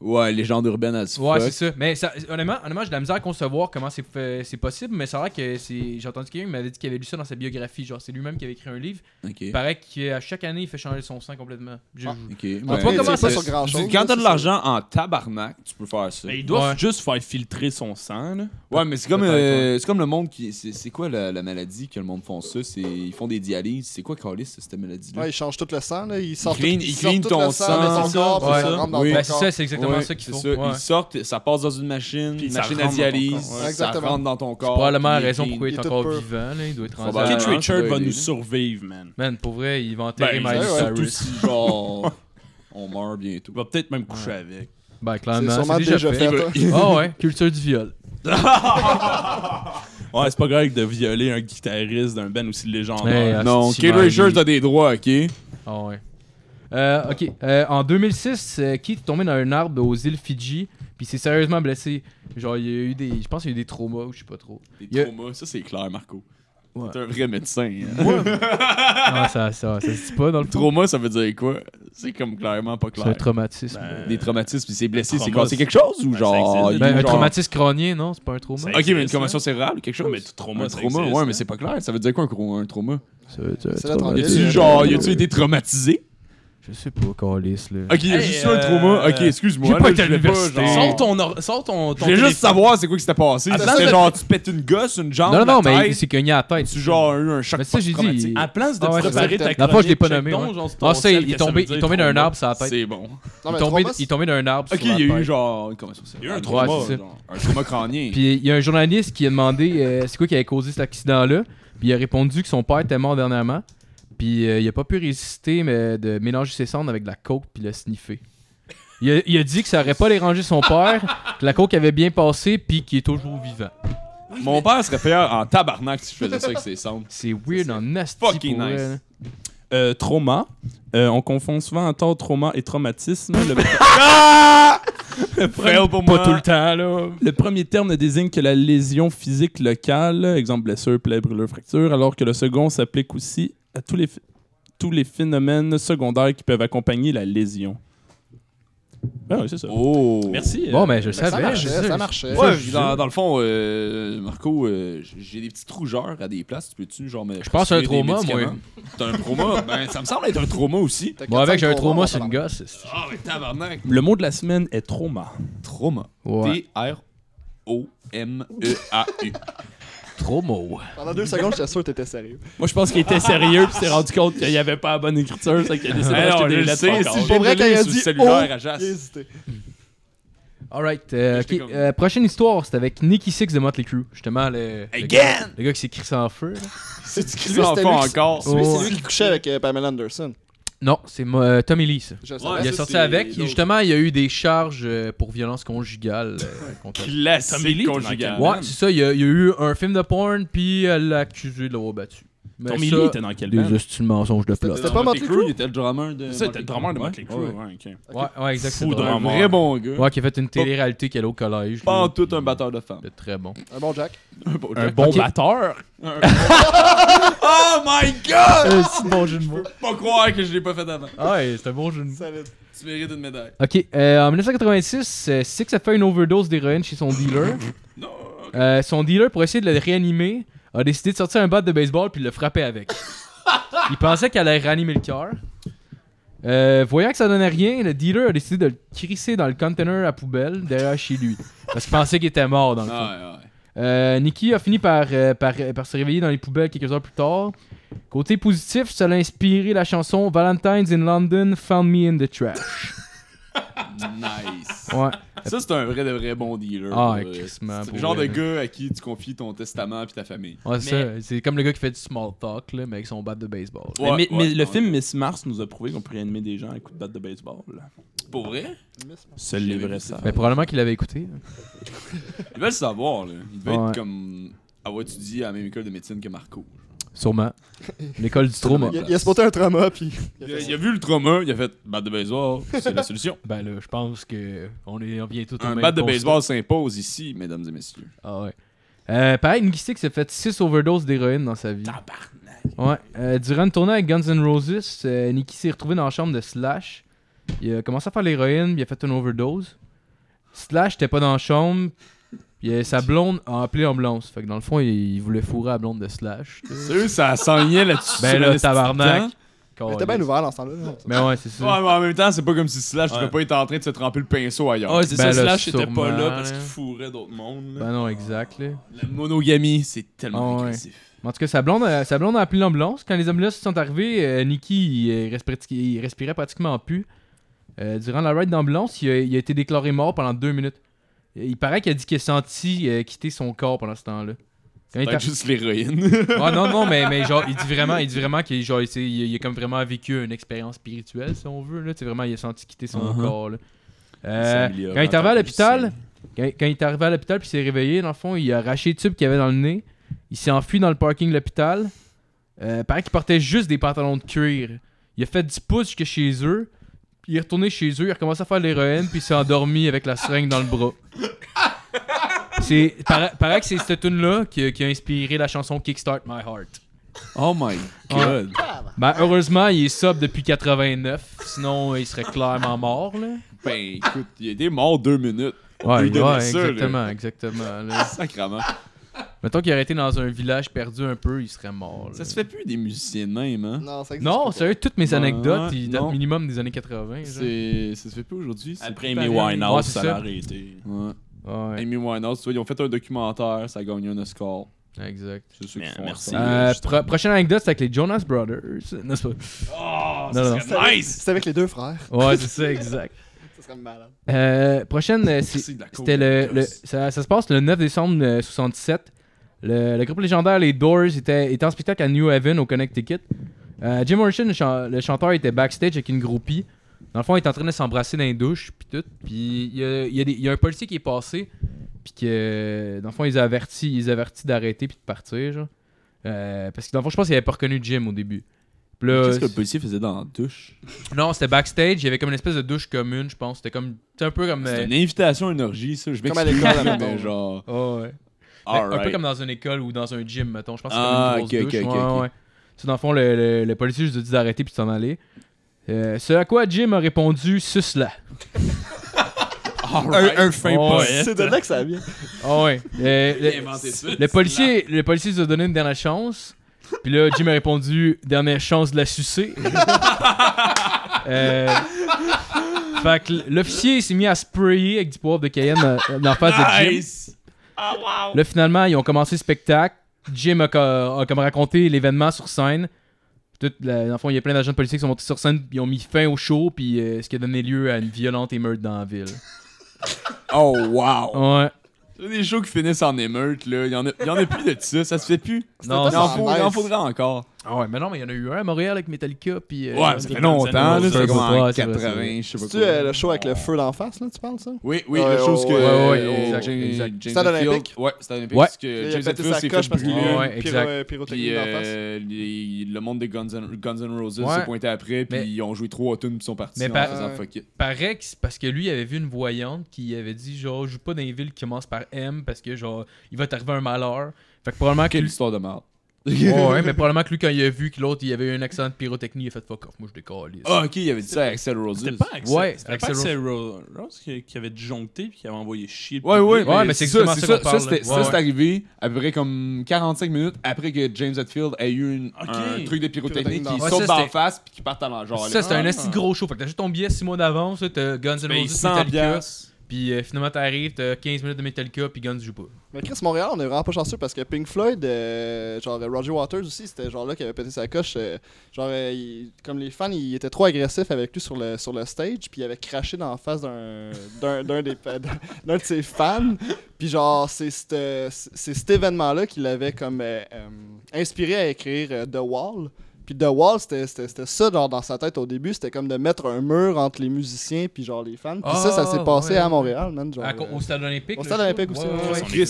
[SPEAKER 6] Ouais, légende urbaine à ce
[SPEAKER 3] Ouais,
[SPEAKER 6] fuck.
[SPEAKER 3] c'est ça. Mais ça- honnêtement, honnêtement j'ai de la misère à concevoir comment c'est fait- c'est possible, mais ça a l'air que c'est. J'ai entendu quelqu'un qui m'avait dit qu'il avait lu ça dans sa biographie. Genre, c'est lui-même qui avait écrit un livre.
[SPEAKER 6] Ok.
[SPEAKER 3] Il paraît qu'à chaque année, il fait changer son sang complètement. Je-
[SPEAKER 5] Ah.
[SPEAKER 6] Ok.
[SPEAKER 5] En
[SPEAKER 6] ben,
[SPEAKER 5] tout cas,
[SPEAKER 3] comment
[SPEAKER 5] c'est
[SPEAKER 3] ça-
[SPEAKER 5] pas sur grand chose.
[SPEAKER 6] Quand
[SPEAKER 5] là,
[SPEAKER 6] t'as
[SPEAKER 5] c'est
[SPEAKER 6] de l'argent en tabarnak, tu peux faire ça.
[SPEAKER 4] Mais il doit
[SPEAKER 3] Ouais.
[SPEAKER 4] juste faire filtrer son sang, là.
[SPEAKER 6] Ouais, mais c'est comme,
[SPEAKER 3] Peut-être,
[SPEAKER 6] euh, c'est comme le monde qui. C'est c'est quoi la, la maladie que le monde font ça C'est Ils font des dialyses. C'est quoi, Calis, cette
[SPEAKER 5] ça.
[SPEAKER 6] maladie-là
[SPEAKER 5] Ouais, il change tout le sang, là. Il sort tout,
[SPEAKER 6] clean-
[SPEAKER 5] il
[SPEAKER 6] il
[SPEAKER 5] sort
[SPEAKER 6] clean
[SPEAKER 5] tout
[SPEAKER 6] ton
[SPEAKER 5] le sang de
[SPEAKER 6] sang,
[SPEAKER 5] ton
[SPEAKER 6] c'est
[SPEAKER 5] corps,
[SPEAKER 3] ça?
[SPEAKER 5] puis Ah, ça
[SPEAKER 6] Ouais.
[SPEAKER 5] rentre dans
[SPEAKER 6] Oui.
[SPEAKER 5] ton
[SPEAKER 3] Ben,
[SPEAKER 5] corps.
[SPEAKER 3] c'est ça, c'est exactement
[SPEAKER 6] Ouais,
[SPEAKER 3] ça qu'il faut.
[SPEAKER 6] c'est ça. Ils sortent, ça passe dans une machine,
[SPEAKER 4] Puis
[SPEAKER 6] une
[SPEAKER 4] ça
[SPEAKER 6] machine à
[SPEAKER 4] rentre dans ton
[SPEAKER 6] dialyse,
[SPEAKER 4] corps, ouais.
[SPEAKER 6] ça
[SPEAKER 5] Exactement.
[SPEAKER 6] rentre dans ton corps.
[SPEAKER 3] Probablement la
[SPEAKER 6] puis il
[SPEAKER 3] raison
[SPEAKER 6] clean.
[SPEAKER 3] pourquoi il est
[SPEAKER 5] il est
[SPEAKER 3] encore
[SPEAKER 5] tout peu.
[SPEAKER 3] vivant, là, il doit être en
[SPEAKER 6] Probablement.
[SPEAKER 3] âge.
[SPEAKER 4] Keith
[SPEAKER 6] Ah,
[SPEAKER 4] Richard
[SPEAKER 6] tu dois
[SPEAKER 4] va
[SPEAKER 6] aider,
[SPEAKER 4] nous
[SPEAKER 6] là.
[SPEAKER 4] survivre, man.
[SPEAKER 3] Man, pour vrai, il va enterrer
[SPEAKER 4] Ben,
[SPEAKER 3] Miley
[SPEAKER 5] ouais, ouais,
[SPEAKER 6] Surtout
[SPEAKER 3] Cyrus.
[SPEAKER 6] si, genre, on meurt bientôt.
[SPEAKER 4] Il va peut-être même coucher avec.
[SPEAKER 3] Ben,
[SPEAKER 5] C'est
[SPEAKER 3] clairement,
[SPEAKER 5] sûrement
[SPEAKER 3] c'est déjà fait.
[SPEAKER 5] hein.
[SPEAKER 3] Ah ouais, culture du viol.
[SPEAKER 4] Ouais, c'est pas grave de violer un guitariste d'un band aussi légendaire.
[SPEAKER 3] Hey, ah,
[SPEAKER 6] Non,
[SPEAKER 3] c'est
[SPEAKER 6] Kid
[SPEAKER 3] Miley.
[SPEAKER 6] Richards a des droits, ok?
[SPEAKER 3] Ah ouais. Euh, ok, Euh, en 2006, euh, Keith est tombé dans un arbre aux îles Fidji, puis s'est sérieusement blessé. Genre, il y a eu des. Je pense qu'il y a eu des traumas ou je sais pas trop.
[SPEAKER 6] Des
[SPEAKER 3] Il y a-
[SPEAKER 6] traumas, ça c'est clair, Marco.
[SPEAKER 3] Ouais.
[SPEAKER 6] T'es un vrai médecin. hein.
[SPEAKER 3] Non, Ah, ça, ça, ça se dit pas dans le fond.
[SPEAKER 6] Trauma, ça veut dire quoi? C'est comme clairement pas
[SPEAKER 3] C'est un
[SPEAKER 6] clair.
[SPEAKER 3] traumatisme.
[SPEAKER 4] Ben,
[SPEAKER 6] euh, Des traumatismes, puis c'est blessé,
[SPEAKER 4] Trauma,
[SPEAKER 6] c'est quoi? C'est
[SPEAKER 4] c'est-
[SPEAKER 6] quelque chose ou
[SPEAKER 4] Ben, ça
[SPEAKER 6] genre.
[SPEAKER 4] existe,
[SPEAKER 6] il-
[SPEAKER 3] Ben, un
[SPEAKER 6] genre-
[SPEAKER 3] traumatisme crânien, non C'est pas un trauma
[SPEAKER 4] Ça
[SPEAKER 6] Ok, mais une
[SPEAKER 4] existe,
[SPEAKER 6] commotion cérébrale ou quelque chose?
[SPEAKER 4] mais tout trauma,
[SPEAKER 6] un
[SPEAKER 4] ça
[SPEAKER 6] trauma,
[SPEAKER 4] existe,
[SPEAKER 6] ouais,
[SPEAKER 4] hein.
[SPEAKER 6] mais c'est pas clair. Ça veut dire quoi un, gros- un trauma?
[SPEAKER 3] Ça veut dire
[SPEAKER 5] C'est la
[SPEAKER 6] Y
[SPEAKER 5] traumatisme.
[SPEAKER 6] a-tu
[SPEAKER 5] Euh,
[SPEAKER 6] genre, y a-tu été traumatisé?
[SPEAKER 3] Je sais pas, Calis, là.
[SPEAKER 6] Ok, y a
[SPEAKER 4] Hey,
[SPEAKER 6] juste
[SPEAKER 4] euh,
[SPEAKER 6] un trauma. Ok, excuse-moi.
[SPEAKER 3] j'ai
[SPEAKER 6] là,
[SPEAKER 3] pas été à
[SPEAKER 6] je voulais
[SPEAKER 3] l'université.
[SPEAKER 6] genre-
[SPEAKER 4] Sors ton, or- sors ton,
[SPEAKER 6] Je
[SPEAKER 4] ton
[SPEAKER 6] voulais juste
[SPEAKER 4] téléphone.
[SPEAKER 6] savoir c'est quoi qui s'était passé.
[SPEAKER 5] Attends,
[SPEAKER 6] C'était
[SPEAKER 5] je-
[SPEAKER 6] genre, tu pètes une gosse, une jambe,
[SPEAKER 3] Non, non, non,
[SPEAKER 6] la
[SPEAKER 3] mais il
[SPEAKER 6] tête,
[SPEAKER 3] s'est cogné à la tête.
[SPEAKER 6] tu genre eu un choc
[SPEAKER 3] Mais ça, j'ai dit.
[SPEAKER 6] post-traumatique.
[SPEAKER 4] À place de
[SPEAKER 3] Ah ouais,
[SPEAKER 4] te
[SPEAKER 5] c'est
[SPEAKER 4] préparer
[SPEAKER 5] ça.
[SPEAKER 4] ta
[SPEAKER 5] La
[SPEAKER 3] fois, je l'ai pas
[SPEAKER 4] chronique,
[SPEAKER 3] nommé,
[SPEAKER 4] check donc,
[SPEAKER 3] ouais.
[SPEAKER 4] genre, sur ton
[SPEAKER 3] Ah, ça,
[SPEAKER 4] sel
[SPEAKER 3] il
[SPEAKER 4] que
[SPEAKER 3] est
[SPEAKER 4] ça
[SPEAKER 3] tombé,
[SPEAKER 4] veut
[SPEAKER 3] il est
[SPEAKER 4] dire
[SPEAKER 3] tombé d'un
[SPEAKER 4] trauma.
[SPEAKER 3] arbre sur la tête.
[SPEAKER 6] C'est bon.
[SPEAKER 5] Non,
[SPEAKER 3] Il
[SPEAKER 5] mais
[SPEAKER 3] est tombé,
[SPEAKER 5] trauma,
[SPEAKER 3] il est tombé d'un arbre
[SPEAKER 6] Ok,
[SPEAKER 3] sur la
[SPEAKER 6] il y a eu
[SPEAKER 3] tête.
[SPEAKER 6] genre. Comment ça s'appelle?
[SPEAKER 4] Il y a eu un
[SPEAKER 3] trauma,
[SPEAKER 6] genre,
[SPEAKER 3] c'est ça.
[SPEAKER 6] Un trauma crânien.
[SPEAKER 3] Puis il y a un journaliste qui a demandé euh, c'est quoi qui avait causé cet accident-là. Puis il a répondu que son père était mort dernièrement. Puis euh, il a pas pu résister mais de mélanger ses cendres avec de la coke puis le sniffer. Il a, il a dit que ça aurait pas dérangé son père, que la coke avait bien passé puis qu'il est toujours vivant.
[SPEAKER 6] Mon père serait fier en tabarnak si je faisais ça avec ses cendres.
[SPEAKER 3] C'est weird en nasty
[SPEAKER 6] fucking
[SPEAKER 3] pour
[SPEAKER 6] nice.
[SPEAKER 3] vrai, là.
[SPEAKER 4] Euh, trauma. Euh, on confond souvent un temps trauma et traumatisme. Le, Ah! Le premier-
[SPEAKER 6] Fail pour
[SPEAKER 4] pas
[SPEAKER 6] moi.
[SPEAKER 4] tout le temps, là. Le premier terme ne désigne que la lésion physique locale, exemple blessure, plaie, brûlure, fracture, alors que le second s'applique aussi à tous les, ph- tous les phénomènes secondaires qui peuvent accompagner la lésion. Ah oui, c'est ça.
[SPEAKER 6] Oh.
[SPEAKER 4] Merci.
[SPEAKER 3] Bon,
[SPEAKER 4] euh,
[SPEAKER 3] mais je
[SPEAKER 5] Ça
[SPEAKER 3] savais.
[SPEAKER 5] marchait,
[SPEAKER 3] je sais.
[SPEAKER 5] ça marchait.
[SPEAKER 6] Ouais, dans, dans le fond, euh, Marco, euh, j- j'ai des petites rougeurs à des places. Tu peux-tu, genre, me.
[SPEAKER 3] Je pense à un
[SPEAKER 6] prescrire des
[SPEAKER 3] trauma,
[SPEAKER 6] médicaments? T'as un trauma? Ben, ça me semble être un trauma aussi.
[SPEAKER 5] T'as
[SPEAKER 3] Bon, avec, j'ai un
[SPEAKER 5] 400
[SPEAKER 3] trauma
[SPEAKER 5] traumas,
[SPEAKER 3] sur une
[SPEAKER 5] tabarnak.
[SPEAKER 3] gosse. c'est-
[SPEAKER 6] Ah, mais tabarnak.
[SPEAKER 4] Le mot de la semaine est trauma.
[SPEAKER 6] Trauma.
[SPEAKER 3] Ouais.
[SPEAKER 6] T-R-O-M-E-A-U.
[SPEAKER 3] Trop mot.
[SPEAKER 5] Pendant deux secondes, j'étais sûr que t'étais sérieux.
[SPEAKER 4] Moi, je pense qu'il était sérieux puis s'est rendu compte qu'il n'y avait pas la bonne écriture, c'est qu'il a décidé
[SPEAKER 6] Alors,
[SPEAKER 4] d'acheter
[SPEAKER 6] je
[SPEAKER 4] des
[SPEAKER 6] le
[SPEAKER 4] lettres.
[SPEAKER 6] sais,
[SPEAKER 4] encore.
[SPEAKER 6] si
[SPEAKER 5] Pour vrai,
[SPEAKER 6] J'ai
[SPEAKER 5] quand il a
[SPEAKER 6] donné
[SPEAKER 5] dit
[SPEAKER 6] sous cellulaire
[SPEAKER 5] oh,
[SPEAKER 6] à Jas.
[SPEAKER 5] j'ai hésité.
[SPEAKER 3] Alright. euh,
[SPEAKER 6] J'étais
[SPEAKER 3] ok,
[SPEAKER 6] comme-
[SPEAKER 3] euh, prochaine histoire, c'est avec Nicky Six de Motley Crue. Justement, le, le, gars, le gars qui s'est crissé en feu. là.
[SPEAKER 5] C'est
[SPEAKER 6] Qui s'en fait encore.
[SPEAKER 5] C'est lui,
[SPEAKER 3] Ouais.
[SPEAKER 5] c'est lui qui couchait avec euh, Pamela Anderson.
[SPEAKER 3] Non, c'est mo- euh, Tommy Lee, ça.
[SPEAKER 5] Je
[SPEAKER 6] Ouais,
[SPEAKER 5] savais.
[SPEAKER 3] il
[SPEAKER 6] Ah, ça,
[SPEAKER 3] est sorti
[SPEAKER 6] c'est
[SPEAKER 3] avec.
[SPEAKER 6] l'autre.
[SPEAKER 3] Justement, il y a eu des charges euh, pour violence conjugale euh, contre elle.
[SPEAKER 4] Tommy Lee,
[SPEAKER 6] Classique
[SPEAKER 4] t'es
[SPEAKER 6] conjugal.
[SPEAKER 4] dans
[SPEAKER 3] Ouais, c'est ça. Il y, a, il y a eu un film de porn, puis elle l'a accusé de l'avoir battu. Mais
[SPEAKER 4] Tommy
[SPEAKER 3] ça,
[SPEAKER 4] Lee était dans quel band?
[SPEAKER 3] des hostiles mensonges de plot.
[SPEAKER 5] C'était pas Motley Crue?
[SPEAKER 6] Il était le drummer de.
[SPEAKER 4] Ça, t'es le drummer de
[SPEAKER 6] Ouais.
[SPEAKER 4] Motley Crue. hein,
[SPEAKER 6] Ouais.
[SPEAKER 4] ouais, ok.
[SPEAKER 3] Ouais, ouais,
[SPEAKER 4] Fou
[SPEAKER 6] Un
[SPEAKER 3] exactement.
[SPEAKER 4] drame.
[SPEAKER 6] vrai bon gars.
[SPEAKER 3] Ouais, qui a fait une télé-réalité qu'elle a au collège.
[SPEAKER 6] Pas en
[SPEAKER 3] là,
[SPEAKER 6] tout
[SPEAKER 3] puis
[SPEAKER 6] un batteur de femmes.
[SPEAKER 3] De très bon.
[SPEAKER 5] Un bon Jack.
[SPEAKER 4] Un bon
[SPEAKER 3] Ok.
[SPEAKER 4] batteur.
[SPEAKER 6] Oh my god!
[SPEAKER 3] c'est bon jeu de mots.
[SPEAKER 6] Pas croire que je l'ai pas fait avant.
[SPEAKER 3] Ah Ouais, c'est un bon jeu de mots.
[SPEAKER 5] Solide.
[SPEAKER 6] Tu mérites une médaille.
[SPEAKER 3] Ok, euh, en 1986, euh, Six a fait une overdose d'héroïne chez son dealer. Euh, son dealer, pour essayer de le réanimer, a décidé de sortir un bat de baseball puis de le frapper avec. Il pensait qu'elle allait réanimer le cœur. Euh, voyant que ça donnait rien, le dealer a décidé de le crisser dans le container à poubelle derrière chez lui. Parce qu'il pensait qu'il était mort dans le fond.
[SPEAKER 6] Ah, ouais, ouais.
[SPEAKER 3] Euh, Nikki a fini par, euh, par, par se réveiller dans les poubelles quelques heures plus tard. Côté positif, cela a inspiré la chanson Valentine's in London Found Me in the Trash.
[SPEAKER 6] Nice.
[SPEAKER 3] Ouais.
[SPEAKER 6] Ça, c'est un vrai de vrai bon dealer.
[SPEAKER 3] Ah,
[SPEAKER 6] pour vrai.
[SPEAKER 3] crissement,
[SPEAKER 6] C'est
[SPEAKER 3] pour
[SPEAKER 6] le genre de
[SPEAKER 3] vrai.
[SPEAKER 6] gars à qui tu confies ton testament puis ta famille.
[SPEAKER 3] Ouais, ça, c'est comme le gars qui fait du small talk, là, mais avec son bat de baseball.
[SPEAKER 4] Mais, mais- mais le
[SPEAKER 6] ouais.
[SPEAKER 4] film Miss Mars nous a prouvé qu'on peut réanimer des gens à coups de batte de baseball.
[SPEAKER 6] Pour vrai?
[SPEAKER 4] Seuls
[SPEAKER 6] J'ai
[SPEAKER 4] les
[SPEAKER 6] jamais
[SPEAKER 4] vrais
[SPEAKER 6] vu ça.
[SPEAKER 4] savent.
[SPEAKER 3] Mais probablement qu'il l'avait écouté. là.
[SPEAKER 6] Ils veulent savoir, là. Ils devaient
[SPEAKER 3] Ouais.
[SPEAKER 6] être comme avoir étudié à la même école de médecine que Marco.
[SPEAKER 3] Sûrement. L'école du trauma.
[SPEAKER 5] Il, a- il a spoté un trauma, puis.
[SPEAKER 6] Il a, il a vu le trauma, il a fait batte de baseball, c'est la solution.
[SPEAKER 3] Ben là, je pense que on, est, on vient tout
[SPEAKER 6] Un bat de baseball s'impose ici, mesdames et messieurs.
[SPEAKER 3] Ah ouais. Euh, pareil, Nicky Six a fait 6 overdoses d'héroïne dans sa vie. Ouais. Euh, durant une tournée avec Guns N' Roses, euh, Nicky s'est retrouvé dans la chambre de Slash. Il a commencé à faire l'héroïne, puis il a fait une overdose. Slash était pas dans la chambre. Puis euh, sa blonde a appelé l'ambulance. Fait que dans le fond, il, il voulait fourrer la blonde de Slash.
[SPEAKER 6] Sérieux, ça s'enlignait là-dessus.
[SPEAKER 3] Ben
[SPEAKER 6] sur
[SPEAKER 3] là,
[SPEAKER 6] un esti de
[SPEAKER 3] tabarnak.
[SPEAKER 6] temps.
[SPEAKER 5] Il était bien ouvert dans ce temps-là.
[SPEAKER 3] Mais ouais, c'est ça.
[SPEAKER 6] Ouais, mais en même temps, c'est pas comme si Slash
[SPEAKER 4] Ouais.
[SPEAKER 6] devait pas être en train de se tremper le pinceau ailleurs.
[SPEAKER 4] Ah, c'est
[SPEAKER 3] Ben
[SPEAKER 4] ça,
[SPEAKER 3] là,
[SPEAKER 4] Slash était
[SPEAKER 3] sûrement,
[SPEAKER 4] pas là parce qu'il
[SPEAKER 3] là.
[SPEAKER 4] fourrait d'autres mondes. là.
[SPEAKER 3] Ben non, exact, là.
[SPEAKER 6] La monogamie, c'est
[SPEAKER 3] Ah
[SPEAKER 6] tellement
[SPEAKER 3] ouais.
[SPEAKER 6] agressif.
[SPEAKER 3] Mais En tout cas, sa blonde, a- sa blonde a appelé l'ambulance. Quand les ambulances sont arrivées, euh, Nicky il, euh, respirait, il respirait pratiquement plus. Euh, durant la ride d'ambulance, il a, il a été déclaré mort pendant deux minutes. Il paraît qu'il a dit qu'il a senti euh, quitter son corps pendant ce temps-là. Quand il est
[SPEAKER 6] Peut-être
[SPEAKER 3] arrivé-
[SPEAKER 6] juste l'héroïne.
[SPEAKER 3] Ouais, Ah, non, non, mais, mais genre, il dit vraiment, il dit vraiment qu'il genre, il s'est- il a, il a comme vraiment vécu une expérience spirituelle, si on veut. Là. Tu sais, Vraiment, il a senti quitter son
[SPEAKER 4] Uh-huh.
[SPEAKER 3] corps. là. Euh,
[SPEAKER 6] C'est améliorant,
[SPEAKER 3] quand il est arrivé à
[SPEAKER 6] tant
[SPEAKER 3] l'hôpital,
[SPEAKER 6] mieux,
[SPEAKER 3] quand, quand il est arrivé à l'hôpital puis s'est réveillé, dans le fond, il a arraché le tube qu'il avait dans le nez. Il s'est enfui dans le parking de l'hôpital. Euh, paraît qu'il portait juste des pantalons de cuir. Il a fait 10 pouces jusque chez eux. Il est retourné chez eux, il a recommencé à faire l'héroïne, puis il s'est endormi avec la seringue dans le bras. C'est paraît, paraît que c'est cette tune là qui, a- qui a inspiré la chanson Kickstart My Heart.
[SPEAKER 6] Oh my god.
[SPEAKER 3] Ben heureusement, il est sub depuis 89, sinon il serait clairement mort là.
[SPEAKER 6] Ben écoute, il a été mort deux minutes.
[SPEAKER 3] Ouais,
[SPEAKER 6] lui donner
[SPEAKER 3] ouais,
[SPEAKER 6] ça, là.
[SPEAKER 3] exactement, exactement. là.
[SPEAKER 6] Sacrement.
[SPEAKER 3] Mettons qu'il aurait été dans un village perdu un peu, il serait mort. là.
[SPEAKER 6] Ça se fait plus des musiciens de même, hein?
[SPEAKER 5] Non, ça existe
[SPEAKER 3] Non,
[SPEAKER 5] pas.
[SPEAKER 3] sérieux, toutes mes
[SPEAKER 6] Ouais,
[SPEAKER 3] anecdotes,
[SPEAKER 6] ouais,
[SPEAKER 3] ils datent
[SPEAKER 6] non.
[SPEAKER 3] minimum des années 80. genre.
[SPEAKER 6] C'est... Ça se fait plus aujourd'hui. c'est
[SPEAKER 4] Après
[SPEAKER 6] plus
[SPEAKER 4] Amy
[SPEAKER 6] pareil.
[SPEAKER 4] Winehouse,
[SPEAKER 3] Ouais, c'est
[SPEAKER 4] ça
[SPEAKER 3] ça.
[SPEAKER 4] l'a arrêté.
[SPEAKER 6] Ouais.
[SPEAKER 3] Ouais,
[SPEAKER 6] Amy Winehouse, tu vois, ils ont fait un documentaire, ça a gagné un Oscar.
[SPEAKER 3] exact.
[SPEAKER 6] C'est sûr
[SPEAKER 4] Mais
[SPEAKER 6] qu'ils font
[SPEAKER 4] merci.
[SPEAKER 6] ça.
[SPEAKER 3] Euh,
[SPEAKER 4] je
[SPEAKER 3] pro- prochaine anecdote, c'est avec les Jonas Brothers. Non, c'est pas-
[SPEAKER 6] Ah,
[SPEAKER 4] Oh,
[SPEAKER 3] ça Non,
[SPEAKER 5] C'est avec- C'est avec les deux frères.
[SPEAKER 3] Ouais, c'est ça, exact.
[SPEAKER 5] Ça serait malade.
[SPEAKER 3] Euh, prochaine, euh, c'est-
[SPEAKER 6] C'est de la coke,
[SPEAKER 3] c'était le,
[SPEAKER 6] gosse.
[SPEAKER 3] le- ça, ça se passe le 9 décembre euh, 67. Le, le groupe légendaire Les Doors était, était en spectacle à New Haven au Connecticut. Euh, Jim Morrison, le, chan- le chanteur, était backstage avec une groupie. Dans le fond, il était en train de s'embrasser dans les douches, puis tout. Puis il y a, il y a des- il y a un policier qui est passé, puis que dans le fond, ils avertis, ils avertis d'arrêter puis de partir, genre. Euh, parce que dans le fond, je pense qu'il avait pas reconnu Jim au début. Puis là,
[SPEAKER 6] Qu'est-ce que le policier faisait dans la douche?
[SPEAKER 3] non, c'était backstage. Il y avait comme une espèce de douche commune, je pense. C'était comme, c'était un peu comme.
[SPEAKER 6] C'est
[SPEAKER 3] euh,
[SPEAKER 6] une invitation à une orgie, ça. Je
[SPEAKER 5] Comme à
[SPEAKER 6] m'excuse,
[SPEAKER 5] l'école,
[SPEAKER 6] mais
[SPEAKER 5] mettons.
[SPEAKER 6] genre...
[SPEAKER 3] Ah ouais. Ben,
[SPEAKER 6] alright.
[SPEAKER 3] Un peu comme dans une école ou dans un gym, mettons. Je pense que c'est
[SPEAKER 6] Ah,
[SPEAKER 3] comme une grosse
[SPEAKER 6] ok,
[SPEAKER 3] douche.
[SPEAKER 6] ok, ok,
[SPEAKER 3] ouais,
[SPEAKER 6] ok.
[SPEAKER 3] ouais. C'est dans le fond, le, le, le policier juste a dit d'arrêter puis de s'en aller. Euh, ce à quoi Jim a répondu « Suce-la
[SPEAKER 6] Alright.
[SPEAKER 4] Un, un fin
[SPEAKER 3] Oh,
[SPEAKER 4] poète.
[SPEAKER 5] C'est de là que ça vient.
[SPEAKER 3] Ah ouais. Euh,
[SPEAKER 6] Il a inventé ça.
[SPEAKER 3] le, le policier, le policier nous a donné une dernière chance. Puis là, Jim a répondu « Dernière chance de la sucer. Euh, fait que l'officier s'est mis à sprayer avec du poivre de Cayenne dans, dans la face de Jim.
[SPEAKER 4] Nice. Ah, wow.
[SPEAKER 3] Là, finalement, ils ont commencé le spectacle. Jim a, co- a comme raconté l'événement sur scène. Tout, la- dans le fond, il y a plein d'agents de policiers qui sont montés sur scène, ils ont mis fin au show, puis euh, ce qui a donné lieu à une violente émeute dans la ville.
[SPEAKER 6] Oh, wow.
[SPEAKER 3] Ouais.
[SPEAKER 6] Il y a des shows qui finissent en émeute, là. Il y en a, il y en a plus de ça, ça se fait plus.
[SPEAKER 3] Non,
[SPEAKER 6] Il en,
[SPEAKER 5] ça-
[SPEAKER 6] faut- il en
[SPEAKER 5] nice.
[SPEAKER 6] faudrait encore.
[SPEAKER 3] Ah ouais, mais non, mais il y en a eu un à Montréal avec Metallica, puis. euh,
[SPEAKER 6] ouais, ça fait longtemps, là.
[SPEAKER 3] c'est
[SPEAKER 6] C'est comme
[SPEAKER 3] vrai,
[SPEAKER 6] en
[SPEAKER 3] c'est vrai, c'est vrai.
[SPEAKER 6] 80, je sais pas
[SPEAKER 5] C'est-tu
[SPEAKER 6] quoi.
[SPEAKER 5] euh, le show avec le feu d'en face, là, tu parles, ça?
[SPEAKER 6] Oui, oui,
[SPEAKER 5] Ouais,
[SPEAKER 6] le show, ce que.
[SPEAKER 5] ouais,
[SPEAKER 3] ouais,
[SPEAKER 6] euh,
[SPEAKER 3] ouais, exact,
[SPEAKER 6] James-
[SPEAKER 3] exact.
[SPEAKER 6] James
[SPEAKER 5] Stade
[SPEAKER 6] Hetfield-
[SPEAKER 5] olympique.
[SPEAKER 6] Ouais, Stade Olympique.
[SPEAKER 3] Ouais.
[SPEAKER 6] parce que
[SPEAKER 5] Il
[SPEAKER 6] James
[SPEAKER 5] a pété
[SPEAKER 6] Hetfield
[SPEAKER 5] sa
[SPEAKER 6] s'est
[SPEAKER 5] coche
[SPEAKER 6] fait
[SPEAKER 5] parce qu'il
[SPEAKER 6] brûler.
[SPEAKER 3] Ouais,
[SPEAKER 5] y
[SPEAKER 3] exact.
[SPEAKER 5] a une
[SPEAKER 6] Puis
[SPEAKER 5] pyrotechnie d'en face.
[SPEAKER 6] euh, les- le monde des Guns N' Guns N' Roses
[SPEAKER 3] Ouais.
[SPEAKER 6] s'est pointé après, puis
[SPEAKER 3] Mais-
[SPEAKER 6] ils ont joué trois tunes, puis ils sont partis
[SPEAKER 3] Mais
[SPEAKER 6] en
[SPEAKER 3] par-
[SPEAKER 6] faisant
[SPEAKER 5] Ouais.
[SPEAKER 6] fuck it.
[SPEAKER 3] Paraît que c'est parce que lui, il avait vu une voyante qui avait dit genre, joue pas dans les villes qui commencent par M parce que genre, il va t'arriver un malheur. Fait que probablement que.
[SPEAKER 6] Quelle
[SPEAKER 3] lui-
[SPEAKER 6] histoire de merde.
[SPEAKER 3] Ouais, ouais, mais probablement que lui, quand il a vu que l'autre, il avait eu un accident de pyrotechnie, il a fait fuck off, moi je décalise.
[SPEAKER 6] Ah, ok, il avait dit ça à Axel Rose.
[SPEAKER 4] C'était pas Axel,
[SPEAKER 3] Ouais,
[SPEAKER 4] c'était pas
[SPEAKER 3] Axel
[SPEAKER 4] Axel Rose, Rose qui, qui avait disjoncté puis qui avait envoyé chier. le
[SPEAKER 6] Ouais, ouais,
[SPEAKER 4] public.
[SPEAKER 3] Ouais, mais c'est exactement ça qu'on parle,
[SPEAKER 6] c'était-
[SPEAKER 3] là.
[SPEAKER 6] ça,
[SPEAKER 3] Ouais,
[SPEAKER 6] c'est
[SPEAKER 3] ouais.
[SPEAKER 6] arrivé à peu près comme 45 minutes après que James Hetfield ait eu une-
[SPEAKER 4] Ok.
[SPEAKER 6] un truc de pyrotechnie
[SPEAKER 5] Pyrotechnie dans-
[SPEAKER 6] qui
[SPEAKER 3] Ouais,
[SPEAKER 6] saute
[SPEAKER 3] ça,
[SPEAKER 6] d'en
[SPEAKER 3] c'était-
[SPEAKER 6] face puis qui part en genre.
[SPEAKER 3] Ça, c'était un
[SPEAKER 4] Ah.
[SPEAKER 3] assez gros show. Fait que t'achètes ton billet 6 mois d'avance, là, t'as Guns N'
[SPEAKER 6] Ben,
[SPEAKER 3] Roses,
[SPEAKER 6] 100
[SPEAKER 3] Metallica.
[SPEAKER 6] piastres.
[SPEAKER 3] Puis euh, finalement, t'arrives, t'as 15 minutes de Metallica, puis Guns joue pas.
[SPEAKER 5] Mais Chris Montréal, on est vraiment pas chanceux parce que Pink Floyd, euh, genre euh, Roger Waters aussi, c'était genre là qui avait pété sa coche. euh, genre, euh, il- comme les fans, ils étaient trop agressifs avec lui sur le, sur le stage, puis il avait craché dans la face d'un d'un- d'un des pa- d'un d'un de ses fans. Puis genre, c'est c'te- c'est cet événement-là qui l'avait comme euh, euh, inspiré à écrire euh, The Wall. Puis The Wall, c'était- c'était c'était ça genre, dans sa tête au début, c'était comme de mettre un mur entre les musiciens puis genre les fans. Puis ça, ça s'est
[SPEAKER 3] Ah,
[SPEAKER 5] passé
[SPEAKER 3] ouais.
[SPEAKER 5] à Montréal, man. Genre,
[SPEAKER 3] À co-
[SPEAKER 5] euh,
[SPEAKER 3] au stade olympique.
[SPEAKER 5] au
[SPEAKER 3] là,
[SPEAKER 5] Stade
[SPEAKER 3] je
[SPEAKER 5] olympique
[SPEAKER 3] trouve.
[SPEAKER 5] aussi,
[SPEAKER 3] Ouais,
[SPEAKER 5] ouais.
[SPEAKER 3] ouais.
[SPEAKER 4] On est
[SPEAKER 6] Chris.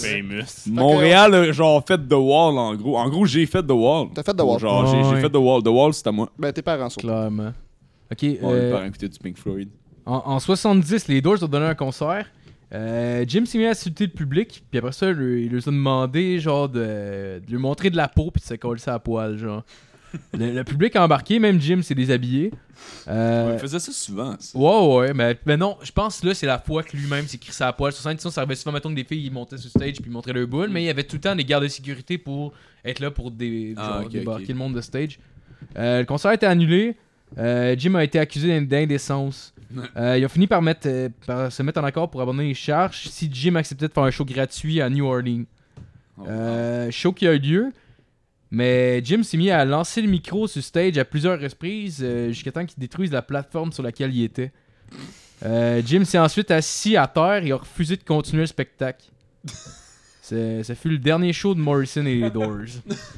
[SPEAKER 4] famous.
[SPEAKER 6] Montréal, euh, genre, fait The Wall, en gros. En gros, j'ai fait The Wall.
[SPEAKER 5] T'as fait The Wall.
[SPEAKER 6] Genre, j'ai-
[SPEAKER 3] Ah, Ouais.
[SPEAKER 6] j'ai fait The Wall. The Wall, c'est à moi.
[SPEAKER 5] ben, tes parents sont.
[SPEAKER 3] Clairement. Ok.
[SPEAKER 7] On
[SPEAKER 3] euh,
[SPEAKER 7] est par écouter du Pink Floyd.
[SPEAKER 3] En, en 70, les Doors ont donné un concert. Euh, Jim s'est mis à insulter le public, puis après ça, lui- il leur a demandé genre de, de lui montrer de la peau, puis de se coller ça à poil, genre. Le, le public a embarqué, même Jim s'est déshabillé.
[SPEAKER 7] On
[SPEAKER 3] Euh,
[SPEAKER 7] faisait ça souvent. ça.
[SPEAKER 3] ouais, ouais, mais, mais non, je pense là, c'est la fois que lui-même s'est crissé à poil. Sur scène, sinon, ça arrivait souvent, mettons, que des filles ils montaient sur stage, puis ils montraient leur boule,
[SPEAKER 7] Mm.
[SPEAKER 3] mais il y avait tout le temps des gardes de sécurité pour être là pour dé-
[SPEAKER 7] Ah,
[SPEAKER 3] genre,
[SPEAKER 7] ok,
[SPEAKER 3] débarquer
[SPEAKER 7] ok.
[SPEAKER 3] le monde de stage. Euh, le concert a été annulé. Euh, Jim a été accusé d'in- d'indécence. Euh, ils ont fini par, mettre, euh, par se mettre en accord pour abandonner les charges si Jim acceptait de faire un show gratuit à New Orleans.
[SPEAKER 7] Oh,
[SPEAKER 3] Euh, show qui a eu lieu, mais Jim s'est mis à lancer le micro sur stage à plusieurs reprises euh, jusqu'à temps qu'il détruise la plateforme sur laquelle il était. Euh, Jim s'est ensuite assis à terre et a refusé de continuer le spectacle. C'est- Ça fut le dernier show de Morrison et les Doors.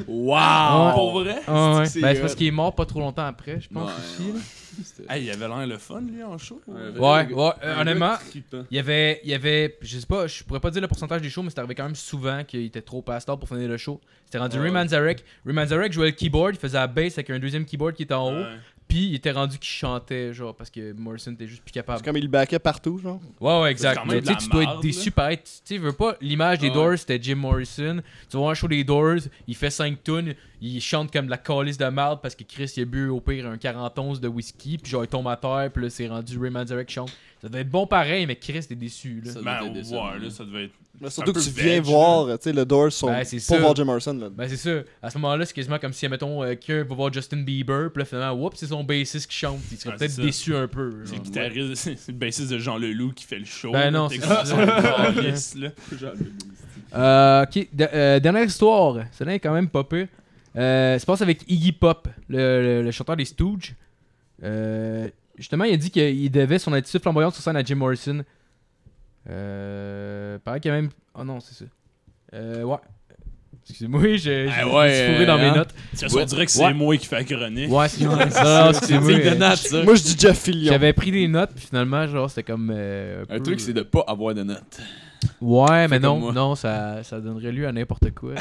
[SPEAKER 6] Wow!
[SPEAKER 3] Pour
[SPEAKER 4] vrai?
[SPEAKER 3] Ah ouais.
[SPEAKER 5] C'est- c'est
[SPEAKER 3] Ben, c'est
[SPEAKER 5] hot.
[SPEAKER 3] parce qu'il est mort pas trop longtemps après, je pense
[SPEAKER 7] Ouais,
[SPEAKER 3] aussi. là.
[SPEAKER 7] ouais. C'était-
[SPEAKER 4] Hey, il avait l'air le fun, lui, en show.
[SPEAKER 7] Ouais.
[SPEAKER 3] Ouais, ouais, euh,
[SPEAKER 7] Un
[SPEAKER 3] honnellement,
[SPEAKER 7] gars trippant.
[SPEAKER 3] il y avait, il y avait, je sais pas, je pourrais pas dire le pourcentage des shows, mais c'était arrivé quand même souvent qu'il était trop pasteur pour finir le show. C'était rendu
[SPEAKER 4] Ouais.
[SPEAKER 3] Ray Manzarek. Ray Manzarek jouait le keyboard, il faisait la bass avec un deuxième keyboard qui était en haut,
[SPEAKER 4] Ouais.
[SPEAKER 3] puis il était rendu qu'il chantait, genre, parce que Morrison était juste plus
[SPEAKER 5] C'est
[SPEAKER 3] capable.
[SPEAKER 5] comme il backait partout, genre.
[SPEAKER 3] Ouais, ouais,
[SPEAKER 4] C'est
[SPEAKER 3] exact.
[SPEAKER 4] quand même
[SPEAKER 3] Mais
[SPEAKER 4] de
[SPEAKER 3] tu sais,
[SPEAKER 4] la
[SPEAKER 3] tu dois être
[SPEAKER 4] marde,
[SPEAKER 3] déçu par être. Tu sais, je veux pas. L'image des
[SPEAKER 7] Ah ouais.
[SPEAKER 3] Doors, c'était Jim Morrison. Tu vois un show des Doors, il fait 5 tonnes, il chante comme de la calice de marde parce que Chris, il a bu au pire un 41 de whisky, puis genre, il tombe à terre, puis là, c'est rendu Ray Manzarek qui chante. Ça devait être bon pareil, mais Chris, t'es déçu, là.
[SPEAKER 7] Ça
[SPEAKER 4] Ben,
[SPEAKER 7] devait être
[SPEAKER 4] ouais,
[SPEAKER 7] décevant.
[SPEAKER 4] là, ça devait être.
[SPEAKER 5] Mais
[SPEAKER 4] c'est
[SPEAKER 5] surtout
[SPEAKER 4] un
[SPEAKER 5] que
[SPEAKER 4] peu
[SPEAKER 5] tu viens
[SPEAKER 4] veg,
[SPEAKER 5] voir, tu sais, le Doors sont
[SPEAKER 3] Ben, c'est
[SPEAKER 5] pour
[SPEAKER 3] ça.
[SPEAKER 5] voir Jim Morrison. Là.
[SPEAKER 3] Ben, c'est ça. À ce moment-là, c'est quasiment comme si, mettons, euh, que va voir Justin Bieber, puis là, finalement, oups, c'est son bassiste qui chante. Il serait
[SPEAKER 4] Ouais,
[SPEAKER 3] peut-être
[SPEAKER 4] c'est ça.
[SPEAKER 3] déçu un peu.
[SPEAKER 4] C'est
[SPEAKER 3] genre.
[SPEAKER 4] le guitariste, c'est le bassiste de Jean Leloup qui fait le show.
[SPEAKER 3] Ben non,
[SPEAKER 4] T'es
[SPEAKER 3] c'est
[SPEAKER 4] comme
[SPEAKER 3] ça.
[SPEAKER 4] sur le calice, là.
[SPEAKER 3] Euh, ok, de- euh, dernière histoire. Celle-là est quand même pas peu. Euh, ça passe avec Iggy Pop, le, le- le chanteur des Stooges. Euh, justement, il a dit qu'il devait son attitude flamboyante sur scène à Jim Morrison. Euh, paraît qu'il y a même. Oh non, c'est ça. Euh, ouais. Excusez-moi, j'ai j'ai
[SPEAKER 4] Ah
[SPEAKER 3] me
[SPEAKER 4] ouais,
[SPEAKER 3] suis fourré dans
[SPEAKER 4] euh,
[SPEAKER 3] mes
[SPEAKER 4] hein?
[SPEAKER 3] notes.
[SPEAKER 4] Tu sais, On dirait que c'est
[SPEAKER 3] Ouais.
[SPEAKER 4] moi qui fais la chronique.
[SPEAKER 3] Ouais, Ah, c'est- non, non, excusez-moi.
[SPEAKER 5] Moi, je dis Jeff Fillion.
[SPEAKER 3] J'avais pris des notes, puis finalement, genre, c'était comme. euh,
[SPEAKER 7] Un
[SPEAKER 3] peu-
[SPEAKER 7] truc, c'est de pas avoir de notes.
[SPEAKER 3] Ouais, mais
[SPEAKER 7] comme
[SPEAKER 3] non,
[SPEAKER 7] moi.
[SPEAKER 3] non, ça, ça donnerait lieu à n'importe quoi.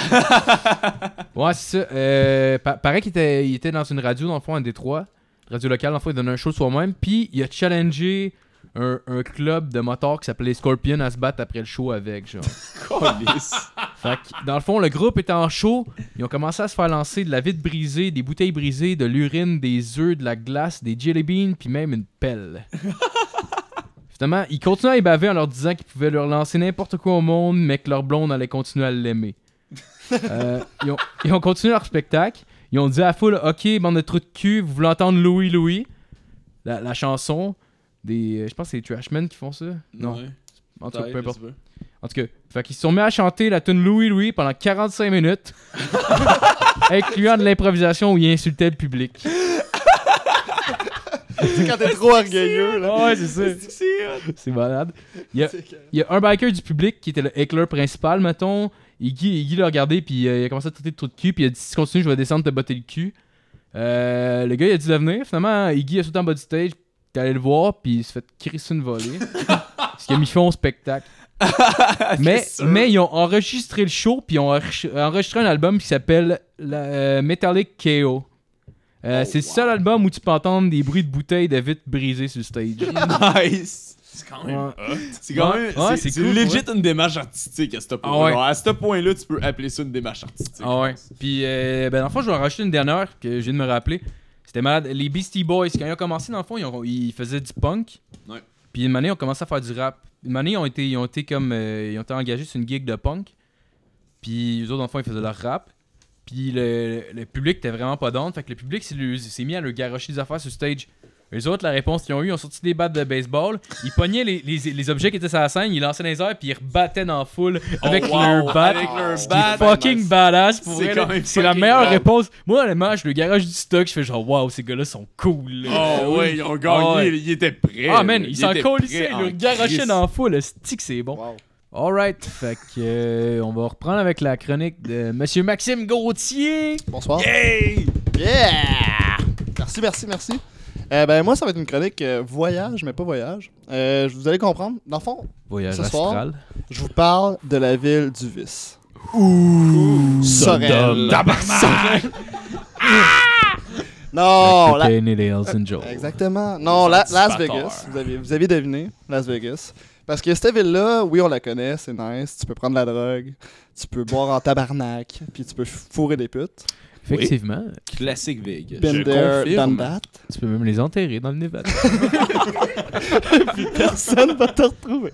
[SPEAKER 3] ouais, c'est ça. Euh, pa- paraît qu'il était, il était dans une radio, dans le fond, à Détroit. Radio locale, dans le fond, il donnait un show soi-même. Puis, il a challengé un, un club de motards qui s'appelait Scorpion à se battre après le show avec, genre. fait que, dans le fond, le groupe était en show. Ils ont commencé à se faire lancer de la vitre brisée, des bouteilles brisées, de l'urine, des œufs, de la glace, des jelly beans, puis même une pelle. Finalement, ils continuaient à les baver en leur disant qu'ils pouvaient leur lancer n'importe quoi au monde, mais que leur blonde allait continuer à l'aimer. Euh, ils, ont, ils ont continué leur spectacle. Ils ont dit à la foule Ok, bande de trous de cul, vous voulez entendre Louis Louis La, la chanson des. euh, je pense que c'est les Trashmen qui font ça.
[SPEAKER 7] Ouais.
[SPEAKER 3] En tout cas, peu
[SPEAKER 7] Peut-être,
[SPEAKER 3] importe.
[SPEAKER 7] je sais
[SPEAKER 3] En tout cas, fait qu'ils se sont mis à chanter la tune Louis Louis pendant 45 minutes, incluant de l'improvisation où ils insultaient le public.
[SPEAKER 5] C'est quand t'es trop orgueilleux, là.
[SPEAKER 3] ouais, c'est ça. C'est malade. Il y, a, il y a un biker du public qui était le heckler principal, mettons. Iggy, Iggy l'a regardé, puis euh, il a commencé à traiter de trou de cul, puis il a dit si tu continues, je vais descendre te botter le cul. Euh, le gars, il a dit de venir. Finalement, hein. Iggy a sauté en bas du stage, t'es allé le voir, puis il se fait crisser une volée. ce qui a mis fin au spectacle. mais, mais ils ont enregistré le show, puis ils ont enregistré- enregistré un album qui s'appelle la- euh, Metallic KO. Euh, c'est le seul album où tu peux entendre des bruits de bouteilles de vitres brisées sur le stage.
[SPEAKER 6] Nice!
[SPEAKER 4] C'est quand même
[SPEAKER 3] Ouais.
[SPEAKER 4] hot.
[SPEAKER 6] C'est quand
[SPEAKER 3] Ouais,
[SPEAKER 6] même.
[SPEAKER 3] ouais,
[SPEAKER 6] c'est
[SPEAKER 3] c'est
[SPEAKER 6] c'est
[SPEAKER 3] cool,
[SPEAKER 6] legit une démarche artistique à ce point.
[SPEAKER 3] Ah ouais.
[SPEAKER 6] Genre, à ce point-là, tu peux appeler ça une démarche artistique.
[SPEAKER 3] Ah ouais. Puis, euh, ben, dans le fond, je vais en rajouter une dernière que je viens de me rappeler. C'était malade. Les Beastie Boys, quand ils ont commencé, dans le fond, ils, ont- ils faisaient du punk.
[SPEAKER 7] Ouais.
[SPEAKER 3] Puis, une année, ils ont commencé à faire du rap. Une année, ils ont été, ils ont été comme. euh, ils ont été engagés sur une gig de punk. Puis, eux autres, dans le fond, ils faisaient leur rap. Puis, le, le public était vraiment pas d'onde. Fait que le public s'est s'est mis à le garrocher des affaires sur stage. Eux autres, la réponse qu'ils ont eue, ils ont sorti des battes de baseball, ils pognaient les, les- les objets qui étaient sur la scène, ils lançaient dans les airs, puis ils rebattaient dans la foule avec
[SPEAKER 4] Oh, wow,
[SPEAKER 6] Oh,
[SPEAKER 3] leurs battes.
[SPEAKER 4] avec leur
[SPEAKER 3] C'était
[SPEAKER 4] bat.
[SPEAKER 3] fucking badass pour
[SPEAKER 7] C'est
[SPEAKER 3] vrai,
[SPEAKER 7] quand
[SPEAKER 3] là.
[SPEAKER 7] même
[SPEAKER 3] C'est la
[SPEAKER 7] fucking
[SPEAKER 3] meilleure
[SPEAKER 7] rad.
[SPEAKER 3] réponse. Moi, honnêtement, je le garage du stock, je fais genre, waouh, ces gars-là sont cool. là.
[SPEAKER 6] Oh ouais, ils ont gagné,
[SPEAKER 3] Ah ouais.
[SPEAKER 6] ils étaient prêts.
[SPEAKER 3] Ah man,
[SPEAKER 6] là,
[SPEAKER 3] ils s'en
[SPEAKER 6] étaient
[SPEAKER 3] colissaient,
[SPEAKER 6] prêts
[SPEAKER 3] ils
[SPEAKER 6] en
[SPEAKER 3] le garochaient
[SPEAKER 6] crise.
[SPEAKER 3] dans la foule, le stick c'est bon.
[SPEAKER 5] Wow.
[SPEAKER 3] Alright, fait que euh, on va reprendre avec la chronique de Monsieur Maxime Gauthier.
[SPEAKER 5] Bonsoir. Yeah! Merci, merci, merci. Euh, ben, moi, ça va être une chronique euh, voyage, mais pas voyage. Euh, vous allez comprendre. Dans le fond,
[SPEAKER 3] Voyage
[SPEAKER 5] Ce soir,
[SPEAKER 3] astral.
[SPEAKER 5] je vous parle de la ville du vice. Ouh!
[SPEAKER 4] Sodome.
[SPEAKER 5] Sorel. Tabarnak!
[SPEAKER 3] Oh,
[SPEAKER 5] Non! la-
[SPEAKER 3] Cocaine et les Hells Angels.
[SPEAKER 5] Exactement. Non, La- Las
[SPEAKER 4] anticipateurs.
[SPEAKER 5] Vegas. Vous avez, vous avez deviné, Las Vegas. Parce que cette ville-là, oui, on la connaît, c'est nice. Tu peux prendre la drogue, tu peux boire en tabarnak, puis tu peux fourrer des putes.
[SPEAKER 3] Effectivement,
[SPEAKER 7] Classique Vegas.
[SPEAKER 5] Been
[SPEAKER 4] Je
[SPEAKER 5] there, done
[SPEAKER 4] confirme.
[SPEAKER 5] that.
[SPEAKER 3] tu peux même les enterrer dans le Nevada.
[SPEAKER 5] Personne va te retrouver.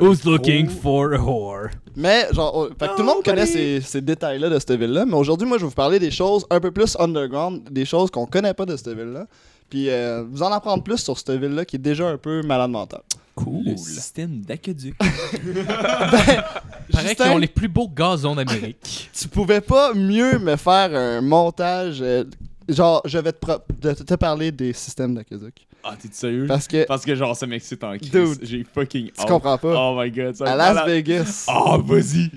[SPEAKER 3] Who's looking for a whore?
[SPEAKER 5] Mais, genre, oh, fait que tout le monde connaît ces, ces détails-là de cette ville-là. Mais aujourd'hui, moi, je vais vous parler des choses un peu plus underground, des choses qu'on connaît pas de cette ville-là. Puis, euh, vous en apprendre plus sur cette ville-là qui est déjà un peu malade mentale.
[SPEAKER 7] Cool. Le système d'aqueduc.
[SPEAKER 3] Pareil
[SPEAKER 5] Justin?
[SPEAKER 3] qu'ils ont les plus beaux gazons d'Amérique.
[SPEAKER 5] tu pouvais pas mieux me faire un montage. euh, genre, je vais te, pro- de- te parler des systèmes d'aqueduc.
[SPEAKER 6] Ah, t'es sérieux?
[SPEAKER 5] Parce que
[SPEAKER 6] Parce que genre, ça m'excite en crise.
[SPEAKER 5] Dude.
[SPEAKER 6] J'ai fucking
[SPEAKER 5] tu comprends pas.
[SPEAKER 6] Oh my god, ça va
[SPEAKER 5] à Las
[SPEAKER 6] la-
[SPEAKER 5] Vegas,
[SPEAKER 6] Oh, Ah, vas-y!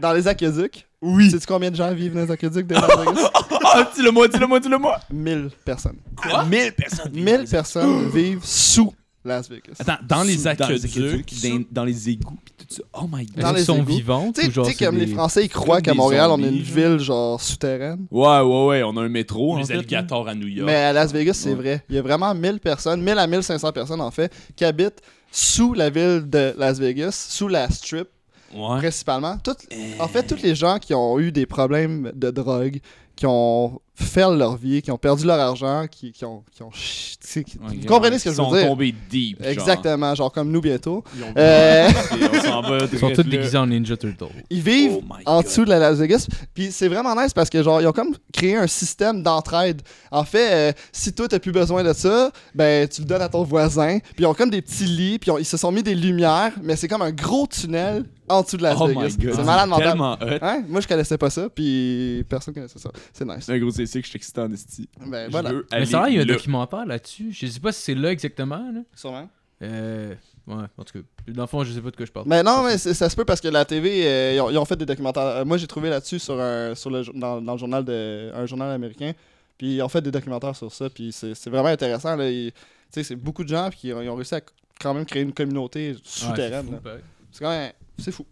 [SPEAKER 5] dans les aqueducs,
[SPEAKER 6] Oui!
[SPEAKER 5] sais-tu combien de gens vivent dans les aqueducs de Las Vegas
[SPEAKER 6] Ah, dis-le-moi, dis-le-moi, dis-le-moi!
[SPEAKER 5] 1000 personnes.
[SPEAKER 6] Quoi? 1000 personnes!
[SPEAKER 5] 1000 personnes vivent sous Las Vegas.
[SPEAKER 4] Attends, dans les aqueducs.
[SPEAKER 7] dans, dans les égouts, pis tout ça. Oh my god.
[SPEAKER 5] Dans
[SPEAKER 3] Est-ce
[SPEAKER 5] les
[SPEAKER 3] qu'ils sont
[SPEAKER 5] égouts.
[SPEAKER 3] vivantes
[SPEAKER 5] Tu sais,
[SPEAKER 3] ou genre
[SPEAKER 5] tu sais, comme
[SPEAKER 3] c'est
[SPEAKER 5] les
[SPEAKER 3] des-
[SPEAKER 5] Français, ils croient
[SPEAKER 7] comme
[SPEAKER 5] qu'à
[SPEAKER 7] des
[SPEAKER 5] Montréal, on a
[SPEAKER 7] zombies,
[SPEAKER 5] une
[SPEAKER 7] genre.
[SPEAKER 5] ville genre souterraine.
[SPEAKER 6] Ouais, ouais, ouais, on a un métro. en
[SPEAKER 4] Les
[SPEAKER 6] fait, là.
[SPEAKER 4] alligators à New York.
[SPEAKER 5] Mais à Las Vegas, c'est vrai. Il y a vraiment 1000 personnes, 1000 à 1500 personnes en fait, qui habitent sous la ville de Las Vegas, sous la strip,
[SPEAKER 4] Ouais.
[SPEAKER 5] principalement. Toutes- En fait, tous les gens qui ont eu des problèmes de drogue, qui ont fait leur vie, qui ont perdu leur argent, qui, qui ont. Qui ont chi- tu sais, qui-
[SPEAKER 6] Ouais,
[SPEAKER 5] vous comprenez ce que
[SPEAKER 6] ils
[SPEAKER 5] je veux
[SPEAKER 6] sont
[SPEAKER 5] dire?
[SPEAKER 6] tombés deep. genre.
[SPEAKER 5] Exactement, genre comme nous bientôt.
[SPEAKER 6] Ils ont-
[SPEAKER 5] Euh,
[SPEAKER 6] on s'en va
[SPEAKER 3] Ils sont
[SPEAKER 6] direct
[SPEAKER 3] tous
[SPEAKER 6] là.
[SPEAKER 3] déguisés en Ninja Turtle.
[SPEAKER 5] ils vivent
[SPEAKER 7] Oh my
[SPEAKER 5] en
[SPEAKER 7] God.
[SPEAKER 5] dessous de la Las Vegas. Puis c'est vraiment nice parce que genre ils ont comme créé un système d'entraide. En fait, euh, si toi t'as plus besoin de ça, ben tu le donnes à ton voisin. Puis ils ont comme des petits lits, puis ils ont- ils se sont mis des lumières, mais c'est comme un gros tunnel en dessous de Las
[SPEAKER 6] Oh my
[SPEAKER 5] Vegas.
[SPEAKER 6] god.
[SPEAKER 5] C'est malade mental.
[SPEAKER 6] Tellement hot.
[SPEAKER 5] Hein? Moi je connaissais pas ça, puis personne connaissait ça. C'est nice.
[SPEAKER 6] C'est un gros essai que je suis excité en esti.
[SPEAKER 5] Ben
[SPEAKER 6] Je
[SPEAKER 5] voilà,
[SPEAKER 6] veux
[SPEAKER 3] Mais ça a l'air,
[SPEAKER 6] aller
[SPEAKER 3] il y a un
[SPEAKER 6] là.
[SPEAKER 3] documentaire là-dessus. Je sais pas si c'est là exactement. Là.
[SPEAKER 5] sûrement.
[SPEAKER 3] Euh, ouais, en tout cas, dans le fond, je sais pas de quoi je parle.
[SPEAKER 5] Mais non, mais c'est- ça se peut parce que la TV, euh, ils, ont, ils ont fait des documentaires. Euh, Moi, j'ai trouvé là-dessus sur un, sur le, jour- dans, dans le journal de, un journal américain. Puis ils ont fait des documentaires sur ça. Puis c'est c'est vraiment intéressant. là. Ils- Tu sais, c'est beaucoup de gens puis ils ont, ils ont réussi à quand même créer une communauté souterraine. là. c'est quand même, c'est fou.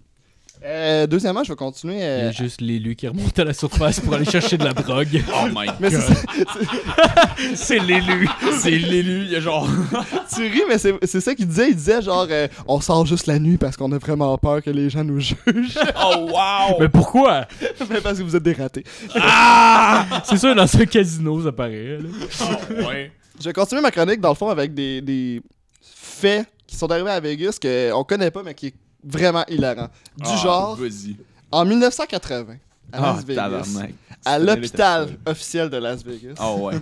[SPEAKER 5] Euh, deuxièmement, je vais continuer.
[SPEAKER 3] Il y
[SPEAKER 5] euh,
[SPEAKER 3] a juste l'élu qui remonte à la surface pour aller chercher de la drogue.
[SPEAKER 6] Oh my god.
[SPEAKER 5] mais c'est
[SPEAKER 3] C'est l'élu.
[SPEAKER 6] C'est l'élu, il y a genre.
[SPEAKER 5] tu ris, mais c'est c'est ça qu'il disait. Il disait genre, euh, on sort juste la nuit parce qu'on a vraiment peur que les gens nous jugent.
[SPEAKER 6] Oh wow!
[SPEAKER 3] Mais pourquoi
[SPEAKER 5] mais parce que vous êtes des ratés.
[SPEAKER 3] C'est sûr, dans un casino, ça paraît. là.
[SPEAKER 6] Ouais.
[SPEAKER 5] Je vais continuer ma chronique, dans le fond, avec des, des faits qui sont arrivés à Vegas qu'on connaît pas, mais qui est vraiment hilarant. Du
[SPEAKER 6] Ah,
[SPEAKER 5] genre,
[SPEAKER 6] Vas-y.
[SPEAKER 5] en 1980, à
[SPEAKER 6] Ah,
[SPEAKER 5] Las Vegas,
[SPEAKER 6] tabarnak.
[SPEAKER 5] à
[SPEAKER 6] Cette année-là,
[SPEAKER 5] l'hôpital
[SPEAKER 6] t'as-
[SPEAKER 5] officiel de Las Vegas,
[SPEAKER 6] Ah ouais.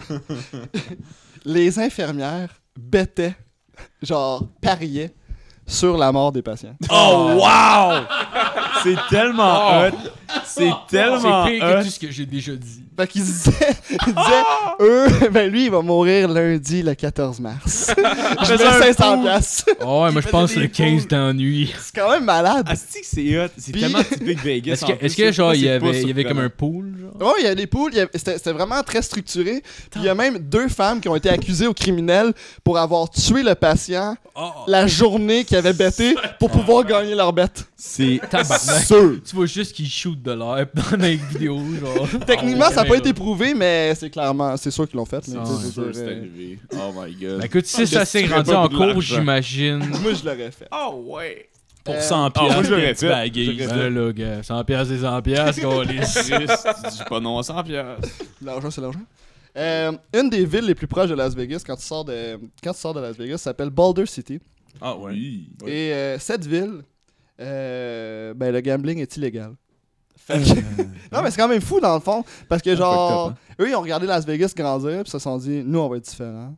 [SPEAKER 5] les infirmières bêtaient, genre pariaient, sur la mort des patients.
[SPEAKER 6] Oh wow! C'est tellement
[SPEAKER 3] Oh.
[SPEAKER 6] hot. C'est tellement
[SPEAKER 3] C'est pire que
[SPEAKER 6] hot.
[SPEAKER 3] tout ce que j'ai déjà dit.
[SPEAKER 5] Fait qu'ils disaient, ils disaient
[SPEAKER 6] Ah!
[SPEAKER 5] eux, ben lui, il va mourir lundi le 14 mars. Je mets
[SPEAKER 6] Faisais un
[SPEAKER 5] 500
[SPEAKER 6] pool.
[SPEAKER 5] places.
[SPEAKER 3] Oh, ouais, moi je
[SPEAKER 6] faisait
[SPEAKER 3] pense le
[SPEAKER 6] des
[SPEAKER 3] 15 d'ennui.
[SPEAKER 5] C'est quand même malade.
[SPEAKER 6] Asti Ah, que c'est hot. C'est
[SPEAKER 5] Puis-
[SPEAKER 6] tellement typique Vegas.
[SPEAKER 3] Est-ce
[SPEAKER 6] en
[SPEAKER 3] que,
[SPEAKER 6] plus,
[SPEAKER 3] est-ce que
[SPEAKER 6] ça.
[SPEAKER 3] genre, il y
[SPEAKER 6] C'est pas
[SPEAKER 3] avait, il y avait comme
[SPEAKER 6] surprenant.
[SPEAKER 3] un pool, genre
[SPEAKER 5] Ouais, il y a des poules, il y avait- c'était c'était vraiment très structuré. Puis il y a même deux femmes qui ont été accusées au criminel pour avoir tué le patient la journée qu'il avait bêté pour pouvoir gagner leur bête.
[SPEAKER 6] C'est
[SPEAKER 3] Tabarnak.
[SPEAKER 6] sûr.
[SPEAKER 3] Tu vois juste qu'ils shoot de l'air dans les vidéos, genre.
[SPEAKER 5] Techniquement,
[SPEAKER 3] Ah ouais,
[SPEAKER 5] ça n'a pas
[SPEAKER 3] ouais.
[SPEAKER 5] été prouvé, mais c'est clairement, c'est sûr qu'ils l'ont fait. là.
[SPEAKER 3] Ah,
[SPEAKER 5] Tu sais,
[SPEAKER 3] ouais.
[SPEAKER 5] je
[SPEAKER 6] sûr,
[SPEAKER 5] veux dire,
[SPEAKER 6] c'est
[SPEAKER 5] euh,
[SPEAKER 6] arrivé. Oh my
[SPEAKER 3] Ben,
[SPEAKER 6] god.
[SPEAKER 3] écoute, si ça s'est rendu en cours, j'imagine.
[SPEAKER 5] Moi, je l'aurais fait.
[SPEAKER 6] Oh ouais.
[SPEAKER 5] Euh,
[SPEAKER 4] Pour 100
[SPEAKER 6] ah, moi,
[SPEAKER 4] piastres,
[SPEAKER 6] je le
[SPEAKER 4] un petit
[SPEAKER 6] répète,
[SPEAKER 4] baguette.
[SPEAKER 6] je
[SPEAKER 3] Là,
[SPEAKER 6] le
[SPEAKER 3] là, gars, 100 piastres et 100 piastres, qu'on les
[SPEAKER 6] Juste, tu dis pas non à 100 piastres.
[SPEAKER 5] L'argent, c'est l'argent. Euh, une des villes les plus proches de Las Vegas, quand tu sors de, quand tu sors de Las Vegas, s'appelle Boulder City.
[SPEAKER 4] Ah ouais.
[SPEAKER 6] Oui.
[SPEAKER 5] Et euh, cette ville, euh, ben, le gambling est illégal. Fait que- non, mais c'est quand même fou dans le fond. Parce que, genre,
[SPEAKER 6] fucked
[SPEAKER 5] eux, ils ont regardé Las Vegas grandir, puis se sont dit, nous, on va être différents.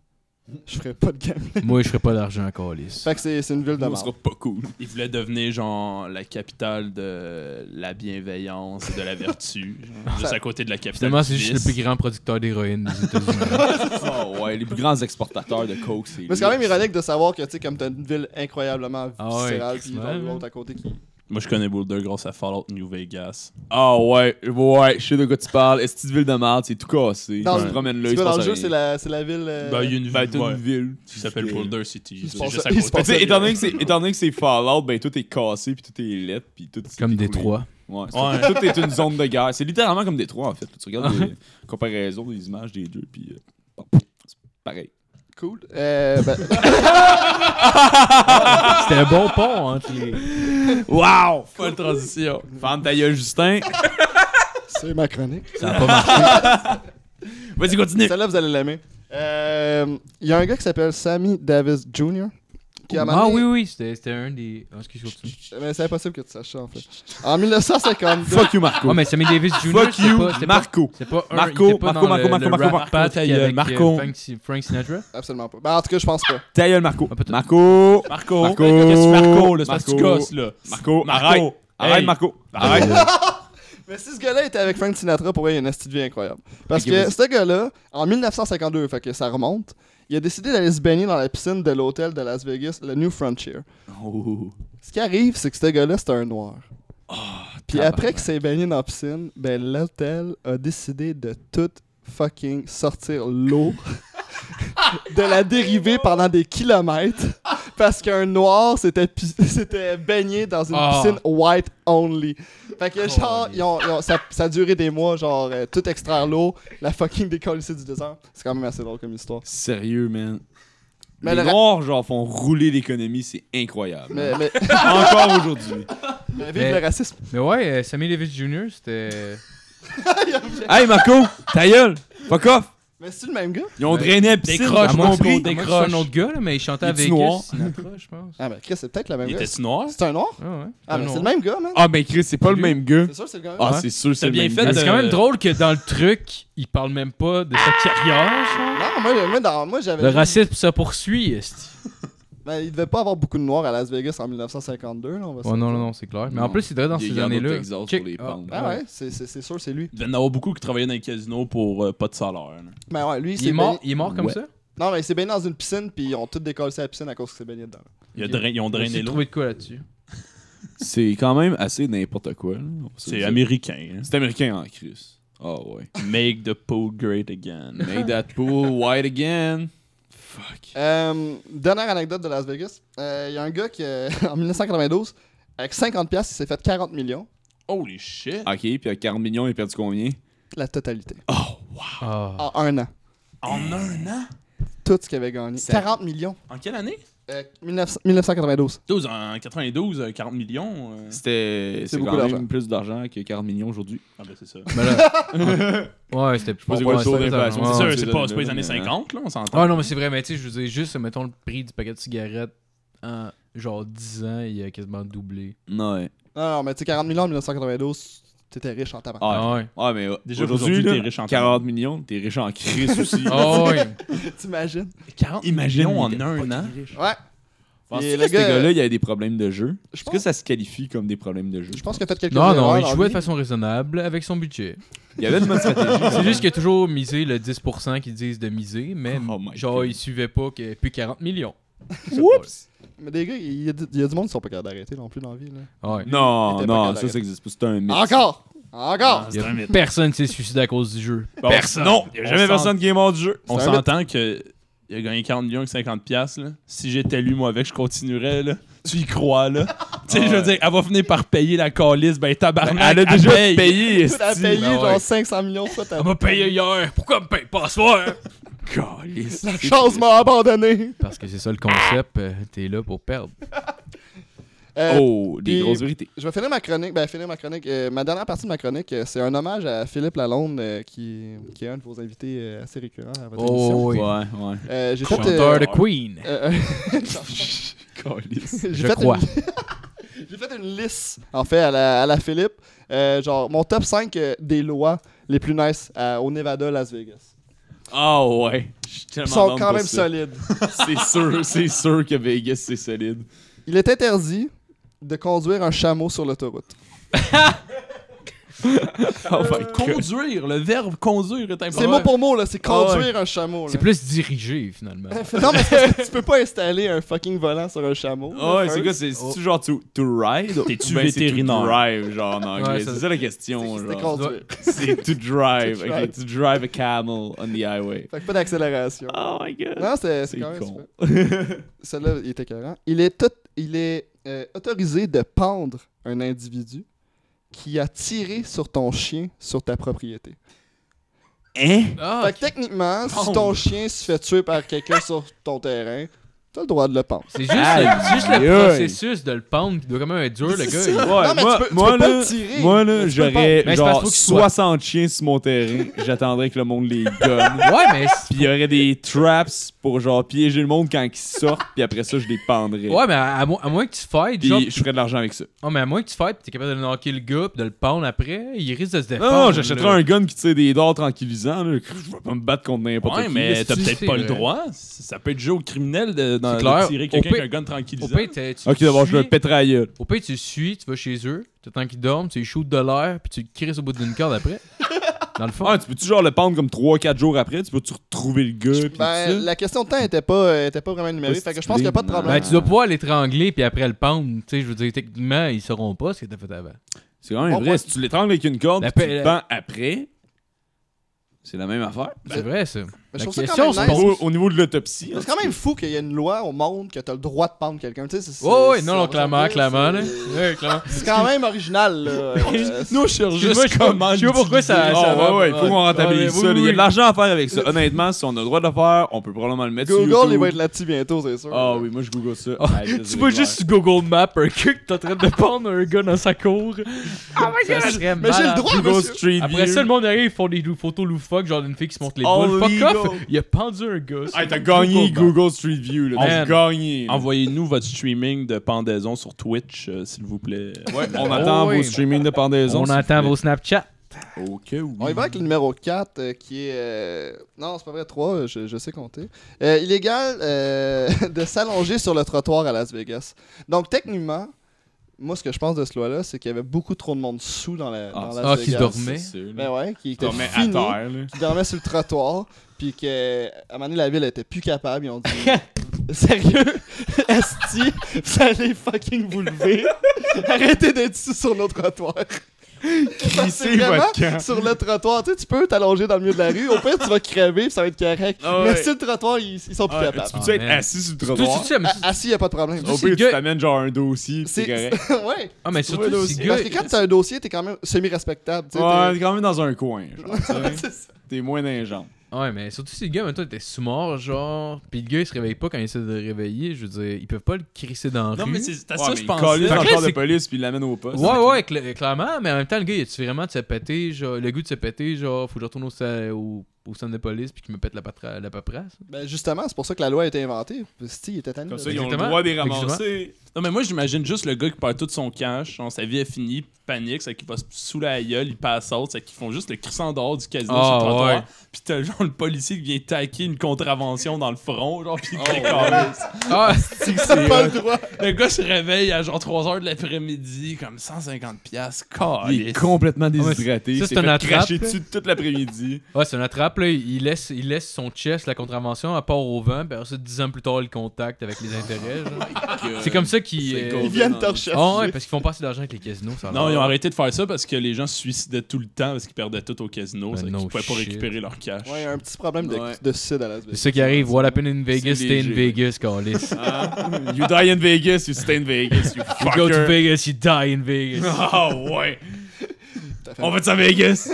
[SPEAKER 5] Je ferai pas de game.
[SPEAKER 3] Moi, je ferais pas d'argent à Calis.
[SPEAKER 5] Fait que c'est c'est une ville de
[SPEAKER 6] Ça
[SPEAKER 5] merde.
[SPEAKER 6] sera pas cool.
[SPEAKER 4] Il voulait devenir genre la capitale de la bienveillance et de la vertu. genre, juste
[SPEAKER 5] Ça-
[SPEAKER 4] à côté de la capitale.
[SPEAKER 3] Finalement,
[SPEAKER 4] du
[SPEAKER 3] c'est juste
[SPEAKER 4] vice.
[SPEAKER 3] le plus grand producteur d'héroïne des États-Unis.
[SPEAKER 7] Oh, ouais, les plus grands exportateurs de coke, c'est.
[SPEAKER 5] Mais c'est quand même ironique de savoir que, tu sais, comme t'as une ville incroyablement
[SPEAKER 3] Ah ouais,
[SPEAKER 5] viscérale, puis genre,
[SPEAKER 3] ouais.
[SPEAKER 5] l'autre à côté qui.
[SPEAKER 4] Moi, je connais Boulder grâce à Fallout New Vegas.
[SPEAKER 7] Ah ouais, ouais, je sais de quoi tu parles. Est-ce que ville de merde, c'est tout cassé.
[SPEAKER 5] Dans
[SPEAKER 7] tu
[SPEAKER 5] le-
[SPEAKER 7] te promènes là,
[SPEAKER 5] Tu
[SPEAKER 7] il se
[SPEAKER 5] vois, dans le
[SPEAKER 7] passe
[SPEAKER 5] jeu,
[SPEAKER 7] rien.
[SPEAKER 5] c'est la, c'est la ville. euh,
[SPEAKER 4] Ben, il y a une
[SPEAKER 7] Ben,
[SPEAKER 4] ville
[SPEAKER 7] t'as
[SPEAKER 4] ouais,
[SPEAKER 7] une ville.
[SPEAKER 4] qui s'appelle Boulder City.
[SPEAKER 5] Il se
[SPEAKER 4] C'est
[SPEAKER 5] passe-
[SPEAKER 4] juste à
[SPEAKER 5] il se
[SPEAKER 4] côté.
[SPEAKER 5] passe-
[SPEAKER 6] Tu sais, étant donné que c'est- étant donné que c'est Fallout, ben tout est cassé, puis tout est laid, puis tout s'est
[SPEAKER 3] Comme
[SPEAKER 6] écroulé.
[SPEAKER 3] Détroit.
[SPEAKER 6] Ouais, c'est-
[SPEAKER 4] Ouais.
[SPEAKER 6] Tout est une zone de guerre. C'est littéralement comme Détroit, en fait. Tu regardes les comparaisons des images des deux, puis euh, bon, c'est pareil.
[SPEAKER 5] Cool. Euh, ben,
[SPEAKER 3] C'était un bon pont entre les.
[SPEAKER 6] Wow!
[SPEAKER 4] Folle transition.
[SPEAKER 6] Femme ta gueule, Justin.
[SPEAKER 5] c'est ma chronique.
[SPEAKER 3] Ça a pas marché.
[SPEAKER 6] Vas-y, continue.
[SPEAKER 5] Celle-là, vous allez l'aimer. Euh, Il y a un gars qui s'appelle Sammy Davis Jr. Qui a
[SPEAKER 3] Ah oui, oui, c'était c'était un des. Ah, excuse-moi.
[SPEAKER 5] Mais c'est impossible que tu saches ça, en fait. En 1952.
[SPEAKER 6] Fuck you, Marco.
[SPEAKER 3] Ouais, Ah, mais Sammy Davis Jr.
[SPEAKER 6] Fuck
[SPEAKER 3] c'était
[SPEAKER 6] you,
[SPEAKER 3] pas- c'était pas-
[SPEAKER 6] Marco.
[SPEAKER 3] C'est pas un.
[SPEAKER 6] Marco,
[SPEAKER 3] il était pas
[SPEAKER 6] Marco,
[SPEAKER 3] dans
[SPEAKER 6] Marco,
[SPEAKER 3] le-
[SPEAKER 6] Marco,
[SPEAKER 3] le
[SPEAKER 6] Marco,
[SPEAKER 3] rap
[SPEAKER 6] Marco,
[SPEAKER 3] pack
[SPEAKER 6] ta
[SPEAKER 3] qu'il y
[SPEAKER 6] gueule,
[SPEAKER 3] avait avec, euh,
[SPEAKER 6] Marco.
[SPEAKER 3] Frank, Si- Frank Sinatra.
[SPEAKER 5] Absolument pas. Ben, en tout cas, je pense pas.
[SPEAKER 6] Ta gueule, Marco.
[SPEAKER 3] Ah, peut-être.
[SPEAKER 6] Marco.
[SPEAKER 4] Marco.
[SPEAKER 6] Marco.
[SPEAKER 4] Qu'est-ce que Marco, là? C'est parce que
[SPEAKER 6] Marco.
[SPEAKER 4] tu gosses, là.
[SPEAKER 6] Marco.
[SPEAKER 4] Marco.
[SPEAKER 6] Arrête. Arrête,
[SPEAKER 4] Hey.
[SPEAKER 6] Marco. Arrête.
[SPEAKER 5] Mais si ce gars-là était avec Frank Sinatra, pour vrai, il y a une astuce de vie incroyable. Parce
[SPEAKER 6] Ok,
[SPEAKER 5] que
[SPEAKER 6] vas-y.
[SPEAKER 5] ce gars-là, en 1952, fait que ça remonte, il a décidé d'aller se baigner dans la piscine de l'hôtel de Las Vegas, le New Frontier.
[SPEAKER 6] Oh. Ah,
[SPEAKER 5] Ce qui arrive, c'est que ce gars-là, c'est un noir. Puis après qu'il s'est baigné dans la piscine, ben l'hôtel a décidé de tout fucking sortir l'eau de la dérivée pendant des kilomètres parce qu'un noir s'était pi- s'était baigné dans une
[SPEAKER 3] Ah.
[SPEAKER 5] piscine white only. Fait que genre, ils ont- ils ont- ça, ça a duré des mois, genre, euh, tout extraire l'eau, la fucking décollissée du désert. C'est quand même assez drôle comme histoire.
[SPEAKER 6] Sérieux, man.
[SPEAKER 5] Mais
[SPEAKER 6] les
[SPEAKER 5] le ra-
[SPEAKER 6] Noirs, genre, font rouler l'économie, c'est incroyable.
[SPEAKER 5] Mais, mais,
[SPEAKER 6] Encore aujourd'hui.
[SPEAKER 5] mais vive
[SPEAKER 3] Mais-
[SPEAKER 5] le racisme.
[SPEAKER 3] Mais ouais, euh, Sammy Davis Jr., c'était.
[SPEAKER 6] hey, Marco, ta gueule. Fuck off.
[SPEAKER 5] Mais c'est le même gars?
[SPEAKER 6] Ils ont
[SPEAKER 3] Ben,
[SPEAKER 6] drainé la piscine.
[SPEAKER 4] décroche,
[SPEAKER 6] T'as
[SPEAKER 4] mon
[SPEAKER 6] compris.
[SPEAKER 4] gros,
[SPEAKER 3] À moins que ce soit un autre gars, là, mais il chantait
[SPEAKER 6] Il est
[SPEAKER 3] avec
[SPEAKER 6] noir.
[SPEAKER 3] Sinatra, je pense.
[SPEAKER 5] Ah, ben Chris, c'est peut-être le même
[SPEAKER 4] Il
[SPEAKER 5] gars.
[SPEAKER 4] était-tu noir?
[SPEAKER 5] C'est un noir?
[SPEAKER 3] Ah ouais.
[SPEAKER 5] Ah, ben c'est le
[SPEAKER 3] noir.
[SPEAKER 5] même gars, man.
[SPEAKER 6] Ah, mais Chris, c'est pas le même gars.
[SPEAKER 5] C'est sûr, c'est le gars.
[SPEAKER 6] Ah,
[SPEAKER 3] Ouais.
[SPEAKER 6] c'est sûr, c'est
[SPEAKER 4] T'as
[SPEAKER 6] le
[SPEAKER 4] bien
[SPEAKER 6] même
[SPEAKER 4] fait
[SPEAKER 6] gars.
[SPEAKER 3] Mais C'est quand
[SPEAKER 4] Euh,
[SPEAKER 3] même drôle que dans le truc, il parle même pas de sa carrière. genre.
[SPEAKER 5] Non, moi, moi, dans, moi j'avais.
[SPEAKER 3] Ah. Le racisme se poursuit, esti.
[SPEAKER 5] Ben, il devait pas avoir beaucoup de noirs à Las Vegas en 1952, là, on va se
[SPEAKER 3] Oh non,
[SPEAKER 5] dire.
[SPEAKER 3] non, non, c'est clair. Mais en
[SPEAKER 7] Non.
[SPEAKER 3] plus, c'est vrai dans
[SPEAKER 7] Il y a
[SPEAKER 3] ces
[SPEAKER 7] Garde au
[SPEAKER 3] années-là.
[SPEAKER 7] Texas pour
[SPEAKER 3] Check-
[SPEAKER 7] les
[SPEAKER 3] Ah,
[SPEAKER 7] pendre.
[SPEAKER 5] Ah ouais, c'est, c'est, c'est sûr, c'est lui.
[SPEAKER 4] Il devait y en avoir beaucoup qui travaillaient dans les casinos pour euh, pas de salaire. là.
[SPEAKER 5] Ben ouais, lui, il,
[SPEAKER 3] Il
[SPEAKER 5] s'est
[SPEAKER 3] est mort,
[SPEAKER 5] baigné-
[SPEAKER 3] il est mort comme
[SPEAKER 6] Ouais.
[SPEAKER 3] ça?
[SPEAKER 5] Non, mais il s'est baigné dans une piscine, puis ils ont tous décollé sa piscine à cause qu'il s'est baigné dedans.
[SPEAKER 4] Il a
[SPEAKER 3] Ok.
[SPEAKER 4] drain- ils ont
[SPEAKER 3] J'ai
[SPEAKER 4] drainé l'eau.
[SPEAKER 3] trouvé de quoi là-dessus.
[SPEAKER 6] C'est quand même assez n'importe quoi. là. On va se
[SPEAKER 4] C'est
[SPEAKER 6] dire.
[SPEAKER 4] américain.
[SPEAKER 6] C'est américain en Chris. Ah ouais.
[SPEAKER 4] hein. Make the pool great again.
[SPEAKER 6] Made that pool white again. Fuck.
[SPEAKER 5] Euh, dernière anecdote de Las Vegas. Euh, Il y a un gars qui, euh, en 1992, avec 50$, piastres, il s'est fait 40 millions.
[SPEAKER 4] Holy shit.
[SPEAKER 6] Ok, puis à 40 millions, il a perdu combien
[SPEAKER 5] La totalité.
[SPEAKER 4] Oh!
[SPEAKER 3] Ah.
[SPEAKER 5] En un an.
[SPEAKER 4] En un an?
[SPEAKER 5] Tout ce qu'il avait gagné. 40 millions.
[SPEAKER 4] En quelle année?
[SPEAKER 5] Euh, 19- 1992.
[SPEAKER 4] 12, en 92, euh, 40 millions. euh.
[SPEAKER 6] C'était c'est
[SPEAKER 5] beaucoup
[SPEAKER 6] quand
[SPEAKER 5] d'argent.
[SPEAKER 6] même plus d'argent que 40 millions aujourd'hui.
[SPEAKER 4] Ah ben c'est ça.
[SPEAKER 3] Ben là- ouais, c'était
[SPEAKER 6] pas
[SPEAKER 3] ouais,
[SPEAKER 6] c'est quoi le taux
[SPEAKER 3] c'était-
[SPEAKER 6] d'inflation,
[SPEAKER 3] ouais,
[SPEAKER 4] C'est
[SPEAKER 6] Ah,
[SPEAKER 4] sûr,
[SPEAKER 3] ouais.
[SPEAKER 6] c'est
[SPEAKER 4] c'est pas,
[SPEAKER 6] ça,
[SPEAKER 4] c'est pas les
[SPEAKER 6] là,
[SPEAKER 4] années
[SPEAKER 6] mais-
[SPEAKER 4] 50, là, on s'entend.
[SPEAKER 3] Ah non, mais c'est vrai, mais tu sais, je veux dire, juste, mettons, le prix du paquet de cigarettes en genre 10 ans, il a quasiment doublé.
[SPEAKER 6] Ouais.
[SPEAKER 5] Non, non, mais tu sais, 40 millions en 1992, t'étais riche en tabac.
[SPEAKER 6] Ah,
[SPEAKER 3] Ah ouais.
[SPEAKER 6] ouais, mais euh,
[SPEAKER 4] Déjà,
[SPEAKER 6] aujourd'hui,
[SPEAKER 4] aujourd'hui,
[SPEAKER 6] là,
[SPEAKER 4] t'es riche en
[SPEAKER 6] 40 millions, t'es riche en Chris aussi.
[SPEAKER 3] Ah ouais.
[SPEAKER 5] T'imagines?
[SPEAKER 4] 40
[SPEAKER 6] Imagine,
[SPEAKER 4] millions
[SPEAKER 6] il
[SPEAKER 4] en
[SPEAKER 6] était
[SPEAKER 4] un an.
[SPEAKER 5] Ouais.
[SPEAKER 6] Penses-tu
[SPEAKER 5] Et
[SPEAKER 6] que
[SPEAKER 5] le
[SPEAKER 6] ce
[SPEAKER 5] gars-
[SPEAKER 6] gars-là, il y a des problèmes de jeu
[SPEAKER 5] Je
[SPEAKER 6] Est-ce que
[SPEAKER 5] pense,
[SPEAKER 6] ça se qualifie comme des problèmes de jeu
[SPEAKER 5] je pense qu'il a fait quelques
[SPEAKER 3] Non, non,
[SPEAKER 5] erreurs
[SPEAKER 3] il
[SPEAKER 5] dans
[SPEAKER 3] jouait
[SPEAKER 5] vie.
[SPEAKER 3] de façon raisonnable avec son budget.
[SPEAKER 6] Il y avait une bonne stratégie.
[SPEAKER 3] C'est juste qu'il a toujours misé le 10% qu'ils disent de miser, mais
[SPEAKER 6] Oh my
[SPEAKER 3] genre,
[SPEAKER 6] God.
[SPEAKER 3] il suivait pas que plus 40 millions.
[SPEAKER 6] Oups
[SPEAKER 5] Mais des gars, il y, a, il y a du monde qui sont pas capables d'arrêter non plus dans la vie. Là.
[SPEAKER 3] Ouais.
[SPEAKER 6] Non,
[SPEAKER 5] était pas
[SPEAKER 6] non,
[SPEAKER 5] capable
[SPEAKER 6] ça, ça existe pas. C'est un mythe.
[SPEAKER 5] Encore! Encore!
[SPEAKER 4] Ah,
[SPEAKER 3] Il
[SPEAKER 4] c'est
[SPEAKER 3] y a
[SPEAKER 4] un mythe.
[SPEAKER 3] personne qui s'est suicidé à cause du jeu.
[SPEAKER 4] Bon,
[SPEAKER 6] Personne. Non, il y a
[SPEAKER 4] on
[SPEAKER 6] jamais
[SPEAKER 4] s'en-
[SPEAKER 6] personne qui est mort du jeu.
[SPEAKER 4] On
[SPEAKER 5] C'est un mythe.
[SPEAKER 4] s'entend que il a gagné 40 millions avec 50 piastres, là. Si j'étais lui, moi, avec, je continuerais, là. Tu y crois, là. tu sais, je veux dire, elle va finir par payer la calice, ben tabarnak,
[SPEAKER 6] Elle a déjà
[SPEAKER 4] paye.
[SPEAKER 6] payé. esti.
[SPEAKER 5] T'as payé
[SPEAKER 3] ben ouais. Ah,
[SPEAKER 5] genre 500 millions de fois ta
[SPEAKER 3] Elle m'a payé hier, pourquoi me paye pas ce soir?
[SPEAKER 6] Calice.
[SPEAKER 5] chance m'a abandonné!
[SPEAKER 3] Parce que c'est ça le concept, euh, t'es là pour perdre.
[SPEAKER 5] Euh,
[SPEAKER 6] Oh, des
[SPEAKER 5] puis-
[SPEAKER 6] grosses vérités.
[SPEAKER 5] Je vais finir ma chronique. Ben, finir ma chronique. Euh, ma dernière partie de ma chronique, euh, c'est un hommage à Philippe Lalonde, euh, qui, qui est un de vos invités euh, assez récurrents à votre émission.
[SPEAKER 3] Oh oui.
[SPEAKER 6] Ouais, ouais.
[SPEAKER 5] Euh, j'ai fait, euh,
[SPEAKER 3] Chanteur de Queen.
[SPEAKER 5] euh, euh,
[SPEAKER 6] Calice.
[SPEAKER 5] j'ai
[SPEAKER 3] Je
[SPEAKER 5] fait
[SPEAKER 3] crois.
[SPEAKER 5] une- J'ai fait une liste, en fait, à la, à la Philippe. Euh, genre, mon top 5 euh, des lois les plus nice à- au Nevada, Las Vegas.
[SPEAKER 6] Ah ouais. Je suis
[SPEAKER 5] Ils
[SPEAKER 6] tellement
[SPEAKER 5] sont
[SPEAKER 6] down
[SPEAKER 5] quand
[SPEAKER 6] pour
[SPEAKER 5] même
[SPEAKER 6] ça.
[SPEAKER 5] solides.
[SPEAKER 6] C'est sûr, c'est sûr que Vegas c'est solide.
[SPEAKER 5] Il est interdit de conduire un chameau sur l'autoroute.
[SPEAKER 6] Oh my
[SPEAKER 5] Euh,
[SPEAKER 6] god.
[SPEAKER 4] Conduire, le verbe conduire est
[SPEAKER 5] C'est
[SPEAKER 4] important.
[SPEAKER 5] mot pour mot, là. C'est
[SPEAKER 3] Ah ouais.
[SPEAKER 5] conduire un chameau. là.
[SPEAKER 3] C'est plus dirigé, finalement.
[SPEAKER 5] non, mais c'est parce que tu peux pas installer un fucking volant sur un chameau. là,
[SPEAKER 3] Ah
[SPEAKER 6] Oh, ouais, c'est
[SPEAKER 5] first.
[SPEAKER 6] quoi, c'est c'est-tu genre to, to ride?
[SPEAKER 4] T'es-tu
[SPEAKER 6] ou ben c'est to
[SPEAKER 4] vétérinaire?
[SPEAKER 6] drive, genre en anglais.
[SPEAKER 3] Ouais, ça-
[SPEAKER 6] c'est ça la
[SPEAKER 5] C'est-
[SPEAKER 6] question.
[SPEAKER 5] C'est
[SPEAKER 6] genre.
[SPEAKER 5] conduire.
[SPEAKER 6] C'est to drive.
[SPEAKER 5] To drive.
[SPEAKER 6] Ok, to drive a camel on the highway.
[SPEAKER 5] Fait que pas d'accélération.
[SPEAKER 3] Ah,
[SPEAKER 6] Oh my god.
[SPEAKER 5] Non, c'est c'est
[SPEAKER 6] C'est
[SPEAKER 5] quand même
[SPEAKER 6] con.
[SPEAKER 5] super. Celle-là, il était écœurant. Il est, tout, il est euh, autorisé de pendre un individu qui a tiré sur ton chien sur ta propriété.
[SPEAKER 6] Hein?
[SPEAKER 3] Ah,
[SPEAKER 5] Fait que techniquement, si ton chien se fait tuer par quelqu'un sur ton terrain, t'as le droit de le pendre.
[SPEAKER 3] c'est juste,
[SPEAKER 6] Aïe,
[SPEAKER 3] c'est juste le
[SPEAKER 6] aïe.
[SPEAKER 3] processus de le pendre qui doit quand même être dur, le gars. il-
[SPEAKER 6] Ouais,
[SPEAKER 5] non, mais
[SPEAKER 6] moi,
[SPEAKER 5] tu peux, tu
[SPEAKER 6] moi,
[SPEAKER 5] peux pas
[SPEAKER 6] là,
[SPEAKER 5] le tirer.
[SPEAKER 6] Moi,
[SPEAKER 5] mais
[SPEAKER 6] là,
[SPEAKER 5] tu peux le
[SPEAKER 6] j'aurais
[SPEAKER 3] Mais c'est parce
[SPEAKER 6] genre
[SPEAKER 3] qu'il faut qu'il soit-
[SPEAKER 6] 60 chiens sur mon terrain. J'attendrais que le monde les gonne.
[SPEAKER 3] Ouais, mais, c'est-
[SPEAKER 6] Puis il y aurait des traps pour genre piéger le monde quand ils sortent. Puis après ça, je les pendrais.
[SPEAKER 3] ouais, mais à, à mo- à moins que tu fightes, genre.
[SPEAKER 6] Puis je ferais de l'argent avec ça.
[SPEAKER 3] Oh, mais à moins que tu fightes, t'es capable de knocker le gars, puis de le pendre après, il risque de se défendre.
[SPEAKER 6] Non, non, j'achèterais
[SPEAKER 3] là.
[SPEAKER 6] un gun qui tire des dards tranquillisants. là. Je vais pas me battre contre n'importe
[SPEAKER 4] Ouais,
[SPEAKER 6] qui.
[SPEAKER 4] mais
[SPEAKER 3] c'est-
[SPEAKER 4] t'as peut-être
[SPEAKER 3] c'est
[SPEAKER 4] pas le
[SPEAKER 3] vrai.
[SPEAKER 4] droit. Ça peut être joué au criminel de, dans-
[SPEAKER 3] C'est clair.
[SPEAKER 4] de tirer
[SPEAKER 3] Au
[SPEAKER 4] quelqu'un
[SPEAKER 3] pire-
[SPEAKER 4] avec un gun
[SPEAKER 3] Au
[SPEAKER 4] tranquillisant.
[SPEAKER 3] pire, t'es- tu
[SPEAKER 6] Ok,
[SPEAKER 3] tu
[SPEAKER 6] d'abord, je
[SPEAKER 3] suis-
[SPEAKER 6] le pèterai à la gueule.
[SPEAKER 3] Au pire, tu le suis, tu vas chez eux, t'attends qu'ils dorment, tu les shoots de l'air, puis tu le crisses au bout d'une corde après. Dans le fond.
[SPEAKER 6] Ah, tu peux-tu genre le pendre comme 3-4 jours après? Tu peux-tu retrouver le gars? Pis tout
[SPEAKER 5] Ben,
[SPEAKER 6] ça?
[SPEAKER 5] la question de temps était pas, euh, était pas vraiment numérique. Fait que je pense qu'il n'y a pas de problème.
[SPEAKER 3] Ben, tu dois pouvoir l'étrangler, puis après le pendre. Tu sais, je veux dire, techniquement, ils sauront pas ce que t'as fait avant.
[SPEAKER 5] Ben,
[SPEAKER 6] C'est quand même
[SPEAKER 5] Bon
[SPEAKER 6] vrai.
[SPEAKER 5] point.
[SPEAKER 6] Si tu l'étrangles avec une corde,
[SPEAKER 3] La
[SPEAKER 6] pis tu
[SPEAKER 3] pe-
[SPEAKER 6] le pends Ben, après, c'est la même affaire.
[SPEAKER 3] C'est vrai, ça.
[SPEAKER 5] Mais ben, je trouve
[SPEAKER 3] la
[SPEAKER 5] ça
[SPEAKER 3] question,
[SPEAKER 5] quand même
[SPEAKER 3] c'est
[SPEAKER 5] nice.
[SPEAKER 3] pour-
[SPEAKER 6] Au, au niveau de l'autopsie, hein. en
[SPEAKER 5] C'est quand même fou qu'il y ait une loi au monde que t'as le droit de pendre quelqu'un. Tu sais, c'est-
[SPEAKER 3] Oh, ouais,
[SPEAKER 5] c'est-
[SPEAKER 3] non, non,
[SPEAKER 5] c'est-
[SPEAKER 3] clairement,
[SPEAKER 5] c'est-
[SPEAKER 3] clairement, là.
[SPEAKER 5] c'est-
[SPEAKER 3] Ouais, clairement.
[SPEAKER 5] C'est quand même original, là. Euh,
[SPEAKER 6] Nous, je cherche
[SPEAKER 3] Excuse-moi, je sais pas- je sais pas pourquoi ça- ça
[SPEAKER 6] Ah,
[SPEAKER 3] va-
[SPEAKER 6] ouais, ouais, faut
[SPEAKER 3] ouais.
[SPEAKER 6] qu'on rentabilise
[SPEAKER 3] Ah, ouais,
[SPEAKER 6] ça.
[SPEAKER 3] oui,
[SPEAKER 6] là. Il y a
[SPEAKER 3] oui.
[SPEAKER 6] de l'argent à faire avec ça. Honnêtement, si on a le droit de le faire, on peut probablement le mettre sur
[SPEAKER 5] Google,
[SPEAKER 6] YouTube.
[SPEAKER 5] il va être là-dessus bientôt, c'est sûr.
[SPEAKER 6] Ah oui, moi, je Google ça. Ah,
[SPEAKER 3] Tu vois juste sur Google Maps un cul que t'es en train de pendre un gars dans sa cour. Oh my god!
[SPEAKER 5] Ah, Mais j'ai le droit,
[SPEAKER 6] Google
[SPEAKER 5] monsieur.
[SPEAKER 6] Street
[SPEAKER 3] Après
[SPEAKER 6] View.
[SPEAKER 3] ça, le monde arrive, ils font des lou- photos loufoques, genre d'une fille qui se montre les
[SPEAKER 5] Oh,
[SPEAKER 6] All
[SPEAKER 3] boules. Fuck
[SPEAKER 6] legal.
[SPEAKER 3] off! Il a pendu un gars.
[SPEAKER 6] Hey, t'as gagné
[SPEAKER 3] Google.
[SPEAKER 6] Google Street View, là. T'as
[SPEAKER 4] Man.
[SPEAKER 6] gagné. là.
[SPEAKER 4] Envoyez-nous votre streaming de pendaison sur Twitch, euh, s'il vous plaît.
[SPEAKER 6] Ouais, on attend
[SPEAKER 3] oui.
[SPEAKER 6] vos streamings de pendaison.
[SPEAKER 3] On
[SPEAKER 6] s'il vous
[SPEAKER 3] attend
[SPEAKER 6] plaît.
[SPEAKER 3] vos Snapchat.
[SPEAKER 6] Ok, oui.
[SPEAKER 5] On y va avec le numéro 4, euh, qui est. euh, Non, c'est pas vrai, 3, euh, je, je sais compter. Euh, illégal euh, de s'allonger sur le trottoir à Las Vegas. Donc, techniquement, moi, ce que je pense de ce loi-là, c'est qu'il y avait beaucoup trop de monde sous dans la.
[SPEAKER 6] Ah,
[SPEAKER 5] dans
[SPEAKER 4] Bah,
[SPEAKER 6] ça-
[SPEAKER 5] Las
[SPEAKER 3] ah, qui
[SPEAKER 5] Vegas.
[SPEAKER 3] dormait.
[SPEAKER 5] Ben ouais, qui était
[SPEAKER 6] Dormait à
[SPEAKER 5] fini,
[SPEAKER 6] terre, là.
[SPEAKER 5] qui dormait sur le trottoir, puis que à un moment donné, la ville était plus capable, ils ont dit Sérieux, Esti, vous allez fucking vous lever. Arrêtez d'être sous sur le trottoir. Parce que
[SPEAKER 6] Crissez
[SPEAKER 5] vraiment,
[SPEAKER 6] votre camp.
[SPEAKER 5] sur le trottoir, tu sais, tu peux t'allonger dans le milieu de la rue, au pire tu vas crever, puis ça va être correct.
[SPEAKER 6] Ah
[SPEAKER 5] Mais
[SPEAKER 6] ouais.
[SPEAKER 5] sur le trottoir, ils, ils sont plus
[SPEAKER 6] Ah,
[SPEAKER 5] capables.
[SPEAKER 6] tu peux
[SPEAKER 3] Ah,
[SPEAKER 6] être
[SPEAKER 3] man.
[SPEAKER 6] assis sur le
[SPEAKER 3] Tout- tout
[SPEAKER 6] trottoir?
[SPEAKER 3] ça, mais-
[SPEAKER 5] Ah, si, y a pas de problème.
[SPEAKER 6] Au
[SPEAKER 3] c'est
[SPEAKER 6] pire,
[SPEAKER 3] le
[SPEAKER 6] tu
[SPEAKER 3] gars-
[SPEAKER 6] t'amènes genre un dossier, pis c'est correct.
[SPEAKER 5] ouais.
[SPEAKER 3] Ah, mais
[SPEAKER 5] Ouais,
[SPEAKER 3] surtout, si
[SPEAKER 5] dossier.
[SPEAKER 3] gars.
[SPEAKER 5] Parce que quand t'as un dossier, t'es quand même semi-respectable. tu sais,
[SPEAKER 6] Ouais, t'es quand même dans un coin, genre. tu
[SPEAKER 5] t'es-
[SPEAKER 6] sais.
[SPEAKER 5] C'est ça.
[SPEAKER 6] T'es moins dans les jambes.
[SPEAKER 3] Ouais, mais surtout si le gars, maintenant, était sous-mort, genre. Pis le gars, il se réveille pas quand il essaie de le réveiller. Je veux dire, ils peuvent pas le crisser dans la
[SPEAKER 4] Non,
[SPEAKER 3] rue.
[SPEAKER 4] mais c'est à
[SPEAKER 6] Ouais,
[SPEAKER 4] ça
[SPEAKER 6] mais
[SPEAKER 4] je
[SPEAKER 6] il
[SPEAKER 4] pensais.
[SPEAKER 6] colle dans
[SPEAKER 3] Fait
[SPEAKER 6] le
[SPEAKER 3] que
[SPEAKER 6] corps
[SPEAKER 3] là,
[SPEAKER 6] de
[SPEAKER 3] c'est-
[SPEAKER 6] police, puis il l'amène au poste.
[SPEAKER 3] Ouais, ouais, cl- clairement, mais en même temps, le gars, tu vraiment de se péter, genre, le goût de se péter, genre, faut que je retourne au, sa- au, au centre de police puis qu'il me pète la, patra- la paperasse.
[SPEAKER 5] Ben justement, c'est pour ça que la loi a été inventée. Esti, il était tanné.
[SPEAKER 6] Comme
[SPEAKER 5] de-
[SPEAKER 6] ça, ils ont le
[SPEAKER 3] Exactement.
[SPEAKER 6] droit d'y
[SPEAKER 3] Exactement.
[SPEAKER 6] ramasser.
[SPEAKER 4] Non, mais moi, j'imagine juste le gars qui perd tout son cash, genre, sa vie est finie, panique, c'est qu'il va se sous la gueule, il passe autre, c'est qu'ils font juste le crissant en dehors du casino
[SPEAKER 3] Ah,
[SPEAKER 4] sur le trottoir.
[SPEAKER 3] ouais.
[SPEAKER 4] Pis t'as genre le policier qui vient taquer une contravention dans le front, genre,
[SPEAKER 3] Oh,
[SPEAKER 4] pis il te décalisse.
[SPEAKER 3] Ah,
[SPEAKER 5] T'as pas le droit.
[SPEAKER 4] Le gars se réveille à genre 3h de l'après-midi, comme 150$, piastres,
[SPEAKER 6] Il
[SPEAKER 4] calisse.
[SPEAKER 6] est complètement
[SPEAKER 3] mais
[SPEAKER 6] déshydraté.
[SPEAKER 3] ça, c'est
[SPEAKER 6] Il s'est
[SPEAKER 3] un
[SPEAKER 6] fait
[SPEAKER 3] attrape.
[SPEAKER 6] cracher dessus toute l'après-midi.
[SPEAKER 3] ouais, c'est une attrape, là. Il laisse, il laisse son chest, la contravention, à part au vent, puis après ça, 10 ans plus tard, il contacte avec les intérêts, genre. C'est comme ça qu'ils.
[SPEAKER 6] C'est
[SPEAKER 3] euh,
[SPEAKER 5] Ils viennent te
[SPEAKER 3] Ah ouais,
[SPEAKER 5] rechercher.
[SPEAKER 3] parce qu'ils font passer de l'argent avec les casinos, ça a
[SPEAKER 4] Non,
[SPEAKER 3] l'air.
[SPEAKER 4] ils ont arrêté de faire ça parce que les gens se suicidaient tout le temps parce qu'ils perdaient tout au casino.
[SPEAKER 3] Ben,
[SPEAKER 4] c'est qu'ils
[SPEAKER 3] no
[SPEAKER 4] pouvaient pas
[SPEAKER 3] shit.
[SPEAKER 4] récupérer leur cash.
[SPEAKER 5] Ouais, un petit problème de,
[SPEAKER 6] Ouais.
[SPEAKER 5] de suicide à Las
[SPEAKER 3] C'est
[SPEAKER 5] Vegas.
[SPEAKER 3] ça qui arrive, what happened in Vegas,
[SPEAKER 6] C'est
[SPEAKER 3] stay in
[SPEAKER 6] léger.
[SPEAKER 3] Vegas, Calis.
[SPEAKER 6] You die in Vegas, you stay in Vegas, you
[SPEAKER 3] You go to
[SPEAKER 6] fucker.
[SPEAKER 3] Vegas, you die in Vegas.
[SPEAKER 6] Ah ouais. On va de ça à Vegas.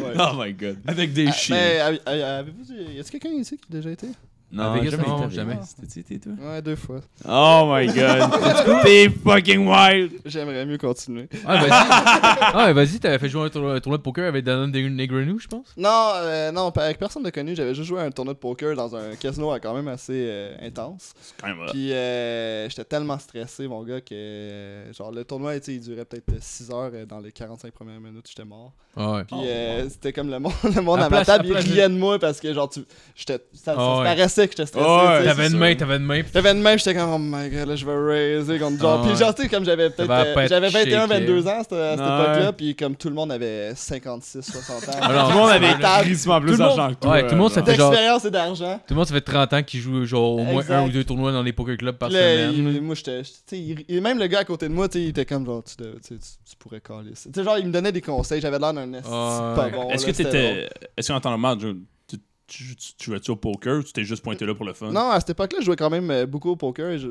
[SPEAKER 6] Oh my god.
[SPEAKER 4] Avec des chiens.
[SPEAKER 5] Ah, Mais avez- avez- avez-vous y a-t-il quelqu'un ici qui a déjà été
[SPEAKER 6] Non,
[SPEAKER 3] Vegas,
[SPEAKER 6] jamais.
[SPEAKER 3] non,
[SPEAKER 6] été à
[SPEAKER 3] jamais.
[SPEAKER 6] Vegas. T'as-tu été, toi?
[SPEAKER 5] Ouais, deux fois.
[SPEAKER 6] Oh my god. T'es fucking wild.
[SPEAKER 5] J'aimerais mieux continuer.
[SPEAKER 3] Ah, vas-y. ah, vas-y, t'avais fait jouer un tournoi, un tournoi de poker avec Danone Negreanu, je pense.
[SPEAKER 5] Non, euh, non, pas- avec personne de connu. J'avais juste joué à un tournoi de poker dans un casino euh, quand même assez euh, intense.
[SPEAKER 6] C'est quand même hot.
[SPEAKER 5] Puis euh, j'étais tellement stressé, mon gars, que euh, genre le tournoi, tu sais, il durait peut-être 6 heures. euh, Dans les 45 premières minutes, j'étais mort.
[SPEAKER 3] Ah ouais.
[SPEAKER 5] Puis euh, c'était comme le monde, le monde
[SPEAKER 3] À
[SPEAKER 5] à, ma
[SPEAKER 3] place-
[SPEAKER 5] table,
[SPEAKER 3] à
[SPEAKER 5] il
[SPEAKER 3] place de-
[SPEAKER 5] riait de moi parce que genre, tu, j'étais, ça, ça
[SPEAKER 3] Ah
[SPEAKER 5] se
[SPEAKER 3] ouais.
[SPEAKER 5] paraissait que j'étais stressé.
[SPEAKER 6] Ah ouais.
[SPEAKER 5] tu sais,
[SPEAKER 3] T'avais
[SPEAKER 5] c'est
[SPEAKER 3] une
[SPEAKER 5] sûr.
[SPEAKER 3] main, t'avais une main.
[SPEAKER 5] J'avais une main, j'étais comme, oh my god, là, je vais raiser contre genre.
[SPEAKER 3] Ah ouais.
[SPEAKER 5] Puis genre, tu sais, comme j'avais peut-être.
[SPEAKER 3] va pas
[SPEAKER 5] euh,
[SPEAKER 3] être
[SPEAKER 5] J'avais 21,
[SPEAKER 3] shaké.
[SPEAKER 5] 22 ans à cette, à cette
[SPEAKER 6] Ah ouais.
[SPEAKER 5] époque-là, puis comme tout le monde avait 56, 60 ans.
[SPEAKER 3] Alors,
[SPEAKER 6] Tout le monde
[SPEAKER 5] à la
[SPEAKER 6] avait
[SPEAKER 5] table.
[SPEAKER 6] crissement plus
[SPEAKER 3] Tout le monde-
[SPEAKER 6] d'argent que toi.
[SPEAKER 3] Ouais, tout le monde, Ah ça
[SPEAKER 6] genre.
[SPEAKER 3] fait- genre-
[SPEAKER 5] D'expérience et d'argent.
[SPEAKER 3] Tout le monde, ça fait 30 ans qu'il joue genre au moins
[SPEAKER 5] Exact.
[SPEAKER 3] un ou deux tournois dans les poker clubs par
[SPEAKER 5] Puis là,
[SPEAKER 3] semaine.
[SPEAKER 5] il- moi, j'étais. j'étais- tu sais, il- il- Même le gars à côté de moi, tu sais, il était comme genre, tu, devais- tu, sais, tu- tu pourrais caler ça. Tu sais, genre, il me donnait des conseils, j'avais l'air d'un esti
[SPEAKER 3] Ah
[SPEAKER 5] pas
[SPEAKER 3] ouais.
[SPEAKER 5] bon.
[SPEAKER 4] Est-ce
[SPEAKER 5] là,
[SPEAKER 4] que
[SPEAKER 5] c'était
[SPEAKER 4] t'étais. Est-ce qu'en temps normal, tu, tu, tu, tu- tu vas-tu au poker ou tu t'es juste pointé là pour le fun?
[SPEAKER 5] Non, à cette époque-là, je jouais quand même euh, beaucoup au poker. et je-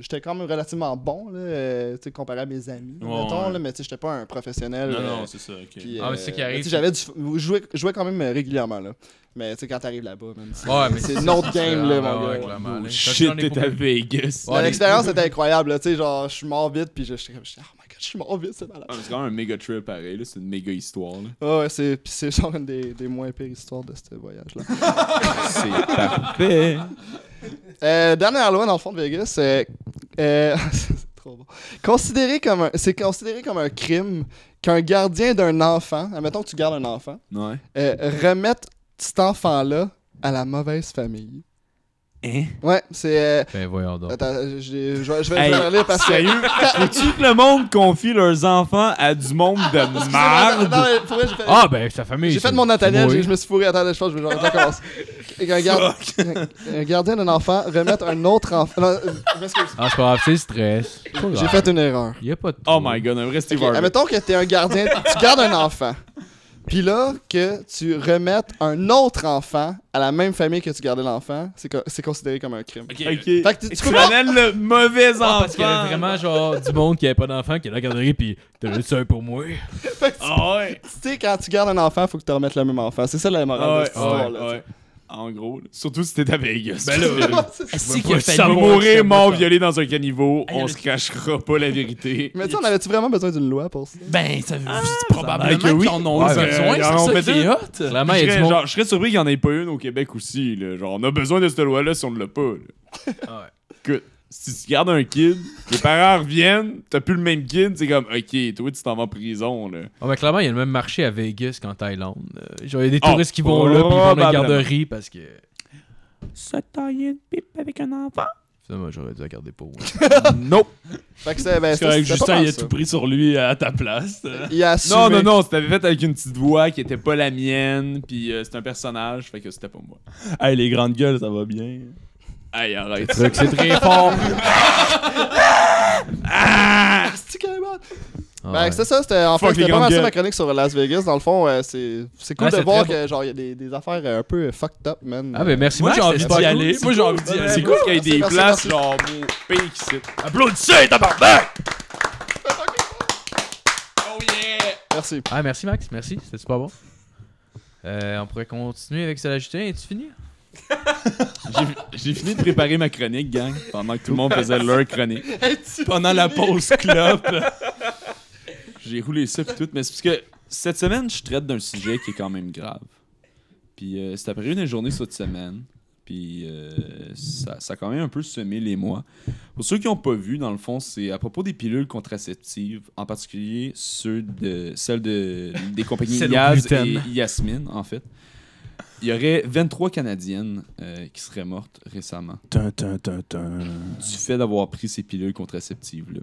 [SPEAKER 5] J'étais quand même relativement bon, là, euh, tu sais, comparé à mes amis,
[SPEAKER 4] Ouais,
[SPEAKER 5] mettons,
[SPEAKER 4] ouais.
[SPEAKER 5] là, mais tu sais, j'étais pas un professionnel.
[SPEAKER 4] non,
[SPEAKER 5] euh,
[SPEAKER 4] non, c'est ça. ok.
[SPEAKER 5] puis, euh,
[SPEAKER 3] Ah, mais c'est ça qui arrive.
[SPEAKER 5] tu sais, J'avais du... Je jouais, je jouais quand même euh, régulièrement, là. Mais tu sais, quand t'arrives là-bas, man, c'est
[SPEAKER 3] Ouais, mais
[SPEAKER 5] c'est une autre game, là,
[SPEAKER 3] Ah, ouais,
[SPEAKER 5] mon gars.
[SPEAKER 6] hein.
[SPEAKER 3] clairement, là. Quand
[SPEAKER 6] Shit,
[SPEAKER 3] tu joues dans les
[SPEAKER 6] t'es à Vegas.
[SPEAKER 3] Ouais,
[SPEAKER 5] Mais
[SPEAKER 3] ah, les-
[SPEAKER 5] L'expérience était incroyable, là, tu sais, genre, je suis mort vite, puis je- j'étais comme, oh my god, je suis mort vite, c'est malade. Ah
[SPEAKER 6] Ah, mais C'est quand même un méga trip pareil, là, c'est une méga histoire. Là.
[SPEAKER 5] Ouais, ouais, c'est, pis c'est genre une des, des moins pires histoires de ce voyage-là.
[SPEAKER 6] C'est parfait.
[SPEAKER 5] Euh, dernière loi, dans le fond de Vegas, euh, euh, c'est trop bon. Considéré comme un- c'est considéré comme un crime qu'un gardien d'un enfant, admettons que tu gardes un enfant,
[SPEAKER 6] Ouais.
[SPEAKER 5] euh, remette cet enfant-là à la mauvaise famille.
[SPEAKER 6] Hein?
[SPEAKER 5] Ouais, c'est... euh,
[SPEAKER 3] Ben voyons donc.
[SPEAKER 5] attends, je, je- je vais je vais
[SPEAKER 6] Hey,
[SPEAKER 5] le relire parce que...
[SPEAKER 6] Sérieux? Faut-tu que le monde confie leurs enfants à du monde de
[SPEAKER 5] Excusez-moi, non,
[SPEAKER 6] merde?
[SPEAKER 5] mais pour vrai, j'ai fait-
[SPEAKER 3] Ah ben sa famille.
[SPEAKER 5] J'ai fait
[SPEAKER 3] c'est-
[SPEAKER 5] de mon Nathaniel,
[SPEAKER 3] c'est
[SPEAKER 5] j'ai-
[SPEAKER 3] moi,
[SPEAKER 5] je me suis fourré. Attends, je pense que je vais recommencer. Un, gar- un- un gardien d'un enfant remettre un autre enfant. non, euh, je m'excuse.
[SPEAKER 3] Ah, c'est pas grave, c'est le stress. C'est pas
[SPEAKER 5] J'ai
[SPEAKER 3] grave.
[SPEAKER 5] fait une erreur.
[SPEAKER 3] Y a pas de.
[SPEAKER 6] Oh my god, un vrai Steve
[SPEAKER 5] Ok,
[SPEAKER 6] Harvey.
[SPEAKER 5] admettons que t'es un gardien, tu gardes un enfant. Puis là, que tu remettes un autre enfant à la même famille que tu gardais l'enfant, c'est co- c'est considéré comme un crime.
[SPEAKER 4] Ok,
[SPEAKER 6] Ok.
[SPEAKER 5] Fait que tu- tu peux pas-
[SPEAKER 6] ramènes le mauvais enfant.
[SPEAKER 3] Parce qu'il y avait vraiment genre du monde qui avait pas d'enfant qui allait à la garderie pis t'as le seul pour moi.
[SPEAKER 6] Ah ouais.
[SPEAKER 5] Tu sais, quand tu gardes un enfant, faut que tu remettes le même enfant. C'est ça la morale
[SPEAKER 6] Ah
[SPEAKER 5] de
[SPEAKER 6] ouais.
[SPEAKER 5] cette
[SPEAKER 6] Ah
[SPEAKER 5] histoire-là.
[SPEAKER 6] ouais. ouais. En gros, là. surtout si t'es à Vegas.
[SPEAKER 4] Ben là,
[SPEAKER 6] si
[SPEAKER 4] que
[SPEAKER 6] ça
[SPEAKER 4] ça
[SPEAKER 6] va
[SPEAKER 4] va,
[SPEAKER 6] mourir
[SPEAKER 4] ça
[SPEAKER 6] mort
[SPEAKER 4] va.
[SPEAKER 6] violé dans un caniveau,
[SPEAKER 4] Hey,
[SPEAKER 6] on
[SPEAKER 4] le-
[SPEAKER 6] se cachera pas la vérité.
[SPEAKER 5] Mais tu sais, on avait-tu vraiment besoin d'une loi pour ça?
[SPEAKER 4] ben, ça
[SPEAKER 6] ça a
[SPEAKER 4] probablement
[SPEAKER 6] l'air que oui.
[SPEAKER 4] qu'ils en ont eu
[SPEAKER 6] Ouais, ben,
[SPEAKER 4] besoin,
[SPEAKER 6] ils en ont
[SPEAKER 4] c'est ça
[SPEAKER 6] fait
[SPEAKER 4] qui est
[SPEAKER 6] une.
[SPEAKER 4] hot.
[SPEAKER 3] Clairement,
[SPEAKER 6] je,
[SPEAKER 3] y a du
[SPEAKER 6] serais,
[SPEAKER 3] monde.
[SPEAKER 6] genre, je serais surpris qu'il n'y en ait pas une au Québec aussi. Là. Genre, on a besoin de cette loi-là si on ne l'a pas. là.
[SPEAKER 3] Ah ouais.
[SPEAKER 6] Que, si tu gardes un kid, les parents reviennent, t'as plus le même kid, c'est comme, ok, toi, tu t'en vas en prison. Là.
[SPEAKER 3] Ah, mais clairement, il y a le même marché à Vegas qu'en Thaïlande. Euh, genre, il y a des
[SPEAKER 6] Ah,
[SPEAKER 3] touristes qui vont là pis ils vont dans la
[SPEAKER 6] probablement.
[SPEAKER 3] garderie parce que.
[SPEAKER 6] Ça tailler une pipe avec un enfant.
[SPEAKER 3] Finalement, j'aurais dû la garder pour moi.
[SPEAKER 6] non.
[SPEAKER 5] Fait que c'est ben,
[SPEAKER 4] C'est
[SPEAKER 5] ça,
[SPEAKER 4] correct,
[SPEAKER 5] c'était pas
[SPEAKER 4] Justin,
[SPEAKER 5] mal
[SPEAKER 4] il a
[SPEAKER 5] ça.
[SPEAKER 4] tout pris sur lui à ta place.
[SPEAKER 5] Il a assumé.
[SPEAKER 6] Non, non, non, c'était fait avec une petite voix qui était pas la mienne, puis euh, c'était un personnage, fait que c'était pas moi.
[SPEAKER 4] Hey, les grandes gueules, ça va bien.
[SPEAKER 6] Aïe, arrête.
[SPEAKER 3] Donc, c'est très fort.
[SPEAKER 5] Ah, c'est carrément.
[SPEAKER 3] Ah,
[SPEAKER 5] Ben, c'est ça, c'était en fait,
[SPEAKER 6] Fuck les
[SPEAKER 5] c'était pas mal
[SPEAKER 6] grandes
[SPEAKER 5] ça
[SPEAKER 6] gueules.
[SPEAKER 5] ma chronique sur Las Vegas. Dans le fond, euh, c'est c'est cool
[SPEAKER 3] Ah,
[SPEAKER 5] de
[SPEAKER 3] c'est
[SPEAKER 5] voir
[SPEAKER 3] très
[SPEAKER 5] que genre il y a des, des affaires euh, un peu euh, fucked up, man.
[SPEAKER 3] Ah ben merci
[SPEAKER 4] Moi,
[SPEAKER 3] Max,
[SPEAKER 4] j'ai envie
[SPEAKER 3] c'était
[SPEAKER 4] d'y
[SPEAKER 3] pas
[SPEAKER 4] aller.
[SPEAKER 3] cool.
[SPEAKER 4] Moi, j'ai envie d'y
[SPEAKER 6] C'est
[SPEAKER 4] aller.
[SPEAKER 6] cool qu'il y ait des
[SPEAKER 5] Merci,
[SPEAKER 6] places,
[SPEAKER 5] merci,
[SPEAKER 6] genre, mon pays qui cite.
[SPEAKER 4] Applaudissez, tabarnak!
[SPEAKER 8] Oh,
[SPEAKER 5] Euh, Merci.
[SPEAKER 3] Ah merci Max, merci, c'était super bon. Euh, on pourrait continuer avec celle à Justin, es-tu fini?
[SPEAKER 6] J'ai- J'ai fini de préparer ma chronique, gang, pendant que tout le monde faisait leur chronique.
[SPEAKER 4] Pendant la pause clope.
[SPEAKER 6] J'ai roulé ça pis tout, mais c'est parce que cette semaine, je traite d'un sujet qui est quand même grave. Puis euh, c'est après une journée cette semaine, puis euh, ça, ça a quand même un peu semé les mois. Pour ceux qui n'ont pas vu, dans le fond, c'est à propos des pilules contraceptives, en particulier ceux de, celles de, des compagnies
[SPEAKER 3] Celles au
[SPEAKER 6] Yaz et
[SPEAKER 3] gluten.
[SPEAKER 6] Yasmine, en fait. Il y aurait 23 Canadiennes euh, qui seraient mortes récemment. du fait d'avoir pris ces pilules contraceptives-là.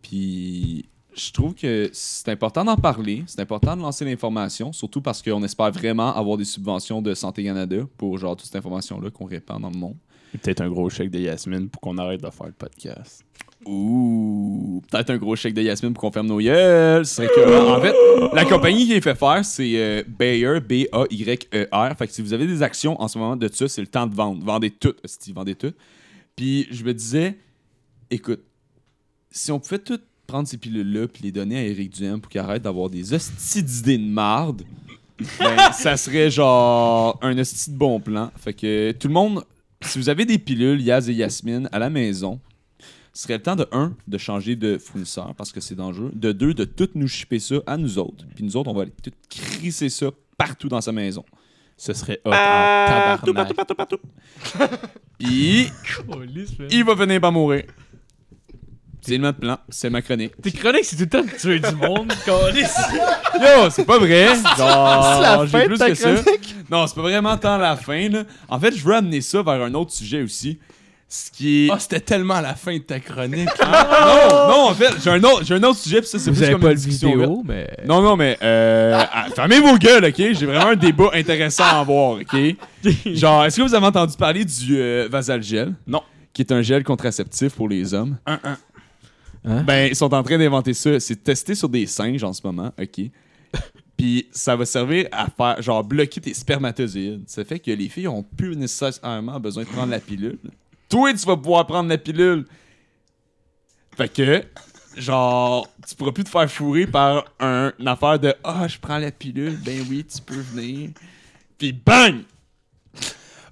[SPEAKER 6] Puis, je trouve que c'est important d'en parler, c'est important de lancer l'information, surtout parce qu'on espère vraiment avoir des subventions de Santé Canada pour genre toute cette information-là qu'on répand dans le monde.
[SPEAKER 4] Peut-être un gros chèque de Yasmine pour qu'on arrête de faire le podcast.
[SPEAKER 6] Ouh, peut-être un gros chèque de Yasmine pour qu'on ferme nos gueules. Ce serait que, euh, en fait, la compagnie qui les fait faire, c'est euh, Bayer, B-A-Y-E-R. E Fait que si vous avez des actions en ce moment de ça, c'est le temps de vendre. Vendez toutes, si vendez toutes. Puis je me disais, écoute, si on pouvait toutes prendre ces pilules-là puis les donner à Eric Duhem pour qu'il arrête d'avoir des hosties d'idées de marde, ben, ça serait genre un hostie de bon plan. Fait que tout le monde Si vous avez des pilules Yaz et Yasmine à la maison, ce serait le temps de 1 de changer de fournisseur parce que c'est dangereux, de 2 de tout nous shipper ça à nous autres, puis nous autres on va aller tout crisser ça partout dans sa maison.
[SPEAKER 4] Ce serait hot en tabarnak.
[SPEAKER 6] Euh, Partout, partout, partout. Puis il va venir pas mourir. C'est le même plan, c'est ma chronique.
[SPEAKER 10] Tes chroniques, c'est tout le temps de tuer du monde, câlisse.
[SPEAKER 6] Yo, c'est pas vrai.
[SPEAKER 5] la
[SPEAKER 6] Non,
[SPEAKER 5] fin
[SPEAKER 6] j'ai
[SPEAKER 5] de
[SPEAKER 6] plus
[SPEAKER 5] ta
[SPEAKER 6] que ça. Non, c'est pas vraiment tant la fin. Là. En fait, je veux amener ça vers un autre sujet aussi. Ce qui est.
[SPEAKER 4] Ah, c'était tellement la fin de ta chronique.
[SPEAKER 6] non, non, en fait, j'ai un autre, j'ai un autre sujet, puis ça, c'est
[SPEAKER 3] Vous
[SPEAKER 6] plus
[SPEAKER 3] avez
[SPEAKER 6] comme
[SPEAKER 3] pas
[SPEAKER 6] une
[SPEAKER 3] le
[SPEAKER 6] discussion ouverte.
[SPEAKER 3] vidéo, mais.
[SPEAKER 6] Non, non, mais euh, ah, fermez vos gueules, ok? J'ai vraiment un débat intéressant à avoir, ok? Genre, est-ce que vous avez entendu parler du euh, Vasal Gel?
[SPEAKER 4] Non.
[SPEAKER 6] Qui est un gel contraceptif pour les hommes.
[SPEAKER 4] Un, un.
[SPEAKER 3] Hein?
[SPEAKER 6] Ben, ils sont en train d'inventer ça. C'est testé sur des singes en ce moment, ok? Puis ça va servir à faire, genre, bloquer tes spermatozoïdes. Ça fait que les filles ont plus nécessairement besoin de prendre la pilule. Toi, tu vas pouvoir prendre la pilule. Fait que, genre, tu pourras plus te faire fourrer par un, une affaire de Ah, je prends la pilule, ben oui, tu peux venir. Puis bang!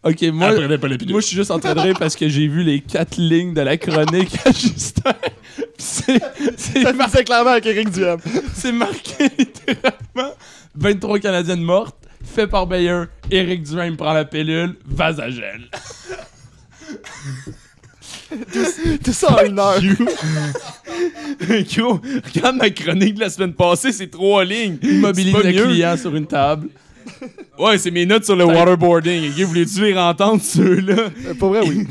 [SPEAKER 4] Ok, moi,
[SPEAKER 6] Apprenez pas la pilule.
[SPEAKER 4] moi je suis juste en train de rire parce que j'ai vu les quatre lignes de la chronique à Justin. Puis c'est- c'est
[SPEAKER 5] Ça me disait clairement avec Eric Duhem.
[SPEAKER 4] C'est marqué littéralement 23 Canadiennes mortes, fait par Bayer, Eric Duhem prend la pilule, vasagel.
[SPEAKER 5] Tout ça en une heure.
[SPEAKER 6] Yo, regarde ma chronique de la semaine passée, c'est trois lignes.
[SPEAKER 4] Immobilise
[SPEAKER 6] C'est pas
[SPEAKER 4] le
[SPEAKER 6] mieux.
[SPEAKER 4] client sur une table.
[SPEAKER 6] Ouais, c'est mes notes sur le waterboarding. ok? Voulez-tu les entendre, ceux-là?
[SPEAKER 5] Euh, Pour vrai, oui.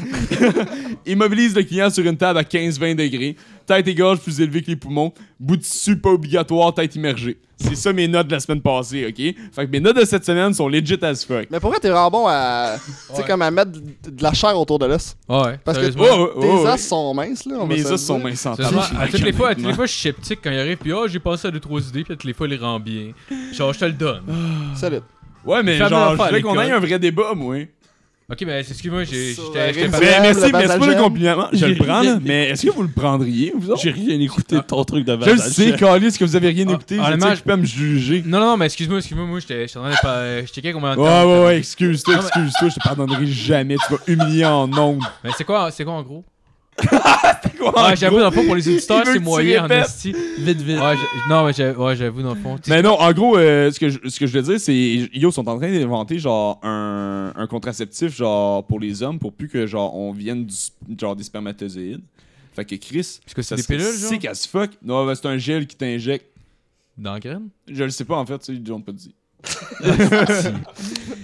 [SPEAKER 6] Immobilise le client sur une table à 15-20 degrés. Tête et gorge plus élevées que les poumons. Bout de tissu pas obligatoire, tête immergée. C'est ça mes notes de la semaine passée, ok? Fait que mes notes de cette semaine sont legit as fuck.
[SPEAKER 5] Mais pour vrai, t'es vraiment bon à. Tu sais, comme à mettre de de la chair autour de l'os.
[SPEAKER 3] Ouais,
[SPEAKER 5] Parce que
[SPEAKER 3] sérieusement.
[SPEAKER 6] Oh, oh,
[SPEAKER 5] Tes
[SPEAKER 6] oh,
[SPEAKER 5] os sont minces, là. On va
[SPEAKER 6] Mes
[SPEAKER 5] se le
[SPEAKER 6] os sont
[SPEAKER 5] dire.
[SPEAKER 6] minces en
[SPEAKER 3] Sérieusement,
[SPEAKER 6] tabarnak,
[SPEAKER 3] à Ah, toutes les fois, à toutes les
[SPEAKER 6] honnêtement.
[SPEAKER 3] fois, je suis sceptique quand il arrive, puis oh, j'ai pensé à deux, trois idées, puis à toutes les fois, il les rend bien. Genre, je te le donne.
[SPEAKER 5] Solide.
[SPEAKER 6] Ouais, mais
[SPEAKER 3] Fais la
[SPEAKER 6] genre,
[SPEAKER 3] meilleure
[SPEAKER 6] je voulais
[SPEAKER 3] affaire à
[SPEAKER 6] qu'on ait
[SPEAKER 3] l'école.
[SPEAKER 6] un vrai débat, moi.
[SPEAKER 3] Ok, ben, excuse-moi, j'ai-
[SPEAKER 5] Ça,
[SPEAKER 3] j'étais j'étais
[SPEAKER 5] Eric
[SPEAKER 3] pas
[SPEAKER 5] Duhem.
[SPEAKER 6] Mais merci, merci
[SPEAKER 5] le
[SPEAKER 6] pour le
[SPEAKER 5] Vasagel.
[SPEAKER 6] compliment. Je
[SPEAKER 4] J'ai
[SPEAKER 6] le prends,
[SPEAKER 4] rien-
[SPEAKER 6] là. Mais est-ce que vous le prendriez, vous autres?
[SPEAKER 4] J'ai rien écouté de ton truc de
[SPEAKER 6] Je le
[SPEAKER 4] vasagel.
[SPEAKER 6] sais, Calis, que vous avez rien écouté.
[SPEAKER 3] ah,
[SPEAKER 6] Je
[SPEAKER 3] honnêtement,
[SPEAKER 6] sais que peux me juger.
[SPEAKER 3] Non, non, non, mais excuse-moi, excuse-moi, moi, j'étais j'étais en train de pas. euh, Je checkais combien de
[SPEAKER 6] Ouais,
[SPEAKER 3] temps.
[SPEAKER 6] ouais, ouais, excuse-toi,
[SPEAKER 3] Ah, mais-
[SPEAKER 6] excuse-toi, je te pardonnerai jamais, tu vas humilier en ondes.
[SPEAKER 3] Mais c'est quoi, c'est quoi en gros?
[SPEAKER 6] Quoi,
[SPEAKER 3] Ah, j'avoue, dans le fond, pour les
[SPEAKER 6] Il
[SPEAKER 3] auditeurs,
[SPEAKER 6] veut
[SPEAKER 3] c'est
[SPEAKER 6] que tu
[SPEAKER 3] moyen en
[SPEAKER 6] répètes.
[SPEAKER 3] esti. Vite, vite. Ouais, je- non, mais j'avoue, ouais, j'avoue, dans le fond. tu-
[SPEAKER 6] Mais non, en gros, euh, ce, que je, ce que je veux dire, c'est yo, ils sont en train d'inventer genre un, un contraceptif genre pour les hommes pour plus que genre on vienne du, s- genre des spermatozoïdes. Fait que Chris,
[SPEAKER 3] Parce que c'est
[SPEAKER 6] ça
[SPEAKER 3] des
[SPEAKER 6] serait
[SPEAKER 3] pilules, genre?
[SPEAKER 6] sick as fuck. Non, ben, c'est un gel qui t'injecte.
[SPEAKER 3] Dans la graine?
[SPEAKER 6] Je le sais pas en fait, tu sais, ils ont pas dit.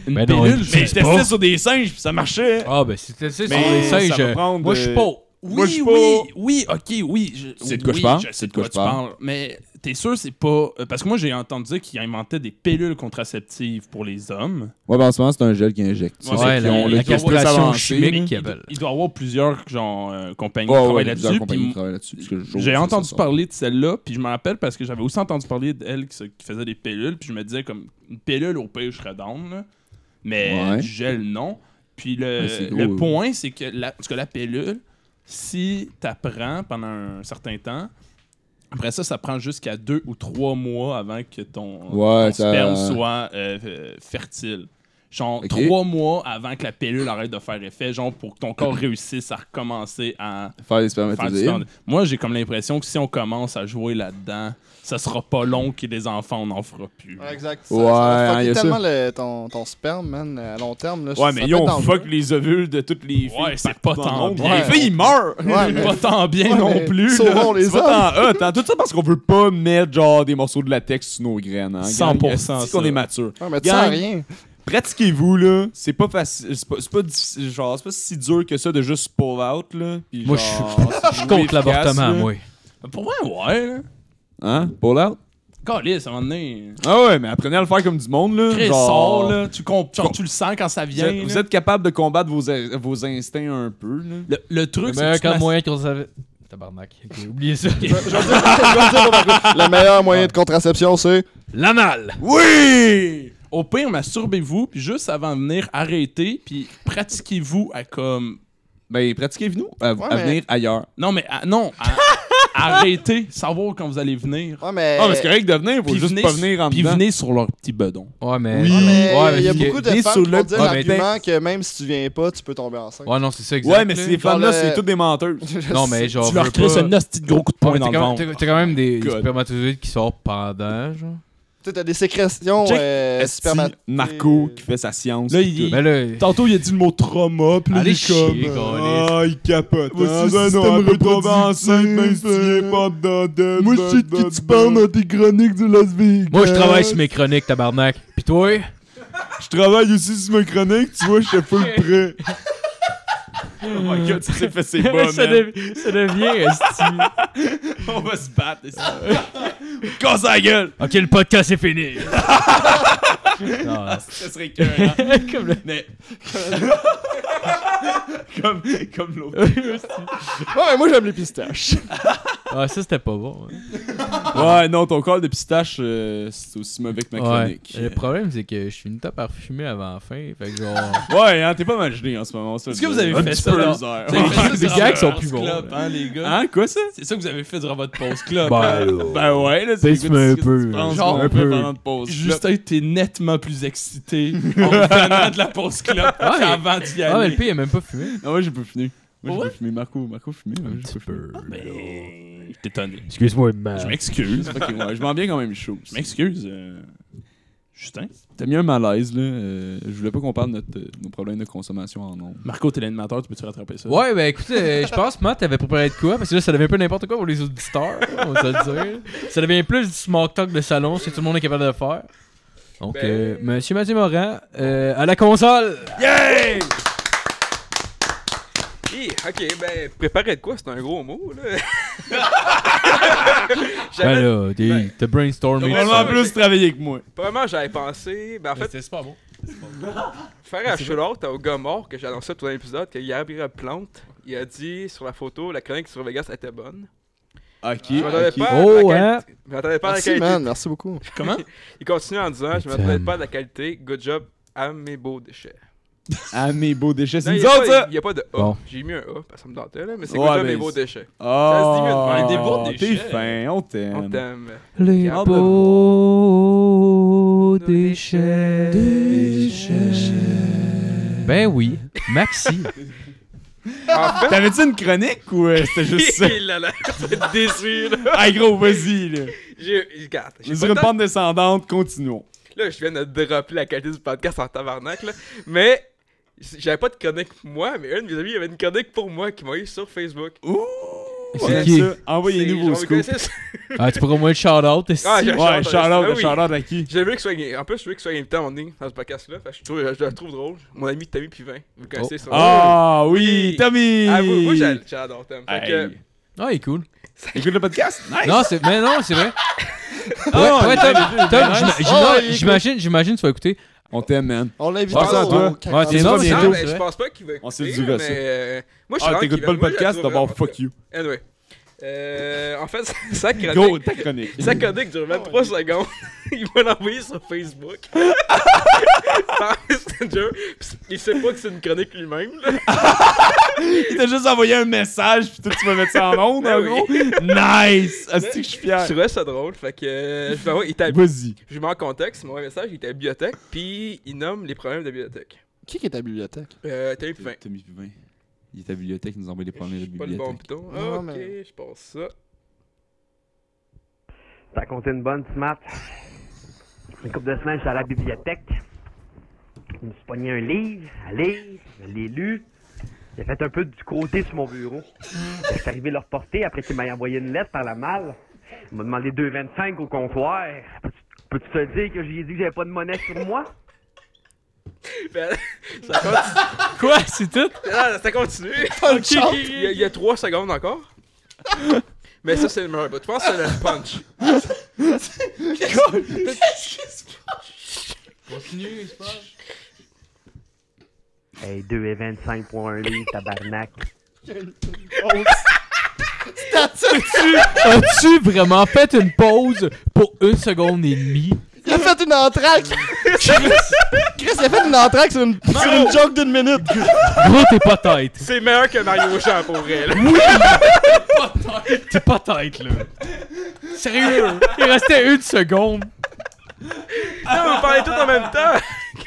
[SPEAKER 3] Une ben, pilule?
[SPEAKER 6] Mais je testais sur des singes, puis ça marchait.
[SPEAKER 3] Ah, ben, si c'était ça,
[SPEAKER 6] Mais
[SPEAKER 3] c'est des
[SPEAKER 6] ça
[SPEAKER 3] singes.
[SPEAKER 6] va
[SPEAKER 3] euh,
[SPEAKER 6] prendre,
[SPEAKER 3] Moi, je suis
[SPEAKER 6] euh,
[SPEAKER 3] pas.
[SPEAKER 6] Moi, je
[SPEAKER 4] Oui,
[SPEAKER 6] suis
[SPEAKER 4] oui, oui, ok, oui. je-
[SPEAKER 6] C'est de quoi je
[SPEAKER 4] oui,
[SPEAKER 6] parle,
[SPEAKER 4] sais
[SPEAKER 6] c'est de
[SPEAKER 4] quoi
[SPEAKER 6] quoi
[SPEAKER 4] tu
[SPEAKER 6] je parle.
[SPEAKER 4] parles. Mais t'es sûr, c'est pas. euh, Parce que moi, j'ai entendu dire qu'ils inventaient des pilules contraceptives pour les hommes.
[SPEAKER 6] Ouais, ben, en ce moment, c'est un gel qui injecte.
[SPEAKER 4] Ouais,
[SPEAKER 6] ceux
[SPEAKER 4] ouais,
[SPEAKER 6] qui
[SPEAKER 4] la-
[SPEAKER 6] ont
[SPEAKER 4] la
[SPEAKER 6] le
[SPEAKER 4] castration
[SPEAKER 6] plus avancé.
[SPEAKER 3] chimique.
[SPEAKER 4] Mais
[SPEAKER 3] qui
[SPEAKER 4] il, doit-
[SPEAKER 3] appelle.
[SPEAKER 4] il doit y avoir plusieurs genre, euh, compagnies
[SPEAKER 6] Ouais,
[SPEAKER 4] qui
[SPEAKER 6] ouais,
[SPEAKER 4] travaillent
[SPEAKER 6] il y a plusieurs
[SPEAKER 4] là-dessus.
[SPEAKER 6] compagnies
[SPEAKER 4] puis
[SPEAKER 6] qui travaillent là-dessus, parce que je-
[SPEAKER 4] J'ai entendu
[SPEAKER 6] ça, ça.
[SPEAKER 4] parler de celle-là, puis je m'en rappelle parce que j'avais aussi entendu parler d'elle qui, se- qui faisait des pilules, puis je me disais comme une pilule au pire, je serais down, là. mais
[SPEAKER 6] Ouais.
[SPEAKER 4] du gel, non. Puis
[SPEAKER 6] Ouais, c'est
[SPEAKER 4] le,
[SPEAKER 6] gros,
[SPEAKER 4] le
[SPEAKER 6] euh.
[SPEAKER 4] point, c'est que la, parce que la pilule, si t'apprends pendant un certain temps, après ça, ça prend jusqu'à deux ou trois mois avant que ton,
[SPEAKER 6] Ouais,
[SPEAKER 4] ton
[SPEAKER 6] ça-
[SPEAKER 4] sperme soit euh, euh, fertile. Genre
[SPEAKER 6] Ok.
[SPEAKER 4] trois mois avant que la pilule arrête de faire effet, genre pour que ton corps réussisse à recommencer à
[SPEAKER 6] Faire des
[SPEAKER 4] faire du
[SPEAKER 6] spermatozoïdes.
[SPEAKER 4] stand. Moi, j'ai comme l'impression que si on commence à jouer là-dedans, ça sera pas long que les enfants, on n'en fera plus.
[SPEAKER 5] Ouais, exact. Ça,
[SPEAKER 6] Ouais,
[SPEAKER 5] ça va
[SPEAKER 6] hein, y
[SPEAKER 5] fucker
[SPEAKER 6] a ça.
[SPEAKER 5] tellement le- ton, ton sperme, man, à long terme. Là,
[SPEAKER 6] Ouais,
[SPEAKER 5] ça
[SPEAKER 6] mais
[SPEAKER 5] peut
[SPEAKER 6] yo,
[SPEAKER 5] être
[SPEAKER 6] on
[SPEAKER 5] dangereux.
[SPEAKER 6] fuck les ovules de toutes les filles.
[SPEAKER 4] Ouais, c'est
[SPEAKER 6] partout
[SPEAKER 4] pas
[SPEAKER 6] dans le
[SPEAKER 4] tant
[SPEAKER 6] monde.
[SPEAKER 4] bien.
[SPEAKER 6] Les filles, ils meurent.
[SPEAKER 5] Ouais, mais-
[SPEAKER 4] Pas tant bien
[SPEAKER 5] Ouais,
[SPEAKER 4] non
[SPEAKER 5] mais
[SPEAKER 4] plus. là.
[SPEAKER 5] Sauvons les
[SPEAKER 6] C'est
[SPEAKER 5] hommes.
[SPEAKER 6] pas tant hot, hein. Tout ça parce qu'on veut pas mettre genre des morceaux de latex sur nos graines. Hein.
[SPEAKER 4] 100%
[SPEAKER 6] C'est qu'on
[SPEAKER 4] ça.
[SPEAKER 6] est mature.
[SPEAKER 5] Ouais, mais tu sens
[SPEAKER 6] Gang.
[SPEAKER 5] rien.
[SPEAKER 6] Pratiquez-vous, là. C'est pas facile. C'est pas, c'est pas, difficile- genre, c'est pas si dur que ça de juste pull out, là. Puis
[SPEAKER 3] Moi,
[SPEAKER 6] genre,
[SPEAKER 3] Je
[SPEAKER 6] c'est
[SPEAKER 3] compte
[SPEAKER 6] efficace, là.
[SPEAKER 3] l'avortement, moi.
[SPEAKER 4] Pour moi, ouais. là.
[SPEAKER 6] Hein? Pull out?
[SPEAKER 4] Calisse, à un moment donné.
[SPEAKER 6] Ah ouais, mais apprenez à le faire comme du monde, là.
[SPEAKER 4] Chris
[SPEAKER 6] Genre,
[SPEAKER 4] sort, là. Tu, comp- genre,
[SPEAKER 6] Com-
[SPEAKER 4] tu le sens quand ça
[SPEAKER 6] Vous
[SPEAKER 4] vient.
[SPEAKER 6] êtes, vous
[SPEAKER 4] là.
[SPEAKER 6] êtes capable de combattre vos, vos instincts un peu, là.
[SPEAKER 4] Le, le truc,
[SPEAKER 3] Mais
[SPEAKER 4] c'est que tu
[SPEAKER 3] quand
[SPEAKER 4] mas-
[SPEAKER 3] moyen qu'on savait. Tabarnak. Ok, Oubliez ça.
[SPEAKER 5] Le meilleur moyen de contraception, c'est.
[SPEAKER 3] L'anal!
[SPEAKER 6] Oui!
[SPEAKER 4] au pire, masturbez-vous, puis juste avant de venir, arrêtez, puis pratiquez-vous à comme...
[SPEAKER 6] Ben, pratiquez-nous à,
[SPEAKER 5] Ouais,
[SPEAKER 6] à
[SPEAKER 5] mais-
[SPEAKER 6] venir ailleurs.
[SPEAKER 4] Non, mais à- non. à- arrêtez, savoir quand vous allez venir.
[SPEAKER 5] Ouais, mais.
[SPEAKER 6] Ah, mais c'est correct de venir, faut
[SPEAKER 4] Puis
[SPEAKER 6] juste
[SPEAKER 4] venez,
[SPEAKER 6] pas venir en
[SPEAKER 4] puis
[SPEAKER 6] dedans.
[SPEAKER 4] venez sur leur petit bedon.
[SPEAKER 3] Ouais, mais.
[SPEAKER 5] Ouais, mais
[SPEAKER 3] Ouais,
[SPEAKER 5] il y a
[SPEAKER 3] parce que-
[SPEAKER 5] beaucoup de
[SPEAKER 6] venez
[SPEAKER 5] femmes
[SPEAKER 6] sur
[SPEAKER 5] qui vont
[SPEAKER 6] le-
[SPEAKER 5] dire
[SPEAKER 3] Ouais, mais
[SPEAKER 5] l'argument que même si tu viens pas, tu peux tomber enceinte.
[SPEAKER 3] Ouais, non, c'est ça, exact.
[SPEAKER 6] ah, Ouais, mais
[SPEAKER 3] là.
[SPEAKER 6] ces femmes-là,
[SPEAKER 5] Genre, euh,
[SPEAKER 6] c'est toutes des menteuses.
[SPEAKER 3] Non, mais genre.
[SPEAKER 4] Tu leur
[SPEAKER 3] veux
[SPEAKER 4] crisses
[SPEAKER 3] pas-
[SPEAKER 4] un hostie de gros coup de
[SPEAKER 3] Ouais,
[SPEAKER 4] poing
[SPEAKER 3] mais
[SPEAKER 4] dans
[SPEAKER 3] T'as
[SPEAKER 4] le
[SPEAKER 3] quand,
[SPEAKER 4] ventre.
[SPEAKER 3] t'as- t'as quand même des
[SPEAKER 6] God.
[SPEAKER 3] spermatozoïdes qui sortent pendant, genre.
[SPEAKER 5] Tu sais, t'as des sécrétions
[SPEAKER 4] Check.
[SPEAKER 5] euh,
[SPEAKER 6] Esti,
[SPEAKER 5] spermatozoïdes.
[SPEAKER 6] Marco qui fait sa science.
[SPEAKER 4] Là,
[SPEAKER 6] pis
[SPEAKER 4] il-
[SPEAKER 6] tout.
[SPEAKER 3] Ben là.
[SPEAKER 4] Tantôt, il a dit le mot trauma, puis là, il
[SPEAKER 3] Allez
[SPEAKER 4] est comme...
[SPEAKER 3] chier, gars.
[SPEAKER 6] Ah, il capote.
[SPEAKER 4] Voici
[SPEAKER 6] Ah,
[SPEAKER 4] le
[SPEAKER 6] ben
[SPEAKER 4] système
[SPEAKER 6] non, elle peut tomber
[SPEAKER 4] reproductif,
[SPEAKER 6] enceinte même si tu viens
[SPEAKER 4] euh,
[SPEAKER 6] pas dedans. dedans,
[SPEAKER 4] moi, je sais de
[SPEAKER 6] dedans,
[SPEAKER 4] qui tu
[SPEAKER 6] dedans.
[SPEAKER 4] parles dans
[SPEAKER 6] tes chroniques de Las Vegas.
[SPEAKER 3] Moi, je travaille sur mes chroniques, tabarnak. Pis toi?
[SPEAKER 6] Je travaille aussi sur mes chroniques, tu vois, je te fous le prêt. Oh my god, tu t'es fait ses bonnes.
[SPEAKER 10] ça,
[SPEAKER 6] man.
[SPEAKER 10] dev- ça devient esti.
[SPEAKER 6] On va se battre. ici. Casse la gueule.
[SPEAKER 10] Ok, le podcast est fini.
[SPEAKER 6] Ça serait écœurant.
[SPEAKER 10] Comme le-
[SPEAKER 6] Mais. comme comme l'autre.
[SPEAKER 5] Ouais, mais moi j'aime les pistaches.
[SPEAKER 3] Ah, ça, c'était pas bon. hein.
[SPEAKER 6] Ouais, non, ton col de pistache, euh, c'est aussi mauvais que ma
[SPEAKER 3] Ouais.
[SPEAKER 6] chronique.
[SPEAKER 3] Le problème, c'est que je suis une top parfumée avant la fin. Fait que genre. Ah,
[SPEAKER 6] Ouais, hein, t'es pas mal gelé en ce moment.
[SPEAKER 4] Est-ce que vous avez fait ça, là? Vous avez fait
[SPEAKER 3] Les
[SPEAKER 6] ça?
[SPEAKER 4] ça durant
[SPEAKER 3] gags
[SPEAKER 4] votre
[SPEAKER 3] sont plus
[SPEAKER 4] pause
[SPEAKER 3] bons,
[SPEAKER 4] club,
[SPEAKER 3] là.
[SPEAKER 4] hein, les gars?
[SPEAKER 6] Hein, quoi ça?
[SPEAKER 4] C'est ça que vous avez fait durant votre pause club.
[SPEAKER 3] Ben,
[SPEAKER 6] Ben ouais, là, c'est
[SPEAKER 3] Pisse-moi un
[SPEAKER 6] écoute, ce que
[SPEAKER 3] peu,
[SPEAKER 6] tu penses
[SPEAKER 4] genre,
[SPEAKER 6] qu'on
[SPEAKER 4] euh,
[SPEAKER 6] fait
[SPEAKER 4] un
[SPEAKER 3] peu.
[SPEAKER 6] pendant le pause club.
[SPEAKER 4] Justin, t'es nettement plus excité en venant de la pause club
[SPEAKER 3] Ouais.
[SPEAKER 4] qu'avant d'y
[SPEAKER 3] Ah, mais le
[SPEAKER 4] aller.
[SPEAKER 3] pire, il a même pas fumé.
[SPEAKER 6] Non, moi Ah j'ai pas fini. Moi j'ai
[SPEAKER 4] Ouais?
[SPEAKER 6] pas fumé. Marco, Marco fumé. moi,
[SPEAKER 3] Un
[SPEAKER 6] j'ai
[SPEAKER 3] petit
[SPEAKER 6] pas fumé. Ah,
[SPEAKER 3] peu.
[SPEAKER 4] Ben, T'es étonné.
[SPEAKER 10] Excuse-moi, man.
[SPEAKER 4] Je m'excuse.
[SPEAKER 6] Ok, ouais, je m'en viens quand même chaud.
[SPEAKER 4] Je m'excuse. euh, Justin?
[SPEAKER 6] T'as mis un malaise, là. euh, je voulais pas qu'on parle de notre, euh, nos problèmes de consommation en nombre.
[SPEAKER 4] Marco, t'es l'animateur, tu peux-tu rattraper ça?
[SPEAKER 3] Ouais, ben écoute, euh, je pense, Matt, t'avais préparé de quoi? Parce que là, ça devient un peu n'importe quoi pour les auditeurs, on va se le dire. Ça devient plus du small talk de salon, si tout le monde est capable de le faire. Donc,
[SPEAKER 8] Ben-
[SPEAKER 3] euh, monsieur Mathieu Morin, euh, à la console!
[SPEAKER 8] Hi, ok, ben, préparer de quoi? C'est un gros mot, là.
[SPEAKER 3] Ben
[SPEAKER 8] j'avais,
[SPEAKER 3] là, t'es-
[SPEAKER 8] Ben-
[SPEAKER 3] t'as brainstormé. tout
[SPEAKER 8] Normalement,
[SPEAKER 3] ça.
[SPEAKER 8] en plus
[SPEAKER 6] travaillé que moi.
[SPEAKER 8] probablement, j'avais pensé, ben, en fait,
[SPEAKER 3] C'était super beau.
[SPEAKER 8] faire un show l'autre au gars mort que j'ai annoncé tout l'épisode, que Gabriel Plante, il a dit sur la photo, la chronique sur Vegas était bonne.
[SPEAKER 6] Ok,
[SPEAKER 8] Je m'attendais
[SPEAKER 6] ok.
[SPEAKER 8] pas à la
[SPEAKER 3] Oh,
[SPEAKER 8] qualité-
[SPEAKER 3] hein?
[SPEAKER 8] Je m'attendais pas à la
[SPEAKER 5] Merci,
[SPEAKER 8] qualité.
[SPEAKER 5] man, merci beaucoup.
[SPEAKER 4] Comment?
[SPEAKER 8] Il continue en disant, je
[SPEAKER 3] Putain.
[SPEAKER 8] m'attendais pas à la qualité, good job à mes beaux déchets.
[SPEAKER 6] Ah, mes beaux déchets,
[SPEAKER 8] Non,
[SPEAKER 6] c'est
[SPEAKER 8] Il
[SPEAKER 6] nous
[SPEAKER 8] n'y a,
[SPEAKER 6] autres,
[SPEAKER 8] pas-
[SPEAKER 6] ça!
[SPEAKER 8] il y a pas de A.
[SPEAKER 3] Bon.
[SPEAKER 8] J'ai mis un A parce que ça me tentait, là, mais c'est
[SPEAKER 6] Ouais,
[SPEAKER 8] good job à
[SPEAKER 6] mais
[SPEAKER 8] mes beaux déchets.
[SPEAKER 6] Ah,
[SPEAKER 4] Ça se dit mieux de parler des beaux
[SPEAKER 6] T'es
[SPEAKER 4] déchets.
[SPEAKER 6] fin, on
[SPEAKER 8] On
[SPEAKER 6] t'aime.
[SPEAKER 8] t'aime.
[SPEAKER 3] Les
[SPEAKER 8] Ah, ben.
[SPEAKER 3] beaux
[SPEAKER 8] déchets.
[SPEAKER 3] Ben oui, Maxi.
[SPEAKER 8] En fait,
[SPEAKER 6] T'avais-tu une chronique ou euh, c'était juste ça?
[SPEAKER 8] il a l'air déçu, là.
[SPEAKER 6] Hey gros, vas-y, là.
[SPEAKER 8] J'ai- Regarde, j'ai pas
[SPEAKER 6] Sur
[SPEAKER 8] le
[SPEAKER 6] une
[SPEAKER 8] temps-
[SPEAKER 6] pente descendante, continuons.
[SPEAKER 8] Là, je viens de dropper la qualité du podcast en tabarnak, là. Mais j'avais pas de chronique pour moi, mais un de mes amis avait une chronique pour moi qui m'a eu sur Facebook.
[SPEAKER 6] Ouh!
[SPEAKER 3] C'est
[SPEAKER 6] on aime
[SPEAKER 3] qui?
[SPEAKER 6] ça. Envoyez-nous
[SPEAKER 8] C'est-
[SPEAKER 6] vos
[SPEAKER 8] genre, vous
[SPEAKER 6] scoops.
[SPEAKER 8] connaissez ça?
[SPEAKER 3] ah, tu pourras au moins le shout-out. est-ce
[SPEAKER 8] Ah,
[SPEAKER 3] que-
[SPEAKER 8] j'ai un
[SPEAKER 6] Ouais,
[SPEAKER 8] shout-out,
[SPEAKER 6] Charlotte,
[SPEAKER 8] ben
[SPEAKER 6] de
[SPEAKER 8] oui.
[SPEAKER 6] Charlotte à qui?
[SPEAKER 8] J'ai vu que ce soit gay- En plus, je veux que ce soit invité à mon nez dans ce podcast-là. Fait que je, trouve- je le trouve drôle. Mon ami Tommy Pivin. Vous le connaissez son
[SPEAKER 6] Oh. Ah oui, Tommy!
[SPEAKER 8] Ah, vous, moi, j'a- j'adore Tom. Fait que,
[SPEAKER 6] Hey.
[SPEAKER 3] Ah, il est cool.
[SPEAKER 6] Écoute le podcast? Nice!
[SPEAKER 3] Non, c'est mais non, c'est vrai. Ouais,
[SPEAKER 6] non,
[SPEAKER 3] ouais,
[SPEAKER 6] il
[SPEAKER 3] Tom,
[SPEAKER 6] est juste
[SPEAKER 3] Tom,
[SPEAKER 6] nice.
[SPEAKER 3] j'ima-
[SPEAKER 5] Oh, il est
[SPEAKER 3] j'ima-
[SPEAKER 5] cool.
[SPEAKER 3] j'imagine, j'imagine, que tu vas écouter.
[SPEAKER 6] On t'aime, man.
[SPEAKER 5] On l'a invité
[SPEAKER 6] Pense à
[SPEAKER 5] au-
[SPEAKER 6] toi.
[SPEAKER 5] au-
[SPEAKER 6] Ouais,
[SPEAKER 5] quand-
[SPEAKER 3] c'est
[SPEAKER 5] quand-
[SPEAKER 3] énorme,
[SPEAKER 5] quand-
[SPEAKER 6] c'est
[SPEAKER 8] Non,
[SPEAKER 6] tout,
[SPEAKER 8] mais ben, je
[SPEAKER 6] ouais.
[SPEAKER 8] pense pas qu'il va écouter.
[SPEAKER 6] On s'est dit vrai, ça.
[SPEAKER 8] mais, euh, moi, je suis
[SPEAKER 6] Ah,
[SPEAKER 8] vraiment
[SPEAKER 6] t'écoutes
[SPEAKER 8] qu'il
[SPEAKER 6] pas
[SPEAKER 8] va-
[SPEAKER 6] le
[SPEAKER 8] moi, je
[SPEAKER 6] podcast,
[SPEAKER 8] trouve
[SPEAKER 6] d'abord,
[SPEAKER 8] vraiment- en tout
[SPEAKER 6] fuck you.
[SPEAKER 8] cas. Anyway. Euh, en fait, sa
[SPEAKER 6] Go,
[SPEAKER 8] chronique,
[SPEAKER 6] ta chronique.
[SPEAKER 8] sa chronique dure 23 secondes. Il va l'envoyer sur Facebook. Par Messenger. Pis Il sait pas que c'est une chronique lui-même. là.
[SPEAKER 6] Il t'a juste envoyé un message, puis toi, tu vas mettre ça en onde,
[SPEAKER 8] Ben
[SPEAKER 6] en
[SPEAKER 8] oui.
[SPEAKER 6] gros. Nice! Est-ce que je suis
[SPEAKER 8] Je
[SPEAKER 6] fier?
[SPEAKER 8] trouvais ça drôle. Fait que, euh, je vais envoyer- il était à-
[SPEAKER 6] Vas-y.
[SPEAKER 8] Je mets en contexte, mon message, il était à la bibliothèque, puis il nomme les problèmes de la bibliothèque.
[SPEAKER 5] Qui est à la bibliothèque?
[SPEAKER 8] Euh, t'as eu plus
[SPEAKER 6] Tommy Pubin. Il est à la bibliothèque, il nous a envoyé des
[SPEAKER 8] Je
[SPEAKER 6] problèmes de
[SPEAKER 8] suis pas le
[SPEAKER 6] bibliothèque.
[SPEAKER 8] bon bouton.
[SPEAKER 5] Non,
[SPEAKER 8] ok,
[SPEAKER 5] mais-
[SPEAKER 8] je pense ça.
[SPEAKER 11] Ça a compté une bonne ce matin. Une couple de semaines, j'étais à la bibliothèque. Je me suis pogné un livre à lire. Je l'ai lu. J'ai fait un peu du côté sur mon bureau. Je suis arrivé à le reporter après qu'il m'a envoyé une lettre par la malle. Il m'a demandé 2,25 au comptoir. Peux-tu peux-tu te dire que j'ai dit que j'avais pas de monnaie sur moi?
[SPEAKER 8] Ben, ça continue.
[SPEAKER 10] Quoi, c'est tout?
[SPEAKER 8] Ah, ça continue. Il y, a, il y a trois secondes encore. Mais ça, c'est le meilleur bout. Je pense que c'est le punch.
[SPEAKER 11] Hey, 2,25 pour un livre, tabarnak.
[SPEAKER 3] As-tu vraiment fait une pause pour une seconde et demie?
[SPEAKER 5] Il a fait une entraque! Chris, il a fait une entraque sur une, sur une joke d'une minute!
[SPEAKER 3] Gros, t'es pas tête.
[SPEAKER 8] C'est meilleur que Mario Jean pour vrai. là.
[SPEAKER 3] T'es pas tête, là. Sérieux. Il restait une seconde.
[SPEAKER 8] Ah, vous parlez tout en même temps.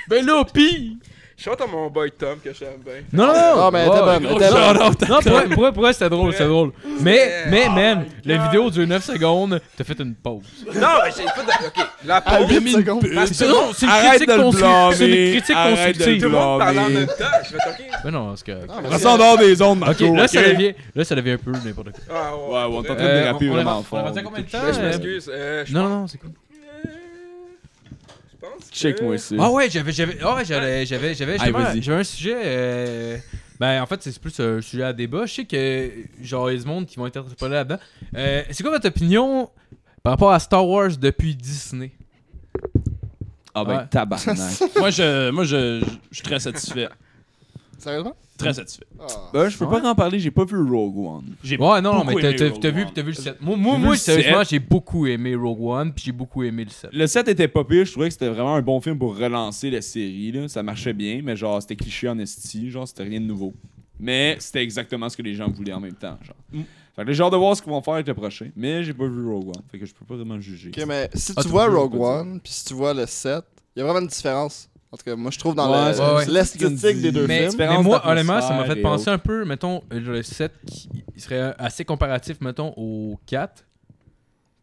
[SPEAKER 3] Ben là, pis.
[SPEAKER 8] Je suis mon boy Tom que j'aime bien.
[SPEAKER 3] Non, non, non.
[SPEAKER 5] Ah, mais t'es bonne,
[SPEAKER 3] Oh, gros,
[SPEAKER 5] t'es bonne.
[SPEAKER 3] shout-out à Non, pour vrai- pour vrai- pour vrai, c'était drôle, c'était drôle. Mais,
[SPEAKER 5] Ah,
[SPEAKER 3] mais, man, la vidéo dure 9 secondes. T'as fait une pause.
[SPEAKER 8] Non, mais j'ai pas de. Ok, la
[SPEAKER 5] À
[SPEAKER 8] pause.
[SPEAKER 5] 8 secondes.
[SPEAKER 8] Parce que tout le monde-
[SPEAKER 3] Ah, C'est une critique constructive. C'est une critique
[SPEAKER 8] tout le
[SPEAKER 3] constructive.
[SPEAKER 8] monde parle en même temps. Je vais toquer.
[SPEAKER 3] Mais non, parce que.
[SPEAKER 5] Ah, mais
[SPEAKER 6] Ça en dehors des
[SPEAKER 3] Ok,
[SPEAKER 6] zones, Marco.
[SPEAKER 3] là, ça
[SPEAKER 6] ok?
[SPEAKER 3] devient, là, ça devient un peu n'importe quoi.
[SPEAKER 8] Ah, ouais.
[SPEAKER 6] Ouais, on est en train de
[SPEAKER 3] Euh,
[SPEAKER 6] déraper
[SPEAKER 3] on- on est
[SPEAKER 6] vraiment
[SPEAKER 3] rendu- on est
[SPEAKER 6] fort.
[SPEAKER 3] rendu à combien de temps?
[SPEAKER 8] Ouais, je
[SPEAKER 3] Euh,
[SPEAKER 8] m'excuse. Euh, je
[SPEAKER 3] Non, non, non, c'est cool.
[SPEAKER 8] je pense. que-
[SPEAKER 6] Check-moi ici.
[SPEAKER 3] Ah ouais, j'avais j'avais ah ouais, j'avais j'avais j'avais
[SPEAKER 6] Allez,
[SPEAKER 3] justement-
[SPEAKER 6] vas-y.
[SPEAKER 3] j'avais un sujet euh, ben en fait c'est plus un sujet à débat, je sais que genre il y a du monde qui vont être interpellés là-dedans. Euh, c'est quoi votre opinion par rapport à Star Wars depuis Disney
[SPEAKER 6] Ah ben,
[SPEAKER 3] Ouais.
[SPEAKER 6] tabarnak.
[SPEAKER 4] moi, je, moi je, je- je suis très satisfait.
[SPEAKER 5] Sérieusement?
[SPEAKER 4] Très satisfait.
[SPEAKER 5] Ah.
[SPEAKER 6] Ben, je peux pas en parler, j'ai pas vu Rogue One.
[SPEAKER 4] J'ai
[SPEAKER 3] Ouais, non, non, mais
[SPEAKER 4] beaucoup
[SPEAKER 3] t'as
[SPEAKER 4] aimé
[SPEAKER 3] t'as-
[SPEAKER 4] Rogue
[SPEAKER 3] t'as vu
[SPEAKER 4] One.
[SPEAKER 3] t'as vu le 7. Moi moi,
[SPEAKER 4] vu
[SPEAKER 3] moi
[SPEAKER 4] le
[SPEAKER 3] sérieusement,
[SPEAKER 4] sept.
[SPEAKER 3] j'ai beaucoup aimé Rogue One, puis j'ai beaucoup aimé le 7.
[SPEAKER 6] Le 7 était pas pire, je trouvais que c'était vraiment un bon film pour relancer la série. Là. Ça marchait bien, mais genre, c'était cliché en esti, genre, c'était rien de nouveau. Mais c'était exactement ce que les gens voulaient en même temps. Genre. Fait que j'ai hâte de voir ce qu'ils vont faire avec le prochain. Mais j'ai pas vu Rogue One, fait que je peux pas vraiment juger.
[SPEAKER 5] Ok, mais si
[SPEAKER 6] Ah,
[SPEAKER 5] tu
[SPEAKER 6] t'as
[SPEAKER 5] vois
[SPEAKER 6] pas vu,
[SPEAKER 5] Rogue
[SPEAKER 6] pas dit.
[SPEAKER 5] One, puis si tu vois le 7, il y a vraiment une différence. En tout cas, moi, je trouve dans
[SPEAKER 6] Ouais,
[SPEAKER 5] le-
[SPEAKER 6] ouais,
[SPEAKER 3] ouais.
[SPEAKER 5] l'esthétique des deux
[SPEAKER 3] Mais,
[SPEAKER 5] films.
[SPEAKER 6] mais
[SPEAKER 3] mais moi, honnêtement, ça m'a
[SPEAKER 6] d'atmosphère
[SPEAKER 3] fait
[SPEAKER 6] et
[SPEAKER 3] penser un peu, mettons, euh, le 7 qui il serait assez comparatif, mettons, au 4.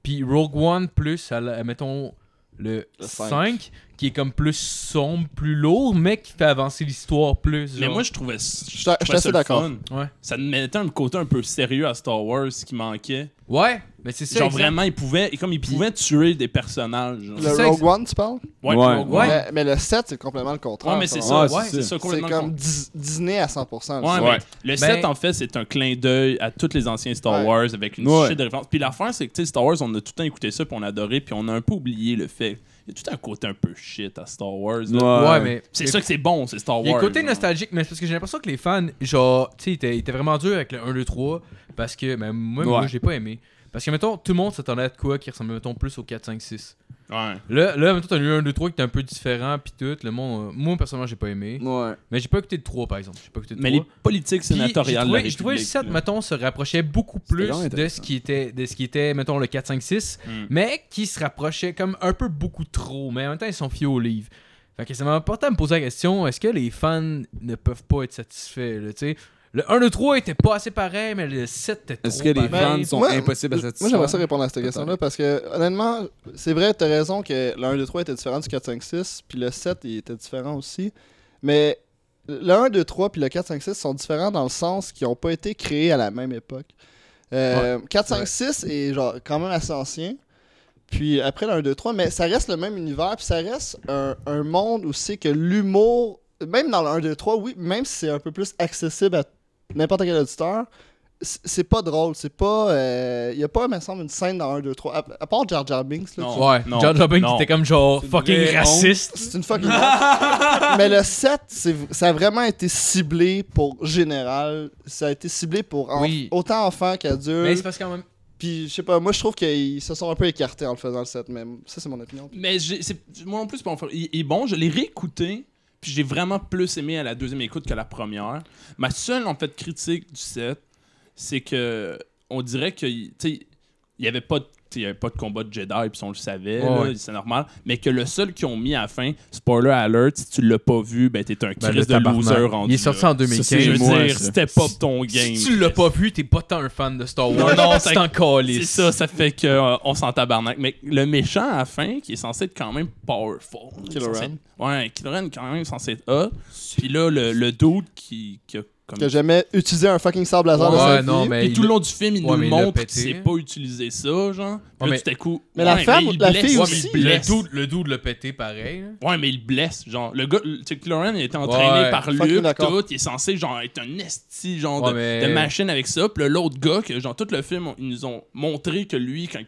[SPEAKER 3] Puis Rogue One plus, à la- mettons, le,
[SPEAKER 5] Le
[SPEAKER 3] 5,
[SPEAKER 5] cinq.
[SPEAKER 3] qui est comme plus sombre, plus lourd, mais qui fait avancer l'histoire plus.
[SPEAKER 4] Mais
[SPEAKER 3] genre.
[SPEAKER 4] moi, je trouvais, ça-
[SPEAKER 5] Je suis-
[SPEAKER 4] je
[SPEAKER 5] je suis
[SPEAKER 4] trouvais ça
[SPEAKER 5] assez
[SPEAKER 4] le
[SPEAKER 5] d'accord.
[SPEAKER 4] fun.
[SPEAKER 3] Ouais.
[SPEAKER 4] Ça mettait un côté un peu sérieux à Star Wars qui manquait.
[SPEAKER 3] Ouais, mais c'est ça.
[SPEAKER 4] Genre
[SPEAKER 3] exact.
[SPEAKER 4] vraiment, ils pouvaient, et comme ils pouvaient tuer des personnages. genre.
[SPEAKER 3] c'est
[SPEAKER 5] Le
[SPEAKER 3] ça,
[SPEAKER 5] Rogue One, tu parles?
[SPEAKER 4] Ouais,
[SPEAKER 6] Ouais.
[SPEAKER 4] Rogue One.
[SPEAKER 3] Ouais.
[SPEAKER 5] Mais, mais le 7, c'est complètement le contraire.
[SPEAKER 4] Ouais, mais c'est
[SPEAKER 5] selon
[SPEAKER 4] ça,
[SPEAKER 6] Ouais,
[SPEAKER 4] ouais,
[SPEAKER 6] c'est
[SPEAKER 4] c'est
[SPEAKER 6] ça.
[SPEAKER 4] ça
[SPEAKER 5] moi. C'est
[SPEAKER 4] complètement.
[SPEAKER 5] comme
[SPEAKER 4] con.
[SPEAKER 5] Dis- Disney à 100%.
[SPEAKER 4] Ouais,
[SPEAKER 5] ça.
[SPEAKER 4] mais
[SPEAKER 6] Ouais.
[SPEAKER 4] le
[SPEAKER 3] Ben-
[SPEAKER 4] 7, en fait, c'est un clin d'œil à tous les anciens Star
[SPEAKER 5] Ouais.
[SPEAKER 4] Wars avec une
[SPEAKER 6] Ouais.
[SPEAKER 4] suite de références. Puis l'affaire, c'est que tu sais, Star Wars, on a tout le temps écouté ça, puis on a adoré, puis on a un peu oublié le fait. Il y a tout un côté un peu shit à Star Wars. là.
[SPEAKER 6] Ouais.
[SPEAKER 3] Ouais, mais.
[SPEAKER 4] euh, C'est ça que c'est bon, c'est Star Wars.
[SPEAKER 3] Il y a un côté
[SPEAKER 4] genre.
[SPEAKER 3] nostalgique, mais c'est parce que j'ai l'impression que les fans, genre, tu sais, ils étaient- ils étaient vraiment durs avec le 1, 2, 3, parce que, ben, moi, moi
[SPEAKER 6] Ouais.
[SPEAKER 3] j'ai pas aimé. Parce que, mettons, tout le monde s'attendait à de quoi qui ressemblait, mettons, plus au 4, 5, 6.
[SPEAKER 4] Ouais.
[SPEAKER 3] Là, là mettons, t'as eu un 2, 3 qui était un peu différent, pis tout. Le monde, euh, moi, personnellement, j'ai pas aimé.
[SPEAKER 5] Ouais.
[SPEAKER 3] Mais j'ai pas écouté de 3, par exemple. J'ai pas écouté de
[SPEAKER 4] Mais
[SPEAKER 3] 3.
[SPEAKER 4] les politiques
[SPEAKER 3] Puis,
[SPEAKER 4] sénatoriales.
[SPEAKER 3] j'ai
[SPEAKER 4] de la
[SPEAKER 3] trouvé- J'ai trouvé le
[SPEAKER 4] République,
[SPEAKER 3] 7,
[SPEAKER 4] là.
[SPEAKER 3] mettons, se rapprochait beaucoup plus
[SPEAKER 6] vraiment
[SPEAKER 3] de ce
[SPEAKER 6] intéressant.
[SPEAKER 3] qui était, de ce qui était mettons, le 4, 5, 6,
[SPEAKER 4] Mm.
[SPEAKER 3] mais qui se rapprochait comme un peu beaucoup trop. Mais en même temps, ils sont fiers au livre. Fait que c'est important de me poser la question est-ce que les fans ne peuvent pas être satisfaits là, tu sais? Le 1, 2, 3 était pas assez pareil, mais le 7 était trop
[SPEAKER 6] Est-ce que les
[SPEAKER 3] pareil.
[SPEAKER 6] fans sont
[SPEAKER 5] Moi-
[SPEAKER 6] impossibles à
[SPEAKER 5] Moi,
[SPEAKER 6] satisfaire?
[SPEAKER 5] j'aimerais ça répondre à cette question-là parce que, honnêtement, c'est vrai, t'as raison que le 1, 2, 3 était différent du 4, 5, 6, puis le 7 il était différent aussi. Mais le 1, 2, 3 puis le 4, 5, 6 sont différents dans le sens qu'ils n'ont pas été créés à la même époque. Euh, 4, 5, 6 est genre, quand même assez ancien. Puis après le 1, 2, 3, mais ça reste le même univers, puis ça reste un, un monde où c'est que l'humour, même dans le 1, 2, 3, oui, même si c'est un peu plus accessible à n'importe quel auditeur, c- c'est pas drôle, c'est pas. Il y a pas, me semble, une scène dans 1, 2, 3. À, à part Jar Jar Binks, là,
[SPEAKER 4] Non.
[SPEAKER 3] Ouais,
[SPEAKER 4] Non,
[SPEAKER 3] John Jobin qui
[SPEAKER 4] non.
[SPEAKER 3] était comme genre
[SPEAKER 6] C'est une
[SPEAKER 3] fucking
[SPEAKER 6] vraie honte.
[SPEAKER 3] raciste.
[SPEAKER 5] c'est une fucking. honte. Mais le 7, c'est- ça a vraiment été ciblé pour général. Ça a été ciblé pour enf-
[SPEAKER 3] Oui.
[SPEAKER 5] autant enfants
[SPEAKER 6] Euh,
[SPEAKER 3] Mais c'est
[SPEAKER 5] qu'adultes.
[SPEAKER 3] parce qu'en même
[SPEAKER 5] Puis, je sais pas, moi, je trouve qu'ils se sont un peu écartés en le faisant, le 7 même. Ça, c'est mon opinion.
[SPEAKER 4] Mais j'ai- c'est- moi non plus, c'est pas mon fa- il, il est bon, je l'ai réécouté, puis j'ai vraiment plus aimé à la deuxième écoute que la première. Ma seule, en fait, critique du set, c'est que on dirait que, tu sais, il y avait pas de tu sais, il y avait pas de combat de Jedi, puis on le savait,
[SPEAKER 3] Ouais,
[SPEAKER 4] là,
[SPEAKER 3] ouais.
[SPEAKER 4] c'est normal. Mais que le seul qu'ils ont mis à la fin, spoiler alert, si tu l'as pas vu, ben t'es un
[SPEAKER 3] Ben,
[SPEAKER 4] Christ
[SPEAKER 3] le
[SPEAKER 4] de
[SPEAKER 3] tabarnak.
[SPEAKER 4] loser rendu.
[SPEAKER 3] Il est sorti
[SPEAKER 4] là.
[SPEAKER 3] en
[SPEAKER 4] Je
[SPEAKER 3] 2015.
[SPEAKER 4] veux
[SPEAKER 6] moi,
[SPEAKER 4] dire,
[SPEAKER 6] ça.
[SPEAKER 4] step up ton game.
[SPEAKER 3] Si tu l'as pas vu, t'es pas tant un fan de Star Wars.
[SPEAKER 4] Non, non,
[SPEAKER 3] c'est en
[SPEAKER 4] C'est
[SPEAKER 3] calice.
[SPEAKER 4] ça, ça fait que euh, on s'en tabarnak. Mais le méchant à la fin, qui est censé être quand même powerful.
[SPEAKER 5] Kylo
[SPEAKER 4] Censé-
[SPEAKER 5] Ren.
[SPEAKER 4] Ouais, Kylo Ren quand même censé être hot. Puis là, le, le dude qui, qui a comme...
[SPEAKER 5] Que Ben, jamais utilisé un fucking sable laser de sa
[SPEAKER 3] Ouais,
[SPEAKER 5] vie.
[SPEAKER 3] non, mais.
[SPEAKER 4] Puis tout
[SPEAKER 3] il-
[SPEAKER 4] le long du film, il
[SPEAKER 3] Ouais,
[SPEAKER 4] nous
[SPEAKER 3] mais
[SPEAKER 4] le
[SPEAKER 3] il l'a
[SPEAKER 4] montre
[SPEAKER 3] pété.
[SPEAKER 4] qu'il sait pas utiliser ça, genre. Puis
[SPEAKER 3] Ouais,
[SPEAKER 4] là,
[SPEAKER 3] mais-
[SPEAKER 4] tout à coup...
[SPEAKER 5] Mais la
[SPEAKER 4] ouais,
[SPEAKER 5] femme-
[SPEAKER 4] il
[SPEAKER 5] la
[SPEAKER 4] blesse,
[SPEAKER 5] fille
[SPEAKER 4] ouais,
[SPEAKER 5] aussi.
[SPEAKER 4] mais il
[SPEAKER 3] Le
[SPEAKER 4] blesse.
[SPEAKER 3] dude, le dude l'a pété pareil. là.
[SPEAKER 4] Ouais, mais il blesse, genre. Le gars, le- tu sais, Kylo Ren, il était entraîné
[SPEAKER 3] Ouais,
[SPEAKER 4] par
[SPEAKER 5] fucking
[SPEAKER 4] Luke,
[SPEAKER 5] d'accord.
[SPEAKER 4] tout. Il est censé, genre, être un esti, genre,
[SPEAKER 3] Ouais,
[SPEAKER 4] de,
[SPEAKER 3] mais-
[SPEAKER 4] de machine avec ça. Puis là, l'autre gars, que, genre, tout le film, on- ils nous ont montré que lui, quand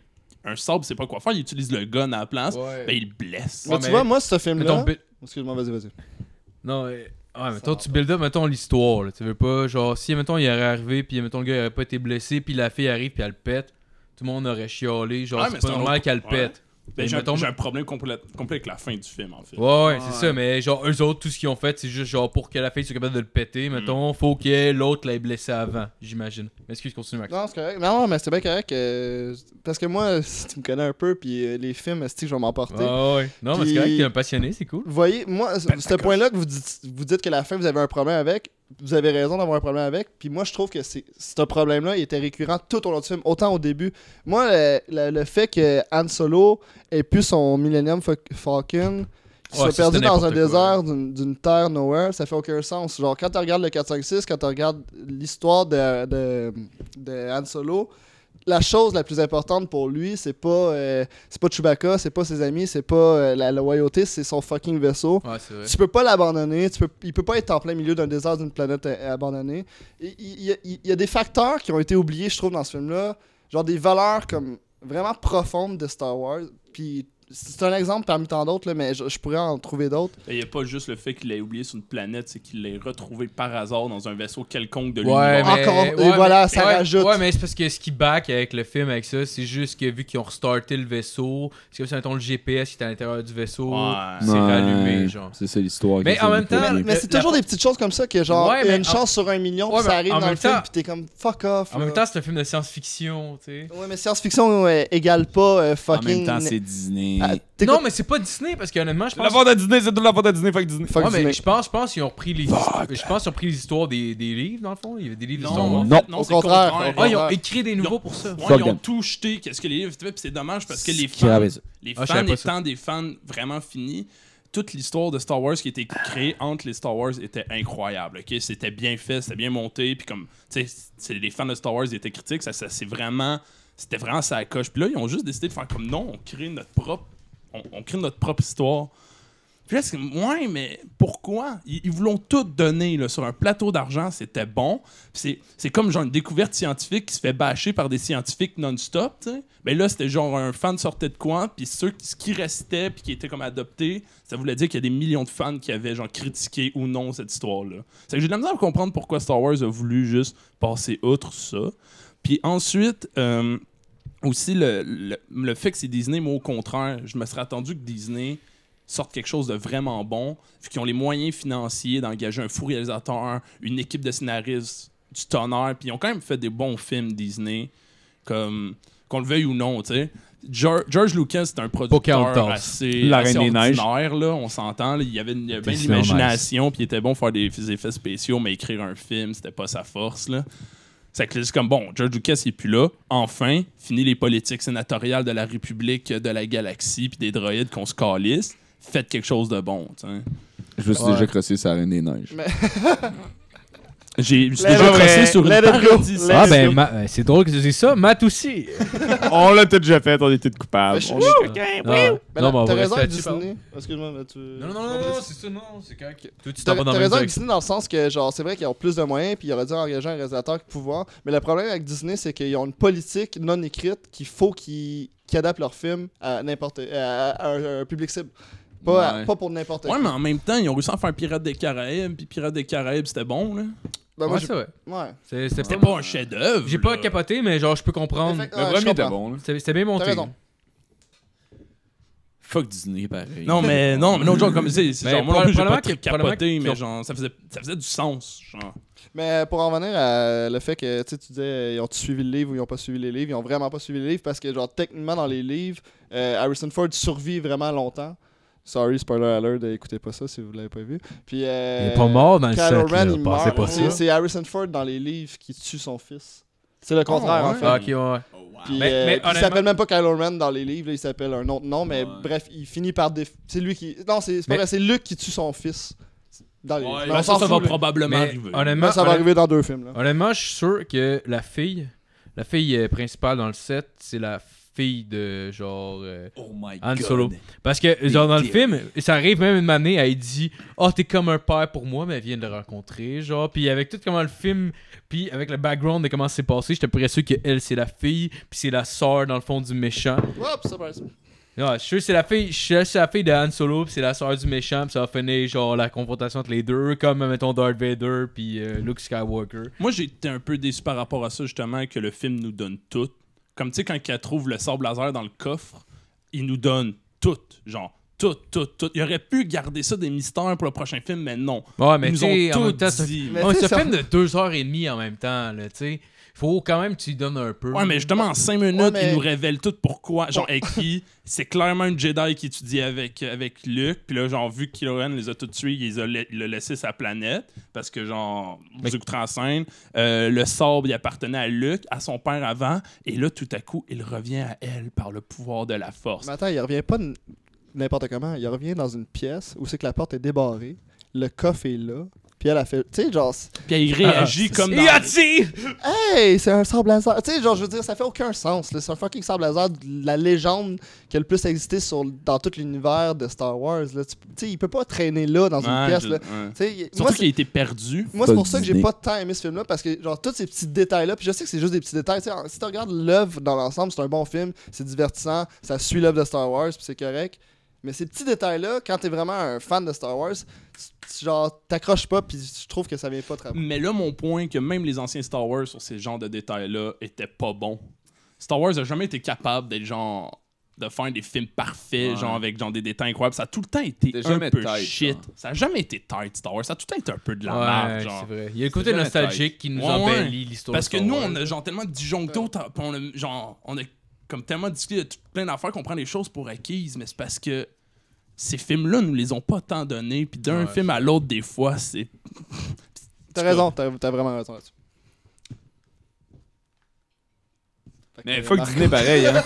[SPEAKER 4] un sabre, c'est pas quoi faire, il utilise le gun à la place.
[SPEAKER 3] Ouais.
[SPEAKER 4] Ben, il blesse.
[SPEAKER 5] Mais
[SPEAKER 3] Ouais,
[SPEAKER 5] tu
[SPEAKER 3] mais-
[SPEAKER 5] vois, moi, ce
[SPEAKER 3] Mettons,
[SPEAKER 5] film-là.
[SPEAKER 3] bu-
[SPEAKER 5] Excuse-moi, vas-y, vas-y.
[SPEAKER 3] non, euh, ouais, mettons, tu build up, mettons, l'histoire. là. Tu veux pas, genre, si, mettons, il aurait arrivé, puis, mettons, le gars il aurait pas été blessé, puis la fille arrive, puis elle le pète, tout le monde aurait chialé. Genre,
[SPEAKER 4] Ouais, mais
[SPEAKER 3] c'est pas
[SPEAKER 4] c'est un
[SPEAKER 3] normal
[SPEAKER 4] autre-
[SPEAKER 3] qu'elle le
[SPEAKER 4] ouais.
[SPEAKER 3] pète.
[SPEAKER 4] Ben,
[SPEAKER 3] Mais
[SPEAKER 4] j'ai un-
[SPEAKER 3] mettons-
[SPEAKER 4] j'ai un problème complet, complet avec la fin du film, en fait.
[SPEAKER 3] Ouais, ouais, c'est ça, mais genre, eux autres, tout ce qu'ils ont fait, c'est juste genre pour que la fille soit capable de le péter, mettons, faut que l'autre l'ait blessé avant, j'imagine. Mais Excuse, continue, Max.
[SPEAKER 5] Non, c'est correct. Non, mais c'est bien correct. euh, parce que moi, si tu me connais un peu, puis euh, les films, si je vais m'emporter.
[SPEAKER 3] Ah ouais. Ben, Non, mais
[SPEAKER 5] Puis-
[SPEAKER 3] c'est correct, t'es un passionné, c'est cool.
[SPEAKER 5] Vous voyez, moi, c- ce point-là que vous dites, vous dites que la fin, vous avez un problème avec, vous avez raison d'avoir un problème avec. Puis moi, je trouve que c'est ce problème-là, il était récurrent tout au long du film, autant au début. Moi, le, le- le fait que Han Solo ait pu son Millennium Fa- Falcon, qui
[SPEAKER 3] Ouais,
[SPEAKER 5] soit
[SPEAKER 3] ça,
[SPEAKER 5] perdu
[SPEAKER 3] c'était
[SPEAKER 5] dans un
[SPEAKER 3] n'importe quoi.
[SPEAKER 5] désert d'une d'une terre nowhere, ça fait aucun sens. Genre, quand tu regardes le 456, quand tu regardes l'histoire de, de, de Han Solo, la chose la plus importante pour lui, c'est pas, euh, c'est pas Chewbacca, c'est pas ses amis, c'est pas euh, la loyauté, c'est son fucking vaisseau.
[SPEAKER 3] Ouais, c'est vrai.
[SPEAKER 5] Tu peux pas l'abandonner, tu peux, il peut pas être en plein milieu d'un désert d'une planète euh, abandonnée. Il- Il il y, a- il y a des facteurs qui ont été oubliés, je trouve, dans ce film-là. Genre des valeurs comme vraiment profondes de Star Wars. Puis c'est un exemple parmi tant d'autres, là, mais je, je pourrais en trouver d'autres.
[SPEAKER 4] Ben, Il n'y a pas juste le fait qu'il l'ait oublié sur une planète, c'est qu'il l'ait retrouvé par hasard dans un vaisseau quelconque de
[SPEAKER 3] Ouais,
[SPEAKER 4] l'univers.
[SPEAKER 3] mais,
[SPEAKER 5] Encore- et
[SPEAKER 3] ouais,
[SPEAKER 5] voilà,
[SPEAKER 3] mais-
[SPEAKER 5] ça
[SPEAKER 3] ouais,
[SPEAKER 5] rajoute.
[SPEAKER 3] Ouais, mais c'est parce que ce qui back avec le film, avec ça, c'est juste que vu qu'ils ont restarté le vaisseau, c'est comme si, mettons, le GPS qui était à l'intérieur du vaisseau,
[SPEAKER 4] Ouais.
[SPEAKER 3] c'est
[SPEAKER 6] Ouais.
[SPEAKER 3] rallumé, genre.
[SPEAKER 6] C'est ça l'histoire.
[SPEAKER 3] Mais
[SPEAKER 6] que
[SPEAKER 3] en
[SPEAKER 6] ça
[SPEAKER 3] même
[SPEAKER 6] nous
[SPEAKER 3] temps,
[SPEAKER 6] fait.
[SPEAKER 5] Mais,
[SPEAKER 3] mais-
[SPEAKER 5] mais c'est
[SPEAKER 3] la-
[SPEAKER 5] toujours des petites choses comme ça, que genre,
[SPEAKER 3] Ouais,
[SPEAKER 5] il y a
[SPEAKER 3] mais
[SPEAKER 5] une
[SPEAKER 3] en-
[SPEAKER 5] chance sur un million,
[SPEAKER 3] Ouais,
[SPEAKER 5] puis ça
[SPEAKER 3] mais
[SPEAKER 5] arrive
[SPEAKER 3] en
[SPEAKER 5] dans
[SPEAKER 3] même
[SPEAKER 5] le film,
[SPEAKER 3] temps-
[SPEAKER 5] puis t'es comme fuck off.
[SPEAKER 3] En
[SPEAKER 5] là.
[SPEAKER 3] même temps, c'est un film de science-fiction, tu sais.
[SPEAKER 5] Ouais, mais science-fiction euh, égale pas euh,
[SPEAKER 6] En
[SPEAKER 5] fucking.
[SPEAKER 6] même temps, c'est Disney.
[SPEAKER 5] Ah, t'écoutes-
[SPEAKER 3] Non, mais c'est pas Disney, parce qu'honnêtement, je pense
[SPEAKER 6] faute à Disney, c'est toute la faute à Disney, fuck Disney.
[SPEAKER 5] Fuck
[SPEAKER 3] Ouais, mais
[SPEAKER 5] Disney.
[SPEAKER 3] je pense, je pense qu'ils ont repris les, je pense qu'ils ont pris les histoires des, des livres dans le fond. Il y avait des livres de Star
[SPEAKER 4] Non,
[SPEAKER 3] Wars.
[SPEAKER 4] en fait,
[SPEAKER 6] Non,
[SPEAKER 5] au
[SPEAKER 4] c'est
[SPEAKER 5] contraire, au
[SPEAKER 4] Ouais,
[SPEAKER 3] Ah, ils ont écrit des nouveaux pour ça.
[SPEAKER 4] Ouais,
[SPEAKER 6] Fuck
[SPEAKER 4] ils ont
[SPEAKER 6] them.
[SPEAKER 4] tout jeté. Qu'est-ce que les livres faisaient? Puis c'est dommage parce que les fans,
[SPEAKER 6] Scarabée.
[SPEAKER 4] les
[SPEAKER 3] Ah, je
[SPEAKER 4] fans
[SPEAKER 3] savais pas
[SPEAKER 4] étant
[SPEAKER 3] ça.
[SPEAKER 4] des fans vraiment finis, toute l'histoire de Star Wars qui était créée entre les Star Wars était incroyable. ok? C'était bien fait, c'était bien monté. Puis comme, tu sais, c'est- les fans de Star Wars ils étaient critiques. Ça, ça- c'est vraiment, c'était vraiment ça coche. Puis là, ils ont juste décidé de faire comme non, on crée notre propre, on, on crée notre propre histoire. Puis là, c'est comme, ouais, mais pourquoi? Ils, ils vous l'ont tout donné là, sur un plateau d'argent, c'était bon. C'est c'est comme genre une découverte scientifique qui se fait bâcher par des scientifiques non-stop. tu sais. Mais là, c'était genre un fan sortait de quoi, puis ceux qui, ce qui restaient, puis qui étaient comme adoptés, ça voulait dire qu'il y a des millions de fans qui avaient genre critiqué ou non cette histoire-là. C'est que j'ai de la misère à comprendre pourquoi Star Wars a voulu juste passer outre ça. Puis ensuite, euh, aussi, le, le, le fait que c'est Disney, moi au contraire, je me serais attendu que Disney sorte quelque chose de vraiment bon, vu qu'ils ont les moyens financiers d'engager un fou réalisateur, une équipe de scénaristes du tonnerre, puis ils ont quand même fait des bons films Disney, comme qu'on le veuille ou non, tu sais. Geor- George Lucas, c'est un producteur
[SPEAKER 3] Pocahontas.
[SPEAKER 4] assez,
[SPEAKER 6] La
[SPEAKER 4] assez
[SPEAKER 6] Reine des Neiges.
[SPEAKER 4] ordinaire, là, on s'entend. là. Il y avait, une- il y avait de
[SPEAKER 3] Disney on Ice.
[SPEAKER 4] l'imagination, puis il était bon pour faire des, des effets spéciaux, mais écrire un film, c'était pas sa force, là. C'est que c'est juste comme bon, George Lucas il est plus là. Enfin, fini les politiques sénatoriales de la République, de la galaxie, puis des droïdes qu'on se calisse. Faites quelque chose de bon. tu sais.
[SPEAKER 6] Je me suis déjà crossé sur la Reine des Neiges.
[SPEAKER 4] J'ai je suis
[SPEAKER 5] Let
[SPEAKER 4] déjà
[SPEAKER 5] it-
[SPEAKER 4] crossé sur une
[SPEAKER 5] let it go.
[SPEAKER 4] parodie.
[SPEAKER 3] Ah,
[SPEAKER 5] Let it go.
[SPEAKER 3] ben, euh, c'est drôle que tu dis ça. Matt aussi.
[SPEAKER 6] on l'a tout déjà fait, on était coupables.
[SPEAKER 5] Je-
[SPEAKER 3] Non,
[SPEAKER 5] Mais
[SPEAKER 3] non,
[SPEAKER 5] Ben là,
[SPEAKER 3] mais on
[SPEAKER 5] t'as
[SPEAKER 3] va rester
[SPEAKER 5] raison avec
[SPEAKER 3] là-dessus, pardon.
[SPEAKER 5] Disney. Excuse-moi, mais tu.
[SPEAKER 3] Non, non, non, non, c'est ça, non, c'est correct. Toi, tu
[SPEAKER 5] T'as
[SPEAKER 3] t'en vas dans la
[SPEAKER 5] t'as
[SPEAKER 3] même
[SPEAKER 5] raison avec
[SPEAKER 3] direction.
[SPEAKER 5] Disney dans le sens que, genre, c'est vrai qu'ils ont plus de moyens puis ils auraient dû engager un réalisateur qui pouvoir. Mais le problème avec Disney, c'est qu'ils ont une politique non écrite qu'il faut qu'ils qu'ils adaptent leur film à n'importe à, à un, un public cible. Pas, à-
[SPEAKER 6] Ouais.
[SPEAKER 5] pas pour n'importe qui.
[SPEAKER 4] Ouais, mais en même temps, ils ont réussi à faire Pirates des Caraïbes, puis Pirates des Caraïbes, c'était bon, là.
[SPEAKER 5] Ben, moi,
[SPEAKER 3] Ouais,
[SPEAKER 5] j'ai-
[SPEAKER 3] c'est vrai.
[SPEAKER 5] ouais.
[SPEAKER 3] C'est-
[SPEAKER 4] C'était
[SPEAKER 3] C'était
[SPEAKER 4] pas un chef-d'œuvre.
[SPEAKER 3] J'ai pas
[SPEAKER 4] là.
[SPEAKER 3] capoté, mais genre, je peux comprendre.
[SPEAKER 5] Effect-
[SPEAKER 6] Le
[SPEAKER 5] ouais, ah, je
[SPEAKER 6] premier était
[SPEAKER 5] comprends.
[SPEAKER 6] bon. là.
[SPEAKER 3] C'était c'était bien monté.
[SPEAKER 5] T'as raison.
[SPEAKER 6] Fuck Disney, pareil.
[SPEAKER 4] Non, mais non, mais non, genre, comme je dis, c'est
[SPEAKER 3] Mais
[SPEAKER 4] genre, moi non plus, j'ai pas
[SPEAKER 3] probablement
[SPEAKER 4] très
[SPEAKER 3] que- probablement
[SPEAKER 4] capoté,
[SPEAKER 3] qu'ils
[SPEAKER 4] mais
[SPEAKER 3] ont-
[SPEAKER 4] genre, ça faisait, ça faisait du sens, genre.
[SPEAKER 5] Mais pour en revenir à le fait que tu sais, tu disais, euh, ils ont suivi le livre ou ils ont pas suivi les livres, ils ont vraiment pas suivi les livres parce que, genre, techniquement, dans les livres, euh, Harrison Ford survit vraiment longtemps. Sorry, spoiler alert, écoutez pas ça si vous l'avez pas vu. Puis, euh,
[SPEAKER 3] dans
[SPEAKER 5] Kylo Ren, il meurt.
[SPEAKER 3] pas
[SPEAKER 5] C'est- C'est Harrison Ford dans les livres qui tue son fils. C'est le contraire, en fait.
[SPEAKER 3] Ah, ok, ouais, ouais.
[SPEAKER 6] Oh,
[SPEAKER 5] Puis,
[SPEAKER 3] Mais- mais
[SPEAKER 5] euh, puis il
[SPEAKER 3] honnêtement-
[SPEAKER 5] s'appelle même pas Kylo Ren dans les livres, là, il s'appelle un autre nom, mais bref, il finit par. déf- C'est lui qui. Non, c'est c'est pas
[SPEAKER 3] Mais-
[SPEAKER 5] vrai, c'est Luke qui tue son fils. Dans les livres. Mais on
[SPEAKER 4] Ben, ça,
[SPEAKER 5] s'en
[SPEAKER 4] ça
[SPEAKER 5] fout,
[SPEAKER 4] va
[SPEAKER 5] là.
[SPEAKER 4] probablement
[SPEAKER 3] Mais
[SPEAKER 4] arriver.
[SPEAKER 5] Mais
[SPEAKER 3] honnêtement,
[SPEAKER 5] ça va arriver dans deux films. là.
[SPEAKER 3] Honnêtement, je suis sûr que la fille, la fille euh, principale dans le set, c'est la fille de genre euh,
[SPEAKER 6] Oh my
[SPEAKER 3] Han Solo. Parce que genre dans le film, ça arrive même une année, elle dit "Oh, t'es comme un père pour moi, mais elle vient de le rencontrer." Genre, puis avec tout comment le film, puis avec le background de comment c'est passé, j'étais presque sûr que elle c'est la fille, puis c'est la sœur dans le fond du méchant.
[SPEAKER 5] Hop, surprise.
[SPEAKER 3] Non, je suis sûr que c'est la fille, je suis sûr que c'est la fille de Han Solo, puis c'est la sœur du méchant, puis ça va finir genre la confrontation entre les deux comme mettons Darth Vader puis euh, Luke Skywalker.
[SPEAKER 4] Moi, j'ai été un peu déçu par rapport à ça, justement, que le film nous donne tout. Comme, tu sais, quand elle trouve le sable laser dans le coffre, il nous donne tout, genre tout, tout, tout. Il aurait pu garder ça des mystères pour le prochain film, mais non.
[SPEAKER 3] Ouais, Ah, mais
[SPEAKER 4] Ils
[SPEAKER 3] tu
[SPEAKER 4] nous ont
[SPEAKER 3] sais, en
[SPEAKER 4] tout
[SPEAKER 3] même temps, c'est
[SPEAKER 4] dit.
[SPEAKER 5] Mais
[SPEAKER 3] un- ouais,
[SPEAKER 5] tu sais,
[SPEAKER 3] c'est un
[SPEAKER 5] ça-
[SPEAKER 3] film de 2h30 en même temps, là, tu sais. Faut quand même que tu lui donnes un peu.
[SPEAKER 4] Ouais, mais justement, en 5 minutes,
[SPEAKER 5] Ouais, mais-
[SPEAKER 4] il nous révèle tout pourquoi. Genre, avec qui C'est clairement une Jedi qui étudie avec, avec Luke. Puis là, genre, vu que Kylo Ren les a tous tués, il les a la- il a laissé sa planète. Parce que, genre,
[SPEAKER 3] Mais-
[SPEAKER 4] vous écouterez en scène, euh, le sable, il appartenait à Luke, à son père avant. Et là, tout à coup, il revient à elle par le pouvoir de la force.
[SPEAKER 5] Mais attends, il revient pas n- n'importe comment. Il revient dans une pièce où c'est que la porte est débarrée, le coffre est là, puis elle a fait. Tu sais, genre. c'est-
[SPEAKER 4] Puis il réagit
[SPEAKER 5] Ah,
[SPEAKER 4] comme dans...
[SPEAKER 5] Hey, c'est un sable laser. Tu sais, genre, je veux dire, ça fait aucun sens. là. C'est un fucking sable laser de la légende qui a le plus existé sur, dans tout l'univers de Star Wars. là. Tu tu sais, il peut pas traîner là dans une
[SPEAKER 4] Ouais,
[SPEAKER 5] pièce.
[SPEAKER 4] je-
[SPEAKER 5] là. Tu
[SPEAKER 4] ouais.
[SPEAKER 5] sais, il- moi,
[SPEAKER 4] Surtout qu'il a été perdu.
[SPEAKER 5] Moi, c'est pour ça que
[SPEAKER 6] Disney.
[SPEAKER 5] j'ai pas de temps aimé ce film-là, parce que, genre, tous ces petits détails-là, puis je sais que c'est juste des petits détails. tu sais, en- si tu regardes l'œuvre dans l'ensemble, c'est un bon film, c'est divertissant, ça suit l'œuvre de Star Wars, puis c'est correct. Mais ces petits détails-là, quand t'es vraiment un fan de Star Wars, tu- tu- genre, t'accroches pas, puis je trouve que ça vient pas te rappeler.
[SPEAKER 4] Mais là, mon point, que même les anciens Star Wars sur ces genres de détails-là étaient pas bons. Star Wars a jamais été capable d'être genre de faire des films parfaits, genre avec genre des détails incroyables. Ça a tout le temps été
[SPEAKER 12] C'était
[SPEAKER 4] un
[SPEAKER 12] jamais
[SPEAKER 4] peu
[SPEAKER 12] tight,
[SPEAKER 4] shit.
[SPEAKER 12] hein.
[SPEAKER 4] Ça a jamais été tight, Star Wars. Ça a tout le temps été un peu de la merde,
[SPEAKER 3] Ouais,
[SPEAKER 4] genre.
[SPEAKER 3] c'est vrai. Il y a le côté
[SPEAKER 12] jamais
[SPEAKER 3] nostalgique qui nous
[SPEAKER 4] Ouais,
[SPEAKER 3] embellit l'histoire.
[SPEAKER 4] Parce
[SPEAKER 3] de
[SPEAKER 4] que
[SPEAKER 3] Star
[SPEAKER 4] nous,
[SPEAKER 3] Wars.
[SPEAKER 4] on a genre tellement disjoncté, autant- pis on a, genre, on a comme tellement discuté de tout- plein d'affaires qu'on prend les choses pour acquises, mais c'est parce que ces films-là nous les ont pas tant donnés, puis d'un
[SPEAKER 3] Ouais.
[SPEAKER 4] film à l'autre, des fois, c'est.
[SPEAKER 5] T'as raison, t'as t'as vraiment raison là-dessus. Fait que,
[SPEAKER 6] Mais
[SPEAKER 5] euh,
[SPEAKER 6] fuck
[SPEAKER 5] Marc,
[SPEAKER 6] Disney pareil, hein.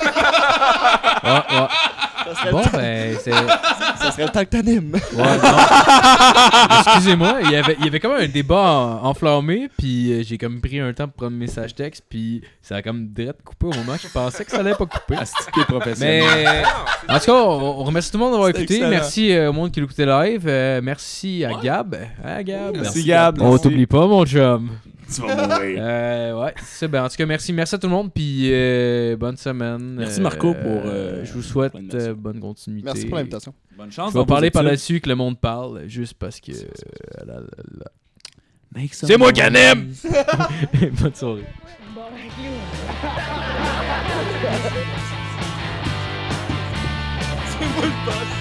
[SPEAKER 13] Ouais, ouais. Bon, ben, c'est.
[SPEAKER 5] ça serait le temps que t'animes.
[SPEAKER 3] Ouais, non. Excusez-moi, il y avait, il y avait comme un débat en- enflammé, puis euh, j'ai comme pris un temps pour prendre mes message texte, puis ça a comme direct coupé au moment que je pensais que ça allait pas couper.
[SPEAKER 6] Astiqué professionnel.
[SPEAKER 8] Ah,
[SPEAKER 3] Mais euh, en tout cas, on, on remercie tout le monde d'avoir écouté.
[SPEAKER 6] excellent.
[SPEAKER 3] Merci euh, au monde qui l'écoutait live. Euh, merci à Gab. À Gab.
[SPEAKER 6] Merci Gab.
[SPEAKER 3] On t'oublie pas, mon chum.
[SPEAKER 6] Tu vas mourir.
[SPEAKER 3] Euh, ouais, c'est ça. Ben, en tout cas, merci. Merci à tout le monde. Puis euh, bonne semaine.
[SPEAKER 4] Merci,
[SPEAKER 3] Euh,
[SPEAKER 4] Marco, pour, euh,
[SPEAKER 3] je vous souhaite
[SPEAKER 4] pour l'animation.
[SPEAKER 3] euh, bonne continuité.
[SPEAKER 5] Merci pour l'invitation.
[SPEAKER 6] Bonne chance.
[SPEAKER 3] Je vais parler par-dessus que le monde parle, juste parce que. euh, là, là, là. C'est moi qui en aime! Bonne soirée.
[SPEAKER 14] Barbecue.
[SPEAKER 12] C'est moi le boss.